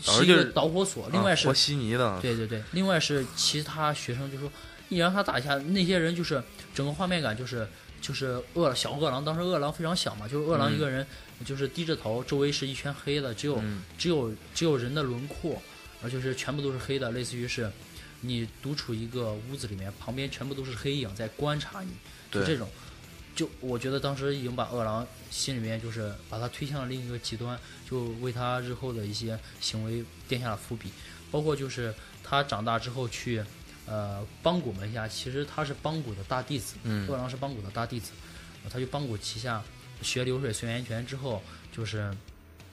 Speaker 1: 老师
Speaker 2: 是一
Speaker 1: 就是
Speaker 2: 个导火索。 另外
Speaker 1: 啊
Speaker 2: 是
Speaker 1: 和稀泥的，
Speaker 2: 对对对，另外是其他学生就说，你让他打一下，那些人就是整个画面感就是就是饿小饿狼，当时饿狼非常小嘛，就是饿狼一个人就是低着头，周围是一圈黑的，只有、
Speaker 1: 嗯
Speaker 2: 只有只有人的轮廓，而就是全部都是黑的，类似于是你独处一个屋子里面，旁边全部都是黑影在观察你，就
Speaker 1: 对
Speaker 2: 这种。就我觉得当时已经把饿狼心里面就是把他推向了另一个极端，就为他日后的一些行为垫下了伏笔，包括就是他长大之后去，呃，邦古门下，其实他是邦古的大弟子，
Speaker 1: 嗯
Speaker 2: 饿狼是邦古的大弟子，呃他去邦古旗下学流水随缘拳之后，就是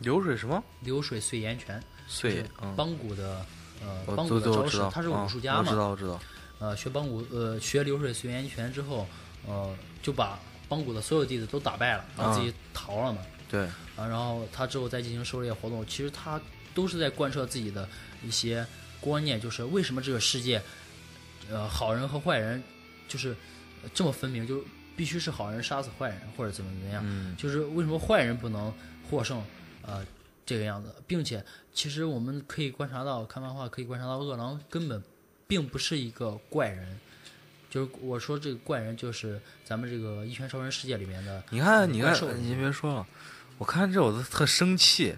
Speaker 1: 流水什么
Speaker 2: 流水随缘拳，
Speaker 1: 碎
Speaker 2: 是？
Speaker 1: 嗯，
Speaker 2: 邦古的呃
Speaker 1: 我
Speaker 2: 邦
Speaker 1: 都
Speaker 2: 古的
Speaker 1: 都
Speaker 2: 招
Speaker 1: 知
Speaker 2: 式
Speaker 1: 道，，
Speaker 2: 他是
Speaker 1: 啊
Speaker 2: 武术家
Speaker 1: 我知
Speaker 2: 嘛，
Speaker 1: 道我知道，
Speaker 2: 呃，学邦古呃学流水随缘拳之后，呃，就把邦古的所有弟子都打败了，然后自己逃了嘛，
Speaker 1: 对，
Speaker 2: 啊，然后他之后再进行狩猎活动，其实他都是在贯彻自己的一些观念，就是为什么这个世界，呃，好人和坏人就是呃这么分明，就是必须是好人杀死坏人或者怎么怎么样，
Speaker 1: 嗯
Speaker 2: 就是为什么坏人不能获胜，呃，这个样子，并且其实我们可以观察到，看漫画可以观察到，饿狼根本并不是一个怪人。就是我说这个怪人，就是咱们这个《一拳超人》世界里面的
Speaker 1: 你看，你看
Speaker 2: 怪兽，
Speaker 1: 你别说了，我看这我都特生气，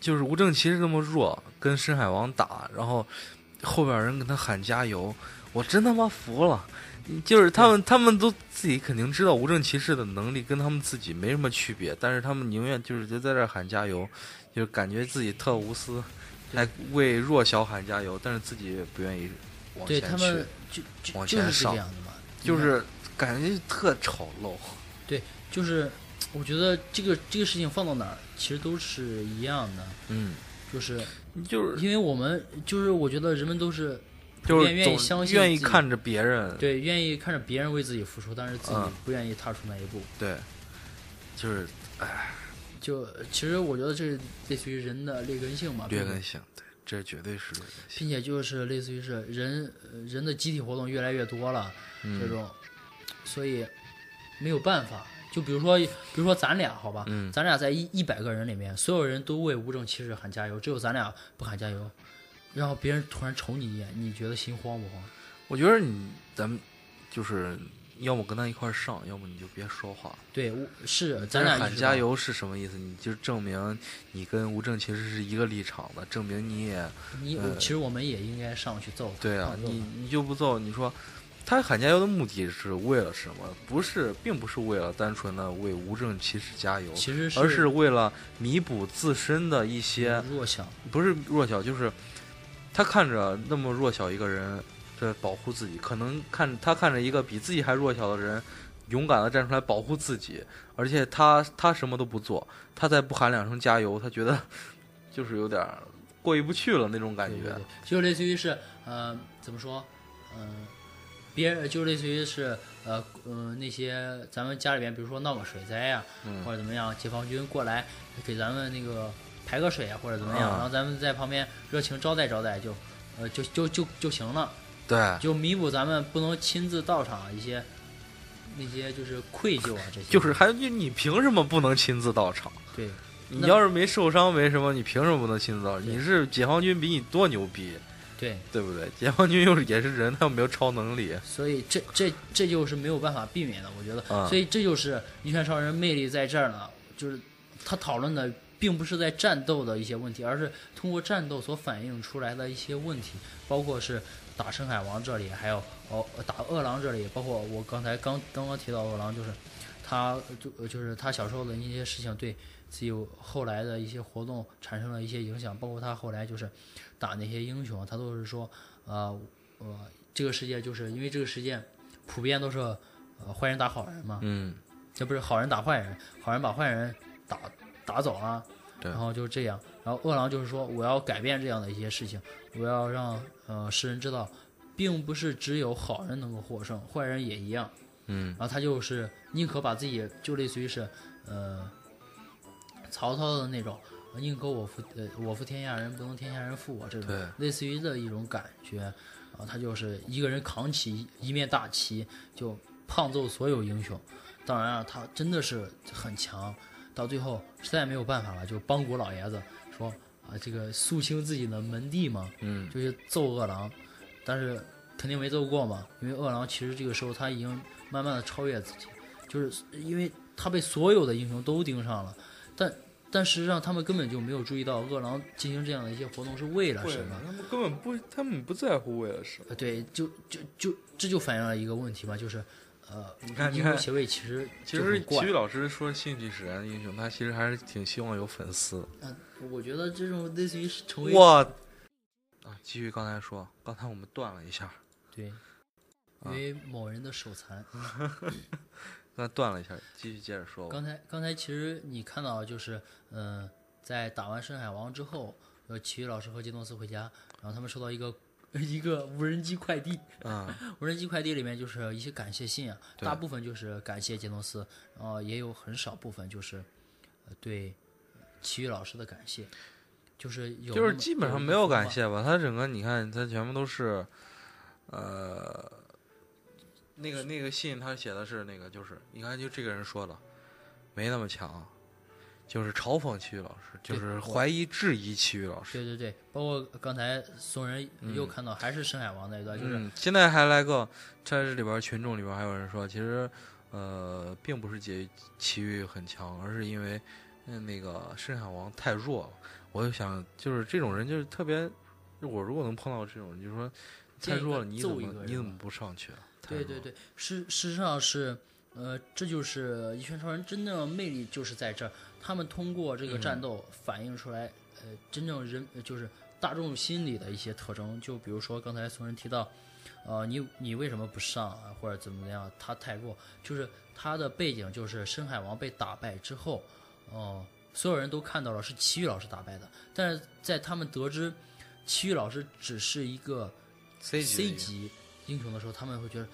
Speaker 1: 就是无证骑士这么弱，跟深海王打，然后后边人跟他喊加油，我真他妈服了。就是他们，他们都自己肯定知道无证骑士的能力跟他们自己没什么区别，但是他们宁愿就是就在这儿喊加油，就是感觉自己特无私，来为弱小喊加油，但是自己也不愿意往
Speaker 2: 对
Speaker 1: 前
Speaker 2: 他
Speaker 1: 去
Speaker 2: 们，就就
Speaker 1: 往
Speaker 2: 就
Speaker 1: 前
Speaker 2: 是这
Speaker 1: 上
Speaker 2: 个样子嘛，
Speaker 1: 就是感觉特丑陋。
Speaker 2: 就是，我觉得这个这个事情放到哪儿其实都是一样的，
Speaker 1: 嗯，
Speaker 2: 就是
Speaker 1: 就是
Speaker 2: 因为我们就是我觉得人们都是
Speaker 1: 就
Speaker 2: 普
Speaker 1: 是
Speaker 2: 遍愿意
Speaker 1: 总
Speaker 2: 相信
Speaker 1: 愿意
Speaker 2: 自己
Speaker 1: 看着别人，
Speaker 2: 对愿意看着别人为自己付出，但是自己
Speaker 1: 嗯
Speaker 2: 不愿意踏出那一步。
Speaker 1: 对就是
Speaker 2: 就其实我觉得这是类似于人的劣根性嘛，
Speaker 1: 劣
Speaker 2: 并
Speaker 1: 根性，对，这绝对是劣根性。
Speaker 2: 并且就是类似于是人呃人的集体活动越来越多了，
Speaker 1: 嗯
Speaker 2: 这种，所以没有办法。就比如说，比如说咱俩好吧，
Speaker 1: 嗯
Speaker 2: 咱俩在一一百个人里面，所有人都为无证骑士喊加油，只有咱俩不喊加油，然后别人突然瞅你一眼，你觉得心慌不慌？
Speaker 1: 我觉得你咱们就是要么跟他一块儿上，要么你就别说话。
Speaker 2: 对，我是
Speaker 1: 但
Speaker 2: 咱
Speaker 1: 是
Speaker 2: 俩意
Speaker 1: 喊
Speaker 2: 识到
Speaker 1: 加，油是什么意思？你就证明你跟吴正其实是一个立场的，证明你也
Speaker 2: 你我其实我们也应该上去揍他。
Speaker 1: 呃对啊
Speaker 2: 胖，揍
Speaker 1: 你
Speaker 2: 他
Speaker 1: 你就不揍，你说他喊加油的目的是为了什么？不是，并不是为了单纯的为无证骑士加油，
Speaker 2: 其实
Speaker 1: 而是为了弥补自身的一些。
Speaker 2: 弱小，
Speaker 1: 不是弱小，就是他看着那么弱小一个人在保护自己，可能看他看着一个比自己还弱小的人勇敢的站出来保护自己，而且他他什么都不做，他再不喊两声加油，他觉得就是有点儿过意不去了那种感
Speaker 2: 对对
Speaker 1: 觉
Speaker 2: 对。，就类似于是呃，怎么说，嗯、别人就类似于是呃嗯、那些咱们家里边，比如说闹个水灾呀、
Speaker 1: 嗯
Speaker 2: 或者怎么样，解放军过来给咱们那个排个水啊，或者怎么样，
Speaker 1: 嗯
Speaker 2: 然后咱们在旁边热情招待招待就，呃，就就就就行了，
Speaker 1: 对，
Speaker 2: 就弥补咱们不能亲自到场一些那些就是愧疚啊这些。
Speaker 1: 就是还你你凭什么不能亲自到场？
Speaker 2: 对，
Speaker 1: 你
Speaker 2: 那
Speaker 1: 要是没受伤没什么，你凭什么不能亲自到场？
Speaker 2: 对
Speaker 1: 你是解放军比你多牛逼，
Speaker 2: 对，
Speaker 1: 对不对？解放军又是也是人，他又没有超能力。
Speaker 2: 所以这这这就是没有办法避免的，我觉得。
Speaker 1: 嗯
Speaker 2: 所以这就是《一拳超人》魅力在这儿呢，就是他讨论的并不是在战斗的一些问题，而是通过战斗所反映出来的一些问题，包括是打深海王这里，还有哦打饿狼这里，包括我刚才刚刚刚提到饿狼，就是他就就是他小时候的一些事情对自己后来的一些活动产生了一些影响，包括他后来就是打那些英雄，他都是说呃呃这个世界就是因为这个世界普遍都是呃坏人打好人嘛，
Speaker 1: 嗯，
Speaker 2: 这不是好人打坏人，好人把坏人打打走啊，
Speaker 1: 对
Speaker 2: 然后就这样，然后饿狼就是说我要改变这样的一些事情，我要让呃世人知道，并不是只有好人能够获胜，坏人也一样。
Speaker 1: 嗯，
Speaker 2: 然后他就是宁可把自己就类似于是呃曹操的那种，宁可我负呃我负天下人，不能天下人负我这种
Speaker 1: 对，
Speaker 2: 类似于的一种感觉。然后他就是一个人扛起一面大旗，就胖揍所有英雄。当然了，啊他真的是很强，到最后实在没有办法了，就帮古老爷子说啊，这个肃清自己的门第嘛，
Speaker 1: 嗯，
Speaker 2: 就是揍饿狼，但是肯定没揍过嘛，因为饿狼其实这个时候他已经慢慢的超越自己，就是因为他被所有的英雄都盯上了，但但实际上他们根本就没有注意到饿狼进行这样的一些活啊动是为了什么。
Speaker 1: 他们根本不，他们不在乎为了什么。
Speaker 2: 呃，对，就就就这就反映了一个问题嘛，就是，呃，
Speaker 1: 你看你
Speaker 2: 英雄
Speaker 1: 看
Speaker 2: 协会其实
Speaker 1: 其
Speaker 2: 就
Speaker 1: 实
Speaker 2: 很
Speaker 1: 体
Speaker 2: 怪
Speaker 1: 育老师说兴趣使然的英雄，他其实还是挺希望有粉丝的。
Speaker 2: 嗯，我觉得这种类似于是成为
Speaker 1: 我啊，继续刚才说，刚才我们断了一下，
Speaker 2: 对，因为某人的手残。
Speaker 1: 啊那断了一下，继续接着说吧。
Speaker 2: 刚才刚才其实你看到就是，嗯、在打完深海王之后，呃，奇遇老师和杰诺斯回家，然后他们收到一个 一个无人机快递，
Speaker 1: 嗯，
Speaker 2: 无人机快递里面就是一些感谢信啊，
Speaker 1: 对
Speaker 2: 大部分就是感谢杰诺斯，然后也有很少部分就是，呃，对奇遇老师的感谢，就是有
Speaker 1: 就是
Speaker 2: 那么
Speaker 1: 基本上
Speaker 2: 一
Speaker 1: 没有
Speaker 2: 幅
Speaker 1: 感
Speaker 2: 画
Speaker 1: 谢吧，他整个你看，他全部都是，呃，那个那个信他写的是那个，就是你看就这个人说的，没那么强，就是嘲讽齐豫老师，就
Speaker 2: 对
Speaker 1: 是
Speaker 2: 我
Speaker 1: 怀疑质疑齐豫老师。
Speaker 2: 对对对，包括刚才怂人又看到还是深海王那一段，就是
Speaker 1: 嗯，现在还来个在这里边群众里边还有人说，其实呃，并不是齐齐豫很强，而是因为嗯那个深海王太弱了。我就想，就是这种人就是特别，就我如果能碰到这种人，就说太
Speaker 2: 见一
Speaker 1: 弱
Speaker 2: 个
Speaker 1: 了，你怎
Speaker 2: 揍一
Speaker 1: 么
Speaker 2: 个
Speaker 1: 你
Speaker 2: 是
Speaker 1: 怎
Speaker 2: 吧
Speaker 1: 么不上去啊？太
Speaker 2: 对
Speaker 1: 弱
Speaker 2: 对
Speaker 1: 了，
Speaker 2: 对，事事实上是，呃，这就是一拳超人真正的魅力就是在这儿，他们通过这个
Speaker 1: 嗯
Speaker 2: 战斗反映出来，呃，真正人呃就是大众心理的一些特征，就比如说刚才宋人提到，呃，你你为什么不上啊，或者怎么样，他太弱，就是他的背景就是深海王被打败之后，哦、所有人都看到了是奇遇老师打败的，但是在他们得知奇遇老师只是一个
Speaker 1: C
Speaker 2: C
Speaker 1: 级
Speaker 2: 级英雄的时候，他们会觉得，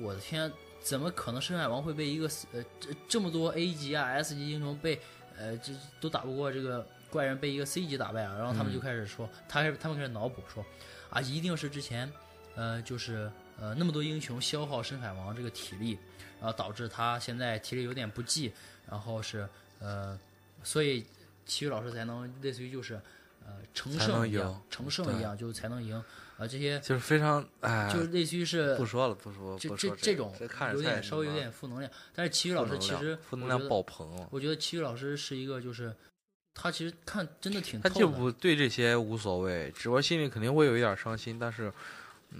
Speaker 2: 我的天，怎么可能深海王会被一个呃这这么多 A 级啊 S 级英雄被呃这都打不过这个怪人被一个 C 级打败啊？然后他
Speaker 1: 嗯
Speaker 2: 们就开始说，他开始他们开始脑补说，啊，一定是之前呃就是呃那么多英雄消耗深海王这个体力，然后导致他现在体力有点不济，然后是呃所以体育老师才能类似于就是。呃，乘
Speaker 1: 才
Speaker 2: 胜
Speaker 1: 能
Speaker 2: 一样
Speaker 1: 赢，
Speaker 2: 乘胜
Speaker 1: 对
Speaker 2: 一样就才能赢啊、这些
Speaker 1: 就是非常哎，
Speaker 2: 就是类似于是
Speaker 1: 不说了不说
Speaker 2: 这
Speaker 1: 不说
Speaker 2: 这
Speaker 1: 个
Speaker 2: 种
Speaker 1: 这看着
Speaker 2: 有点
Speaker 1: 太
Speaker 2: 稍微有
Speaker 1: 他妈
Speaker 2: 点负能量，但是齐豫
Speaker 1: 负
Speaker 2: 老师
Speaker 1: 能
Speaker 2: 其
Speaker 1: 量
Speaker 2: 实
Speaker 1: 负能
Speaker 2: 我觉
Speaker 1: 量
Speaker 2: 得
Speaker 1: 爆棚了，
Speaker 2: 我觉得齐豫老师是一个就是他其实看真的挺
Speaker 1: 他
Speaker 2: 透
Speaker 1: 就
Speaker 2: 的，
Speaker 1: 不对这些无所谓，只不过心里肯定会有一点伤心，但是嗯，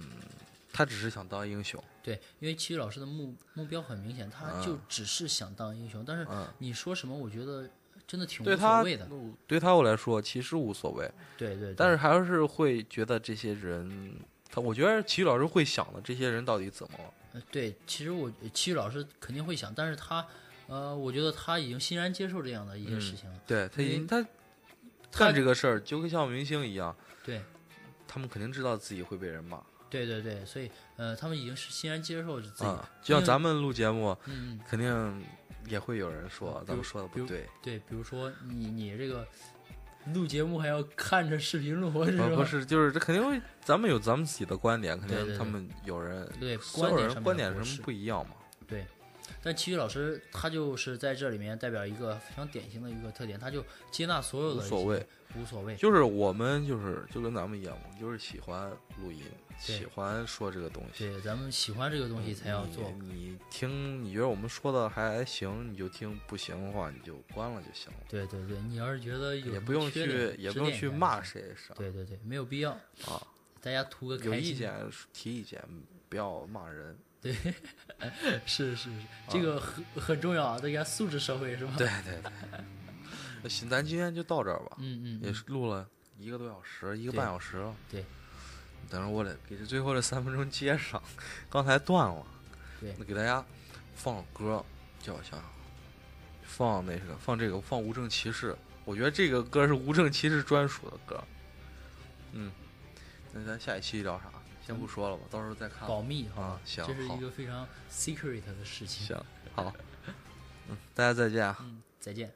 Speaker 1: 他只是想当英雄。
Speaker 2: 对，因为齐豫老师的目目标很明显，他就只是想当英雄，但是
Speaker 1: 嗯
Speaker 2: 你说什么，我觉得真的挺
Speaker 1: 对
Speaker 2: 无
Speaker 1: 他
Speaker 2: 所谓的，
Speaker 1: 对他我来说其实无所谓，
Speaker 2: 对对，
Speaker 1: 但
Speaker 2: 是
Speaker 1: 是还是会觉得这些人，他我觉得体育老师会想的，这些人到底怎么了？
Speaker 2: 对，其实我齐豫老师肯定会想，但是他呃，我觉得他已经欣然接受这样的一些
Speaker 1: 嗯
Speaker 2: 事情了，
Speaker 1: 对他已经他
Speaker 2: 他
Speaker 1: 干这个事儿就跟像明星一样，
Speaker 2: 对。
Speaker 1: 他们肯定知道自己会被人骂
Speaker 2: 对对对，所以呃，他们已经是欣然接受自己，
Speaker 1: 啊，就像咱们录节目，
Speaker 2: 嗯，
Speaker 1: 肯定也会有人说咱们说的不对，
Speaker 2: 对，比如说你你这个录节目还要看着视频录，是吧？
Speaker 1: 不是，就是这肯定会，咱们有咱们自己的观点，肯
Speaker 2: 对对
Speaker 1: 定
Speaker 2: 对
Speaker 1: 他们有人，
Speaker 2: 对
Speaker 1: 所有
Speaker 2: 观点
Speaker 1: 人
Speaker 2: 上面
Speaker 1: 观
Speaker 2: 的
Speaker 1: 点
Speaker 2: 不
Speaker 1: 什
Speaker 2: 是
Speaker 1: 么不一样嘛。
Speaker 2: 对，但齐豫老师他就是在这里面代表一个非常典型的一个特点，他就接纳所有的
Speaker 1: 无
Speaker 2: 一
Speaker 1: 所
Speaker 2: 些
Speaker 1: 谓，
Speaker 2: 无所谓，
Speaker 1: 就是我们就是就跟咱们一样，我们就是喜欢录音，
Speaker 2: 对
Speaker 1: 喜欢说这个东西。
Speaker 2: 对，咱们喜欢这个东西才要做。
Speaker 1: 你你听，你觉得我们说的还行，你就听；不行的话，你就关了就行了，
Speaker 2: 对对对，你要是觉得有
Speaker 1: 也
Speaker 2: 什么
Speaker 1: 不用
Speaker 2: 缺
Speaker 1: 去，
Speaker 2: 点
Speaker 1: 也
Speaker 2: 指
Speaker 1: 不用
Speaker 2: 点一
Speaker 1: 去
Speaker 2: 下
Speaker 1: 骂谁啥
Speaker 2: 对对对，没有必要，
Speaker 1: 啊。
Speaker 2: 大家图个
Speaker 1: 有
Speaker 2: 开
Speaker 1: 意
Speaker 2: 心。
Speaker 1: 见提意见，不要骂 人。
Speaker 2: 是是是，这个很、很重要啊，大家素质社会是吧？
Speaker 1: 啊对对对， 那行，咱今天就到这儿吧，
Speaker 2: 嗯，嗯
Speaker 1: 也
Speaker 2: 嗯，
Speaker 1: 是录了一个多小时，一个半小时了。
Speaker 2: 对，
Speaker 1: 等会儿我得给这最后这三分钟接上，刚才断了。
Speaker 2: 对
Speaker 1: 那给大家放首歌，叫我想想，放那个放这个放《无证骑士》，我觉得这个歌是《无证骑士》专属的歌。嗯，那咱下一期聊啥？先不说了吧，到时候再看吧。
Speaker 2: 保密哈、
Speaker 1: 啊行
Speaker 2: 这是
Speaker 1: 好
Speaker 2: 一个非常 secret 的事情。
Speaker 1: 行，好，嗯，大家再见啊。
Speaker 2: 嗯，再见。